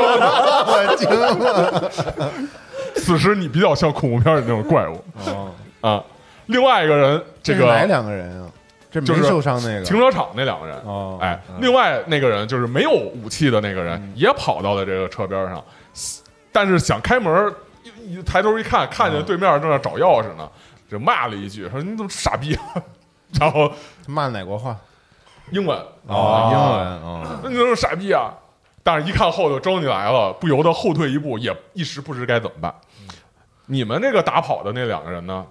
Speaker 7: 我惊了！
Speaker 5: 此时你比较像恐怖片里那种怪物啊。另外一个人，这
Speaker 2: 是哪
Speaker 5: 个
Speaker 2: 两个人啊？这没
Speaker 5: 就是
Speaker 2: 受伤那个。
Speaker 5: 停车场那两个人，
Speaker 2: 哦，嗯
Speaker 5: 哎，另外那个人就是没有武器的那个人，也跑到了这个车边上，但是想开门，一一抬头一看，看见对面正在找钥匙呢，就骂了一句，说你怎么傻逼啊？然后
Speaker 2: 骂哪国话？
Speaker 5: 英文，啊
Speaker 2: 哦，英文哦，
Speaker 5: 那你怎么傻逼啊？但是，一看后头周你来了，不由得后退一步，也一时不知该怎么办。
Speaker 2: 嗯
Speaker 5: 你们这个打跑的那两个人呢，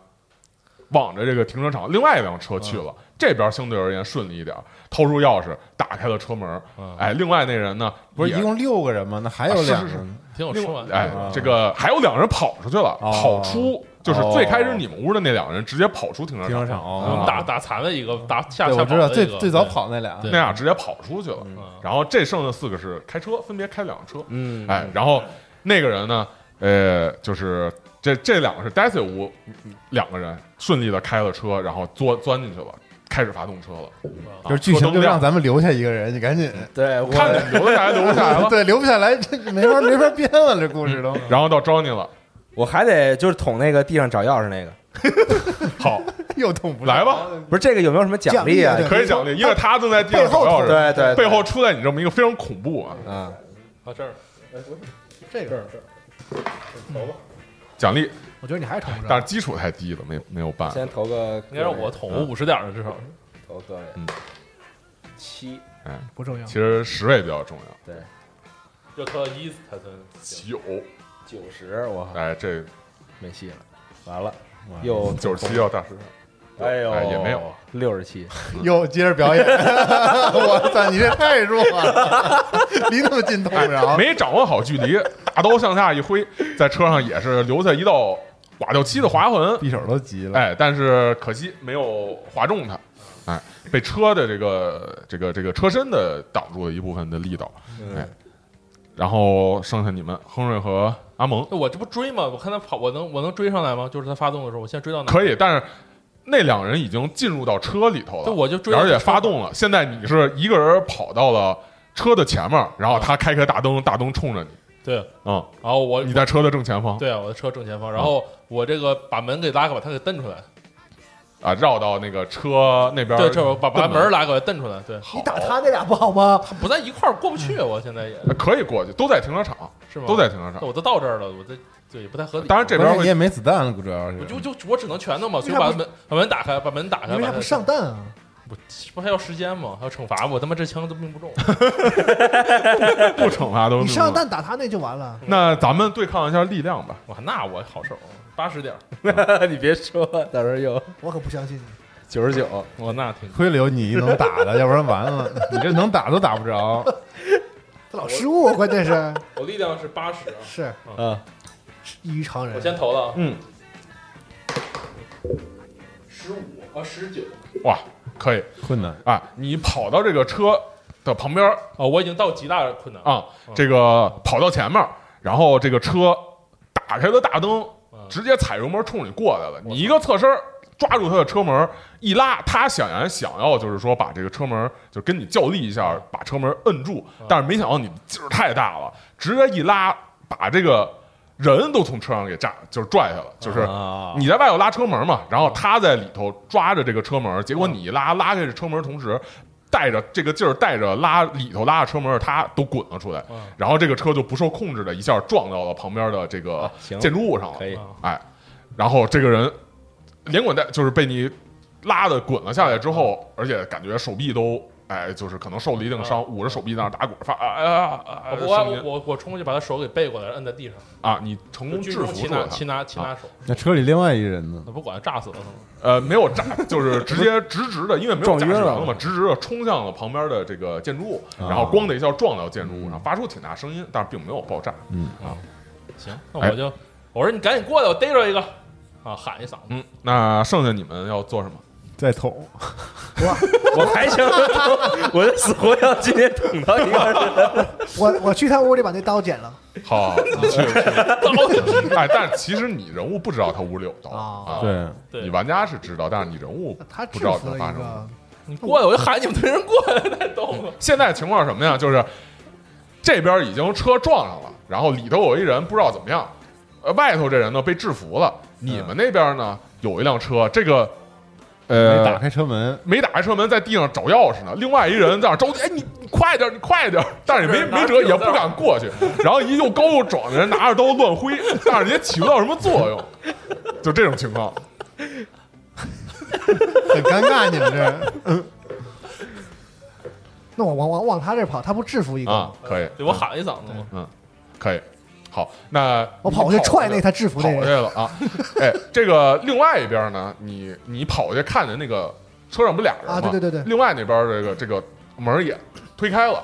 Speaker 5: 往着这个停车场另外一辆车去了。
Speaker 2: 嗯
Speaker 5: 这边相对而言顺利一点，掏出钥匙打开了车门。哎，另外那人呢，
Speaker 2: 嗯不是
Speaker 5: 也
Speaker 2: 一共六个人吗？那还有
Speaker 5: 啊是是
Speaker 2: 两个
Speaker 5: 是
Speaker 2: 呢
Speaker 4: 挺有吃完的。
Speaker 5: 哎，这个还有两个人跑出去了，
Speaker 2: 哦
Speaker 5: 跑出就是最开始你们屋的那两个人直接跑出停车
Speaker 2: 停车
Speaker 5: 场，
Speaker 2: 场
Speaker 4: 我们
Speaker 2: 哦。
Speaker 5: 啊
Speaker 4: 打打残了一个，打下
Speaker 2: 对，
Speaker 4: 下
Speaker 2: 我
Speaker 4: 跑
Speaker 2: 知
Speaker 4: 了
Speaker 2: 道
Speaker 4: 一
Speaker 2: 最
Speaker 4: 个
Speaker 2: 最早
Speaker 4: 对
Speaker 2: 跑那俩
Speaker 4: 对。
Speaker 5: 那俩直接跑出去了。然后这剩下四个是开车，分别开两个车。
Speaker 3: 嗯，
Speaker 5: 哎，然后那个人呢，呃，就是这这两个是 Daisy 屋两个人顺利的开了车，然后钻钻进去了，开始发动车了。
Speaker 2: 就是剧情就让咱们留下一个人，你赶紧。
Speaker 3: 对我
Speaker 5: 看见留得下来，留不下来 了。
Speaker 2: 对，留不下来，这没法没法编了，这故事都。
Speaker 5: 然后到 Johnny 了，
Speaker 3: 我还得就是捅那个地上找钥匙那个，
Speaker 5: 好，
Speaker 2: 又捅不
Speaker 5: 来吧，
Speaker 3: 不是这个有没有什么奖励啊
Speaker 6: 奖？励
Speaker 5: 可以奖励，因为他正在地上
Speaker 6: 背
Speaker 5: 找
Speaker 6: 后
Speaker 5: 钥匙，
Speaker 3: 对对，对
Speaker 5: 背后出来你这么一个非常恐怖啊，
Speaker 3: 啊，
Speaker 4: 啊这儿
Speaker 6: 这个
Speaker 5: 奖励，
Speaker 6: 我觉得你还是捅不
Speaker 5: 但
Speaker 6: 着，
Speaker 5: 是基础太低了，没没有办法。
Speaker 3: 先投个，
Speaker 4: 应该让我捅，我五十点儿的至少是。
Speaker 3: 投各位
Speaker 5: 嗯，
Speaker 3: 七，
Speaker 6: 不重要
Speaker 5: 其。实十位比较重要，
Speaker 3: 对，
Speaker 4: 要投到一才算行。
Speaker 5: 九，
Speaker 3: 九十，我靠
Speaker 5: 哎，这
Speaker 3: 没戏了，完了，又
Speaker 5: 九十七要大师，
Speaker 3: 哎呦，
Speaker 5: 哎也没有
Speaker 3: 六十 七，
Speaker 2: 又接着表演， 我操，你这太弱了，离那么近捅不着。
Speaker 5: 哎没掌握好距离，大刀向下一挥，在车上也是留下一道瓦掉漆的划痕，
Speaker 2: 匕首都急了，
Speaker 5: 哎，但是可惜没有划中他，哎，被车的这个这个这个车身的挡住了一部分的力道，哎，然后剩下你们亨瑞和阿蒙
Speaker 4: 那我这不追吗？我看他跑，我能我能追上来吗？就是他发动的时候，我现在追到哪？
Speaker 5: 可以，但是那两人已经进入到车里头了，
Speaker 4: 对我就追到
Speaker 5: 而且
Speaker 4: 车上
Speaker 5: 发动了。现在你是一个人跑到了车的前面，然后他开开大灯，大灯冲着你，
Speaker 4: 对，
Speaker 5: 啊！
Speaker 4: 然后哦我
Speaker 5: 你在车的正前方
Speaker 4: 对啊，我的车正
Speaker 5: 嗯
Speaker 4: 前方，然后我这个把门给拉开，把他给蹬出来，
Speaker 5: 啊，绕到那个车那边，
Speaker 4: 对，这我把把
Speaker 5: 蹬
Speaker 4: 门拉开，把他蹬出来，对，
Speaker 6: 你打他那俩不好吗？
Speaker 4: 不在一块儿过不去，我现在也
Speaker 5: 呃可以过去，都在停车场，
Speaker 4: 是吗？
Speaker 5: 嗯都在停车
Speaker 4: 那
Speaker 5: 场。
Speaker 4: 我都到这儿了，我这这也不太合理。
Speaker 5: 当然这嗯边
Speaker 2: 关键你
Speaker 5: 会
Speaker 2: 也没子弹了，主要是
Speaker 4: 我就就我只能全弄嘛，所以
Speaker 6: 为啥
Speaker 4: 把
Speaker 6: 不
Speaker 4: 门把门打开，把门打
Speaker 6: 你
Speaker 4: 开，
Speaker 6: 为啥
Speaker 4: 把
Speaker 6: 不
Speaker 4: 他
Speaker 6: 上弹啊？
Speaker 4: 不不还要时间吗？还要惩罚吗？我他妈这枪都 命不中，
Speaker 5: 不惩罚都
Speaker 6: 你上弹打他那就完了。
Speaker 5: 那咱们对抗一下力量吧。
Speaker 4: 哇，那我好受，八十点儿，
Speaker 3: 你别说，到时候又
Speaker 6: 我可不相信你。
Speaker 3: 九十九，
Speaker 4: 我那挺
Speaker 2: 亏了有你能打的，要不然完了，你这能打都打不 着。
Speaker 6: 他老失误，啊关键是
Speaker 4: 我力量是八 十，啊
Speaker 6: 是
Speaker 3: 嗯，
Speaker 6: 异于常
Speaker 4: 我
Speaker 6: 人。
Speaker 4: 先投了，
Speaker 5: 嗯，
Speaker 4: 十五啊十九
Speaker 5: 哇，可以
Speaker 2: 困难，
Speaker 5: 啊！你跑到这个车的旁边儿
Speaker 4: 啊，我已经到极大的困难了，
Speaker 5: 啊，这个跑到前面儿，然后这个车打开了大灯，直接踩油门冲你过来了。你一个侧身儿抓住他的车门儿一拉，他显然想要就是说把这个车门儿就跟你较力一下，把车门儿摁住，但是没想到你劲儿太大了，直接一拉把这个人都从车上给炸，就是拽下来了，就是
Speaker 3: 啊
Speaker 5: 你在外头拉车门嘛，然后他在里头抓着这个车门，结果你一拉拉开这车门，同时带着这个劲儿带着拉里头拉着车门，他都滚了出来，然后这个车就不受控制的一下撞到了旁边的这个
Speaker 3: 行
Speaker 5: 建筑物上了，
Speaker 3: 可以
Speaker 5: 哎，然后这个人连滚带就是被你拉的滚了下来之后，而且感觉手臂都。哎，就是可能受了一定伤，捂着手臂在那儿打滚，发啊啊啊啊！
Speaker 4: 我
Speaker 5: 声
Speaker 4: 我
Speaker 5: 音
Speaker 4: 我我冲过去把他手给背过来，摁在地上，
Speaker 5: 啊！你成功
Speaker 4: 军
Speaker 5: 制
Speaker 4: 中
Speaker 5: 服啊
Speaker 4: 擒
Speaker 5: 住
Speaker 4: 拿
Speaker 5: 了
Speaker 4: 擒
Speaker 5: 他，
Speaker 4: 拿擒拿手，
Speaker 2: 那车里另外一人呢？
Speaker 4: 那不管炸死了他吗？
Speaker 5: 呃，没有炸，就是直接直直的，因为没有
Speaker 2: 撞
Speaker 5: 驾驶
Speaker 2: 晕
Speaker 5: 员
Speaker 2: 了
Speaker 5: 了嘛，直直的冲向了旁边的这个建筑物，
Speaker 6: 啊
Speaker 5: 然后咣的一下撞到建筑
Speaker 6: 嗯
Speaker 5: 物上，发出挺大声音，但是并没有爆炸。
Speaker 4: 行，那
Speaker 3: 哎
Speaker 4: 我就我说你赶紧过来，我逮着一个啊，喊一嗓子，
Speaker 5: 嗯，那剩下你们要做什么？
Speaker 2: 再捅，
Speaker 3: 我还想，我就死活要今天捅到一个人。
Speaker 6: 我我去他屋里把那刀剪了
Speaker 5: 好，你去去。哎，但是其实你人物不知道他屋里有刀
Speaker 6: 啊
Speaker 5: 啊，
Speaker 2: 对，
Speaker 4: 对
Speaker 5: 你玩家是知道，但是你人物
Speaker 6: 他
Speaker 5: 不
Speaker 6: 制
Speaker 5: 知道
Speaker 6: 服
Speaker 5: 它
Speaker 6: 了一
Speaker 5: 发生了。
Speaker 6: 个，
Speaker 4: 你过来，我就喊你们队人过来， 太逗了。
Speaker 5: 现在情况是什么呀？就是这边已经车撞上了，然后里头有一人不知道怎么样，呃，外头这人呢被制服了。你们那边呢有一辆车，这个
Speaker 2: 没
Speaker 5: 呃
Speaker 2: 打开车门，
Speaker 5: 没打开车门，在地上找钥匙呢。另外一人在那着急，哎，你你快点，你快点！但是也 没没辙，也不敢过去。然后一又高又壮的人拿着刀乱 挥，但是也起不到什么作用，就这种情况。
Speaker 2: 很尴尬。你们这
Speaker 6: 那我往往往他这儿跑，他不制服一个
Speaker 5: 啊
Speaker 6: 吗？，
Speaker 5: 可以，
Speaker 4: 对我喊一嗓子嘛，
Speaker 5: 可以，好，那
Speaker 6: 我跑过去踹那他制服
Speaker 5: 跑
Speaker 6: 那
Speaker 5: 过去
Speaker 6: 人，
Speaker 5: 了 啊！哎，这个另外一边呢，你你跑过去看见那个车上不俩人吗？
Speaker 6: 啊对对对对
Speaker 5: 另外那边这个这个门也推开了，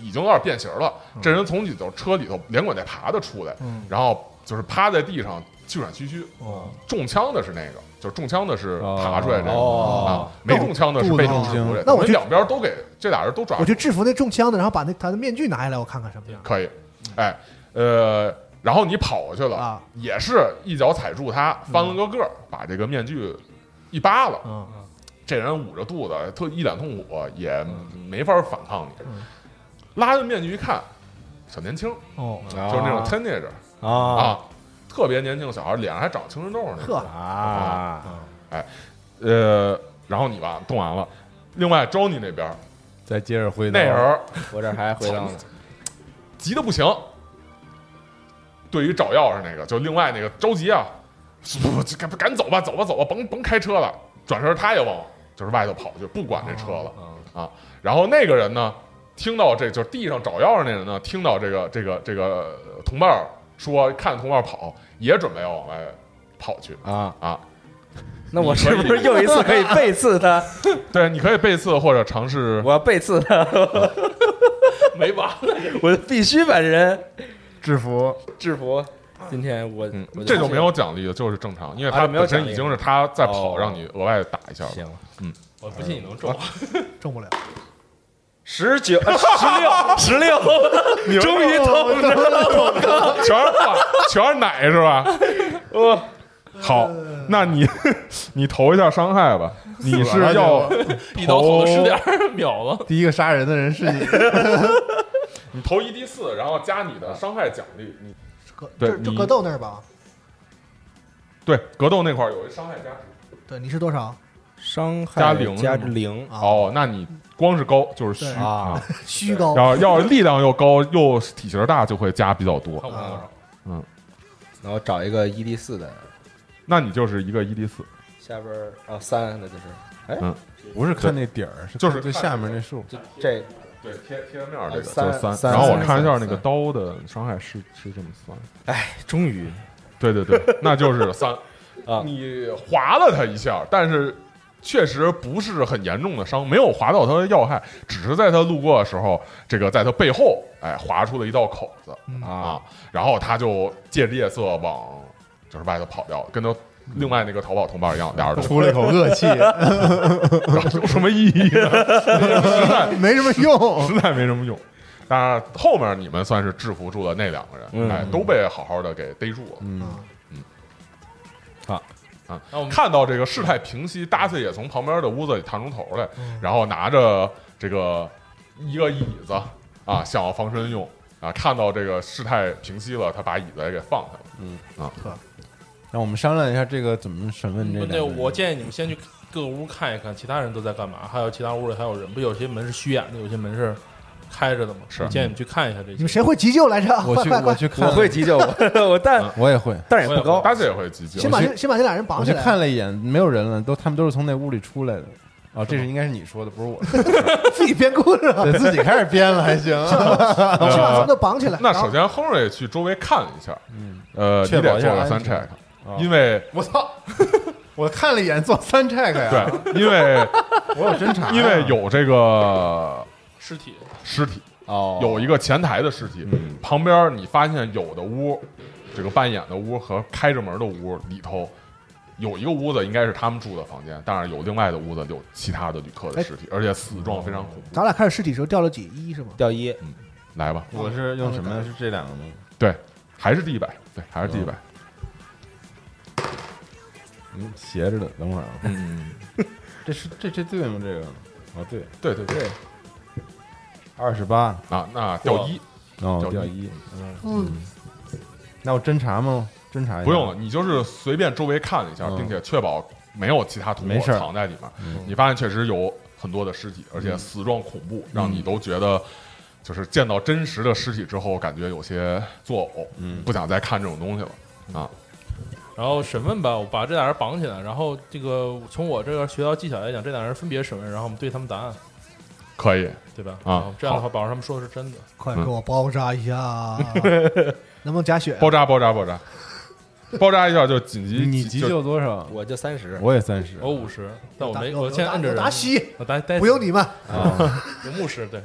Speaker 5: 已经有点变形了。
Speaker 6: 嗯
Speaker 5: 这人从里头车里头连滚带爬的出来，然后就是趴在地上气喘吁吁。
Speaker 6: 哦
Speaker 5: 中枪的是那个，就是中枪的是爬出来这个、
Speaker 3: 哦
Speaker 5: 啊，没中枪的是被
Speaker 2: 肚
Speaker 5: 制
Speaker 2: 子
Speaker 5: 服这个。
Speaker 6: 哦那我
Speaker 5: 们
Speaker 6: 去
Speaker 5: 两边都给这俩人都抓住
Speaker 6: 我。去制服那中枪的，然后把那他的面具拿下来，我看看什么样。
Speaker 5: 可以，哎，呃，然后你跑过去了，
Speaker 6: 啊
Speaker 5: 也是一脚踩住他，翻了个个儿，把这个面具一扒拉，
Speaker 6: 嗯
Speaker 5: 这人捂着肚子，特一脸痛苦，也没法反抗你。
Speaker 6: 嗯
Speaker 5: 拉下面具一看，小年轻，
Speaker 6: 哦，
Speaker 5: 就是那种 teenager
Speaker 3: 啊
Speaker 5: 啊，特别年轻的小孩，脸上还长青春痘呢。
Speaker 2: 啊
Speaker 6: 呵，
Speaker 3: 啊！
Speaker 5: 呃，然后你吧，动完了。另外，Johnny 那边
Speaker 2: 再接着挥刀
Speaker 5: 那人
Speaker 3: 我这还回到了，
Speaker 5: 急得不行。对于找钥匙那个，就另外那个着急啊，不赶赶走吧，走吧，走吧，甭甭开车了。转身他也往就是外头跑去，不管这车了
Speaker 3: 哦
Speaker 5: 啊。然后那个人呢，听到这就是地上找钥匙那人呢，听到这个这个这个呃同伴儿说看同伴儿跑，也准备要往外跑去
Speaker 3: 啊
Speaker 5: 啊。
Speaker 3: 那我是不是又一次可以背刺他？
Speaker 5: 对，你可以背刺或者尝试
Speaker 3: 我要背刺 他，
Speaker 4: 没完了，
Speaker 3: 我必须把人
Speaker 2: 制服，
Speaker 3: 制服。今天我
Speaker 5: 嗯，
Speaker 3: 我就
Speaker 5: 这就没有奖励了，就是正常，因为
Speaker 3: 啊
Speaker 5: 他
Speaker 3: 没有
Speaker 5: 本身
Speaker 3: 奖励
Speaker 5: 已经是他在
Speaker 3: 哦
Speaker 5: 跑，让你额外打一下了。
Speaker 3: 行了，
Speaker 4: 我不信你能
Speaker 3: 哦
Speaker 4: 中。
Speaker 6: 中不了。
Speaker 3: 十九、十六、十六，终于通了。
Speaker 5: 全是饭全是奶是吧？好，那你你投一下伤害吧。你是要
Speaker 3: 哦
Speaker 4: 一刀捅个十点儿秒了，
Speaker 2: 第一个杀人的人是你，
Speaker 5: 你投一滴四，然后加你的伤害奖励，你
Speaker 6: 格
Speaker 5: 对
Speaker 6: 这这
Speaker 5: 你
Speaker 6: 格斗那儿吧？
Speaker 5: 对格斗那块儿有一伤害加值。
Speaker 6: 对，你是多少？
Speaker 3: 伤害
Speaker 5: 加零
Speaker 3: 加
Speaker 5: 是吗
Speaker 3: 零
Speaker 6: 啊
Speaker 5: 哦，那你光是高就是虚
Speaker 6: 对
Speaker 5: 啊，
Speaker 6: 虚高
Speaker 5: 然，后要是力量又高又体型大，就会加比较多
Speaker 4: 看。我多少？
Speaker 3: 然后找一个一 d 四的，
Speaker 5: 那你就是一个一 d 四，
Speaker 3: 下边儿哦三的就是
Speaker 2: 不是看那底儿，是
Speaker 5: 就是
Speaker 2: 看最下面那数。
Speaker 3: 这
Speaker 5: 对，贴贴面
Speaker 3: 个
Speaker 5: 这个
Speaker 3: 三
Speaker 5: 就是
Speaker 3: 三
Speaker 5: 然后我看一下
Speaker 3: 三
Speaker 5: 那个刀的伤害是是这么算，
Speaker 3: 哎终于
Speaker 5: 对对对，那就是三
Speaker 3: 啊
Speaker 5: 你划了他一下，但是确实不是很严重的伤，没有划到他的要害，只是在他路过的时候，这个在他背后哎划出了一道口子
Speaker 3: 嗯
Speaker 5: 啊，然后他就借着夜色往就是外头跑掉了，跟他另外那个逃跑同伴一样，俩人都
Speaker 2: 出了一口恶气，
Speaker 5: 有什么意义呢？实在
Speaker 7: 没什么 用。
Speaker 5: 实在没什么用。当然，后面你们算是制服住了那两个人，
Speaker 2: 嗯
Speaker 5: 哎，都被好好的给逮住了。嗯嗯，啊
Speaker 4: 那我们
Speaker 5: 看到这个事态平息，达西也从旁边的屋子里探出头来，
Speaker 2: 嗯
Speaker 5: 然后拿着这个一个椅子啊，想要防身用啊。看到这个事态平息了，他把椅子也给放下了。
Speaker 2: 让我们商量一下这个怎么审
Speaker 3: 嗯
Speaker 2: 问这
Speaker 4: 不
Speaker 2: 两个
Speaker 4: 对，
Speaker 2: 人。
Speaker 4: 我建议你们先去各屋看一看，其他人都在干嘛，还有其他屋里还有人，不有些门是虚掩的，有些门是开着的嘛。
Speaker 5: 是
Speaker 4: 我建议你们去看一下这
Speaker 6: 你们
Speaker 4: 些。
Speaker 6: 谁会急救来着？
Speaker 2: 我
Speaker 6: 快
Speaker 2: 去
Speaker 6: 快
Speaker 2: 我
Speaker 6: 快！
Speaker 2: 去看
Speaker 3: 我
Speaker 2: 了，
Speaker 3: 会急救，我 我但
Speaker 2: 我也会。
Speaker 3: 但是也不高，
Speaker 5: 达西也会急救
Speaker 6: 先，把
Speaker 2: 我去
Speaker 6: 这先把这俩人绑
Speaker 2: 我
Speaker 6: 起
Speaker 2: 去
Speaker 6: 来。
Speaker 2: 看了一眼，没有人了，都他们都是从那屋里出来的。哦，这是应该是你说的，不是我说的，
Speaker 6: 自己编故事啊，
Speaker 2: 得自己开始编了还 行。
Speaker 6: 先把他们都绑起来。
Speaker 5: 那
Speaker 6: 然后
Speaker 5: 首先亨瑞去周围看了一下，呃，
Speaker 2: 嗯确
Speaker 5: 你
Speaker 2: 保
Speaker 5: 得
Speaker 2: 一
Speaker 5: 做
Speaker 2: 下
Speaker 5: 个
Speaker 2: 安
Speaker 5: 三
Speaker 2: 全啊
Speaker 5: check，因为
Speaker 2: 我操！我看了一眼，做三 check 呀，
Speaker 5: 对，因为
Speaker 2: 我有侦查呀，
Speaker 5: 因为有这个
Speaker 4: 尸体
Speaker 5: 尸体，
Speaker 3: 哦
Speaker 5: 有一个前台的尸体，旁边你发现有的屋，这个扮演的屋和开着门的屋里头。有一个屋子应该是他们住的房间，但是有另外的屋子有其他的旅客的尸体，而且死状非常恐怖。
Speaker 6: 咱俩开始尸体的时候掉了几一是吗？
Speaker 3: 掉一
Speaker 5: 来吧，
Speaker 2: 我是用什么呀？是这两个吗？
Speaker 5: 对，还是第一百，对，还是第一百。
Speaker 2: 嗯，斜着的。等会儿啊，
Speaker 5: 嗯，
Speaker 2: 这是这这对吗？这个哦对，
Speaker 5: 对对对
Speaker 2: 二十八，
Speaker 5: 啊，那掉一
Speaker 2: 哦
Speaker 5: 掉
Speaker 2: 掉
Speaker 5: 一
Speaker 2: 一，嗯，那我侦查吗？侦查一下
Speaker 5: 不用了，，你就是随便周围看了一下，
Speaker 2: 哎嗯
Speaker 5: 并且确保没有其他同伙
Speaker 2: 没事儿嗯
Speaker 5: 藏在里面。你发现确实有很多的尸体，而且死状恐怖，让你都觉
Speaker 2: 嗯
Speaker 5: 得就是见到真实的尸体之后，感觉有些作呕，
Speaker 2: 嗯
Speaker 5: 不想再看这种东西了啊。
Speaker 4: 然后审问吧，我把这俩人绑起来，然后这个从我这个学到技巧来讲，这俩人分别审问，然后我们对他们答案，
Speaker 5: 可以，
Speaker 4: 对吧？
Speaker 5: 啊
Speaker 4: 然后这样的话保证他们说的是真的。
Speaker 6: 快给我包扎一下，能不能加血？啊
Speaker 5: 爆炸，爆炸，爆炸，爆炸一下就哦紧急，
Speaker 2: 你急
Speaker 5: 急
Speaker 2: 救多少？
Speaker 3: 我就三十，
Speaker 2: 我也三十。
Speaker 4: 我五十，但我没，
Speaker 6: 有
Speaker 4: 我现在摁着人。
Speaker 6: 达西，
Speaker 4: 我待待
Speaker 6: 不用你们，
Speaker 4: 有牧师对，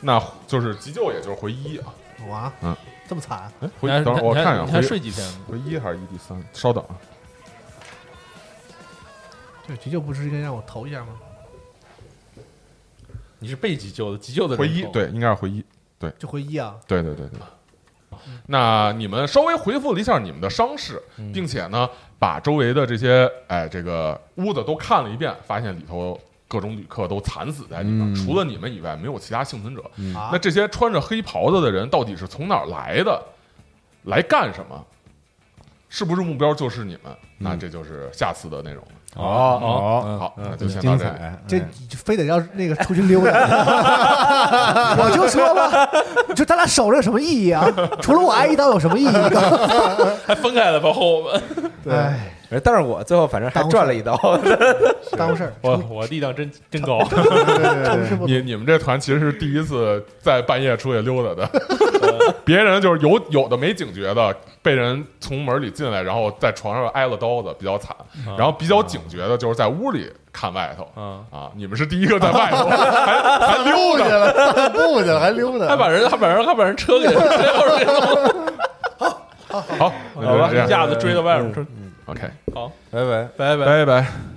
Speaker 5: 那就是急救，也就是回一啊。
Speaker 6: 哇，
Speaker 5: 嗯，
Speaker 6: 这么惨，
Speaker 5: 哎回
Speaker 4: 你还
Speaker 5: 等会儿我
Speaker 4: 你还
Speaker 5: 看一
Speaker 4: 你
Speaker 5: 下，
Speaker 4: 还
Speaker 5: 回
Speaker 4: 睡几天呢？
Speaker 5: 回一还是一 d 三？稍等啊，
Speaker 6: 这急救不是应该让我投一下吗？
Speaker 4: 你是被急救的，急救的人
Speaker 5: 回一
Speaker 4: 口
Speaker 5: 对，应该是回一。
Speaker 6: 就回一啊，
Speaker 5: 对对对对。那你们稍微回复了一下你们的伤势，
Speaker 2: 嗯
Speaker 5: 并且呢，把周围的这些哎这个屋子都看了一遍，发现里头各种旅客都惨死在里面，
Speaker 2: 嗯
Speaker 5: 除了你们以外，没有其他幸存者。
Speaker 6: 啊
Speaker 5: 那这些穿着黑袍子的人到底是从哪儿来的？来干什么？是不是目标就是你们？
Speaker 2: 嗯
Speaker 5: 那这就是下次的内容了。
Speaker 2: 哦
Speaker 5: 好，那嗯就先到
Speaker 2: 精
Speaker 5: 这里。
Speaker 2: 彩。
Speaker 6: 这
Speaker 2: 哎
Speaker 6: 你就非得要那个出去溜达， 我就说吧，就咱俩守着有什么意义啊？除了我挨一刀有什么意义？
Speaker 4: 还分开了吧后我们。
Speaker 6: 哎，
Speaker 3: 但是我最后反正还赚了一刀，
Speaker 6: 耽误事儿，
Speaker 4: 我我力量真真高，
Speaker 6: 成事不
Speaker 5: 你你们这团其实是第一次在半夜出去溜达的， 别人就是有有的没警觉的，被人从门里进来，然后在床上挨了刀子，比较惨。然后比较警觉的就是在屋里看外头
Speaker 4: 嗯
Speaker 5: 啊，你们是第一个在外头 还还溜
Speaker 7: 溜
Speaker 2: 哎
Speaker 7: 去
Speaker 5: 达。
Speaker 7: 了，散步去了，还溜达。
Speaker 4: 还把人还把人还把人车 给最后给弄
Speaker 5: 好，
Speaker 4: 好
Speaker 5: 那
Speaker 4: 吧，
Speaker 5: 就这
Speaker 4: 一
Speaker 5: 样。嗯
Speaker 4: 下子追到外面去。
Speaker 5: OK，
Speaker 4: 好，
Speaker 2: 拜拜。
Speaker 4: 拜拜。
Speaker 5: 拜拜。
Speaker 6: 拜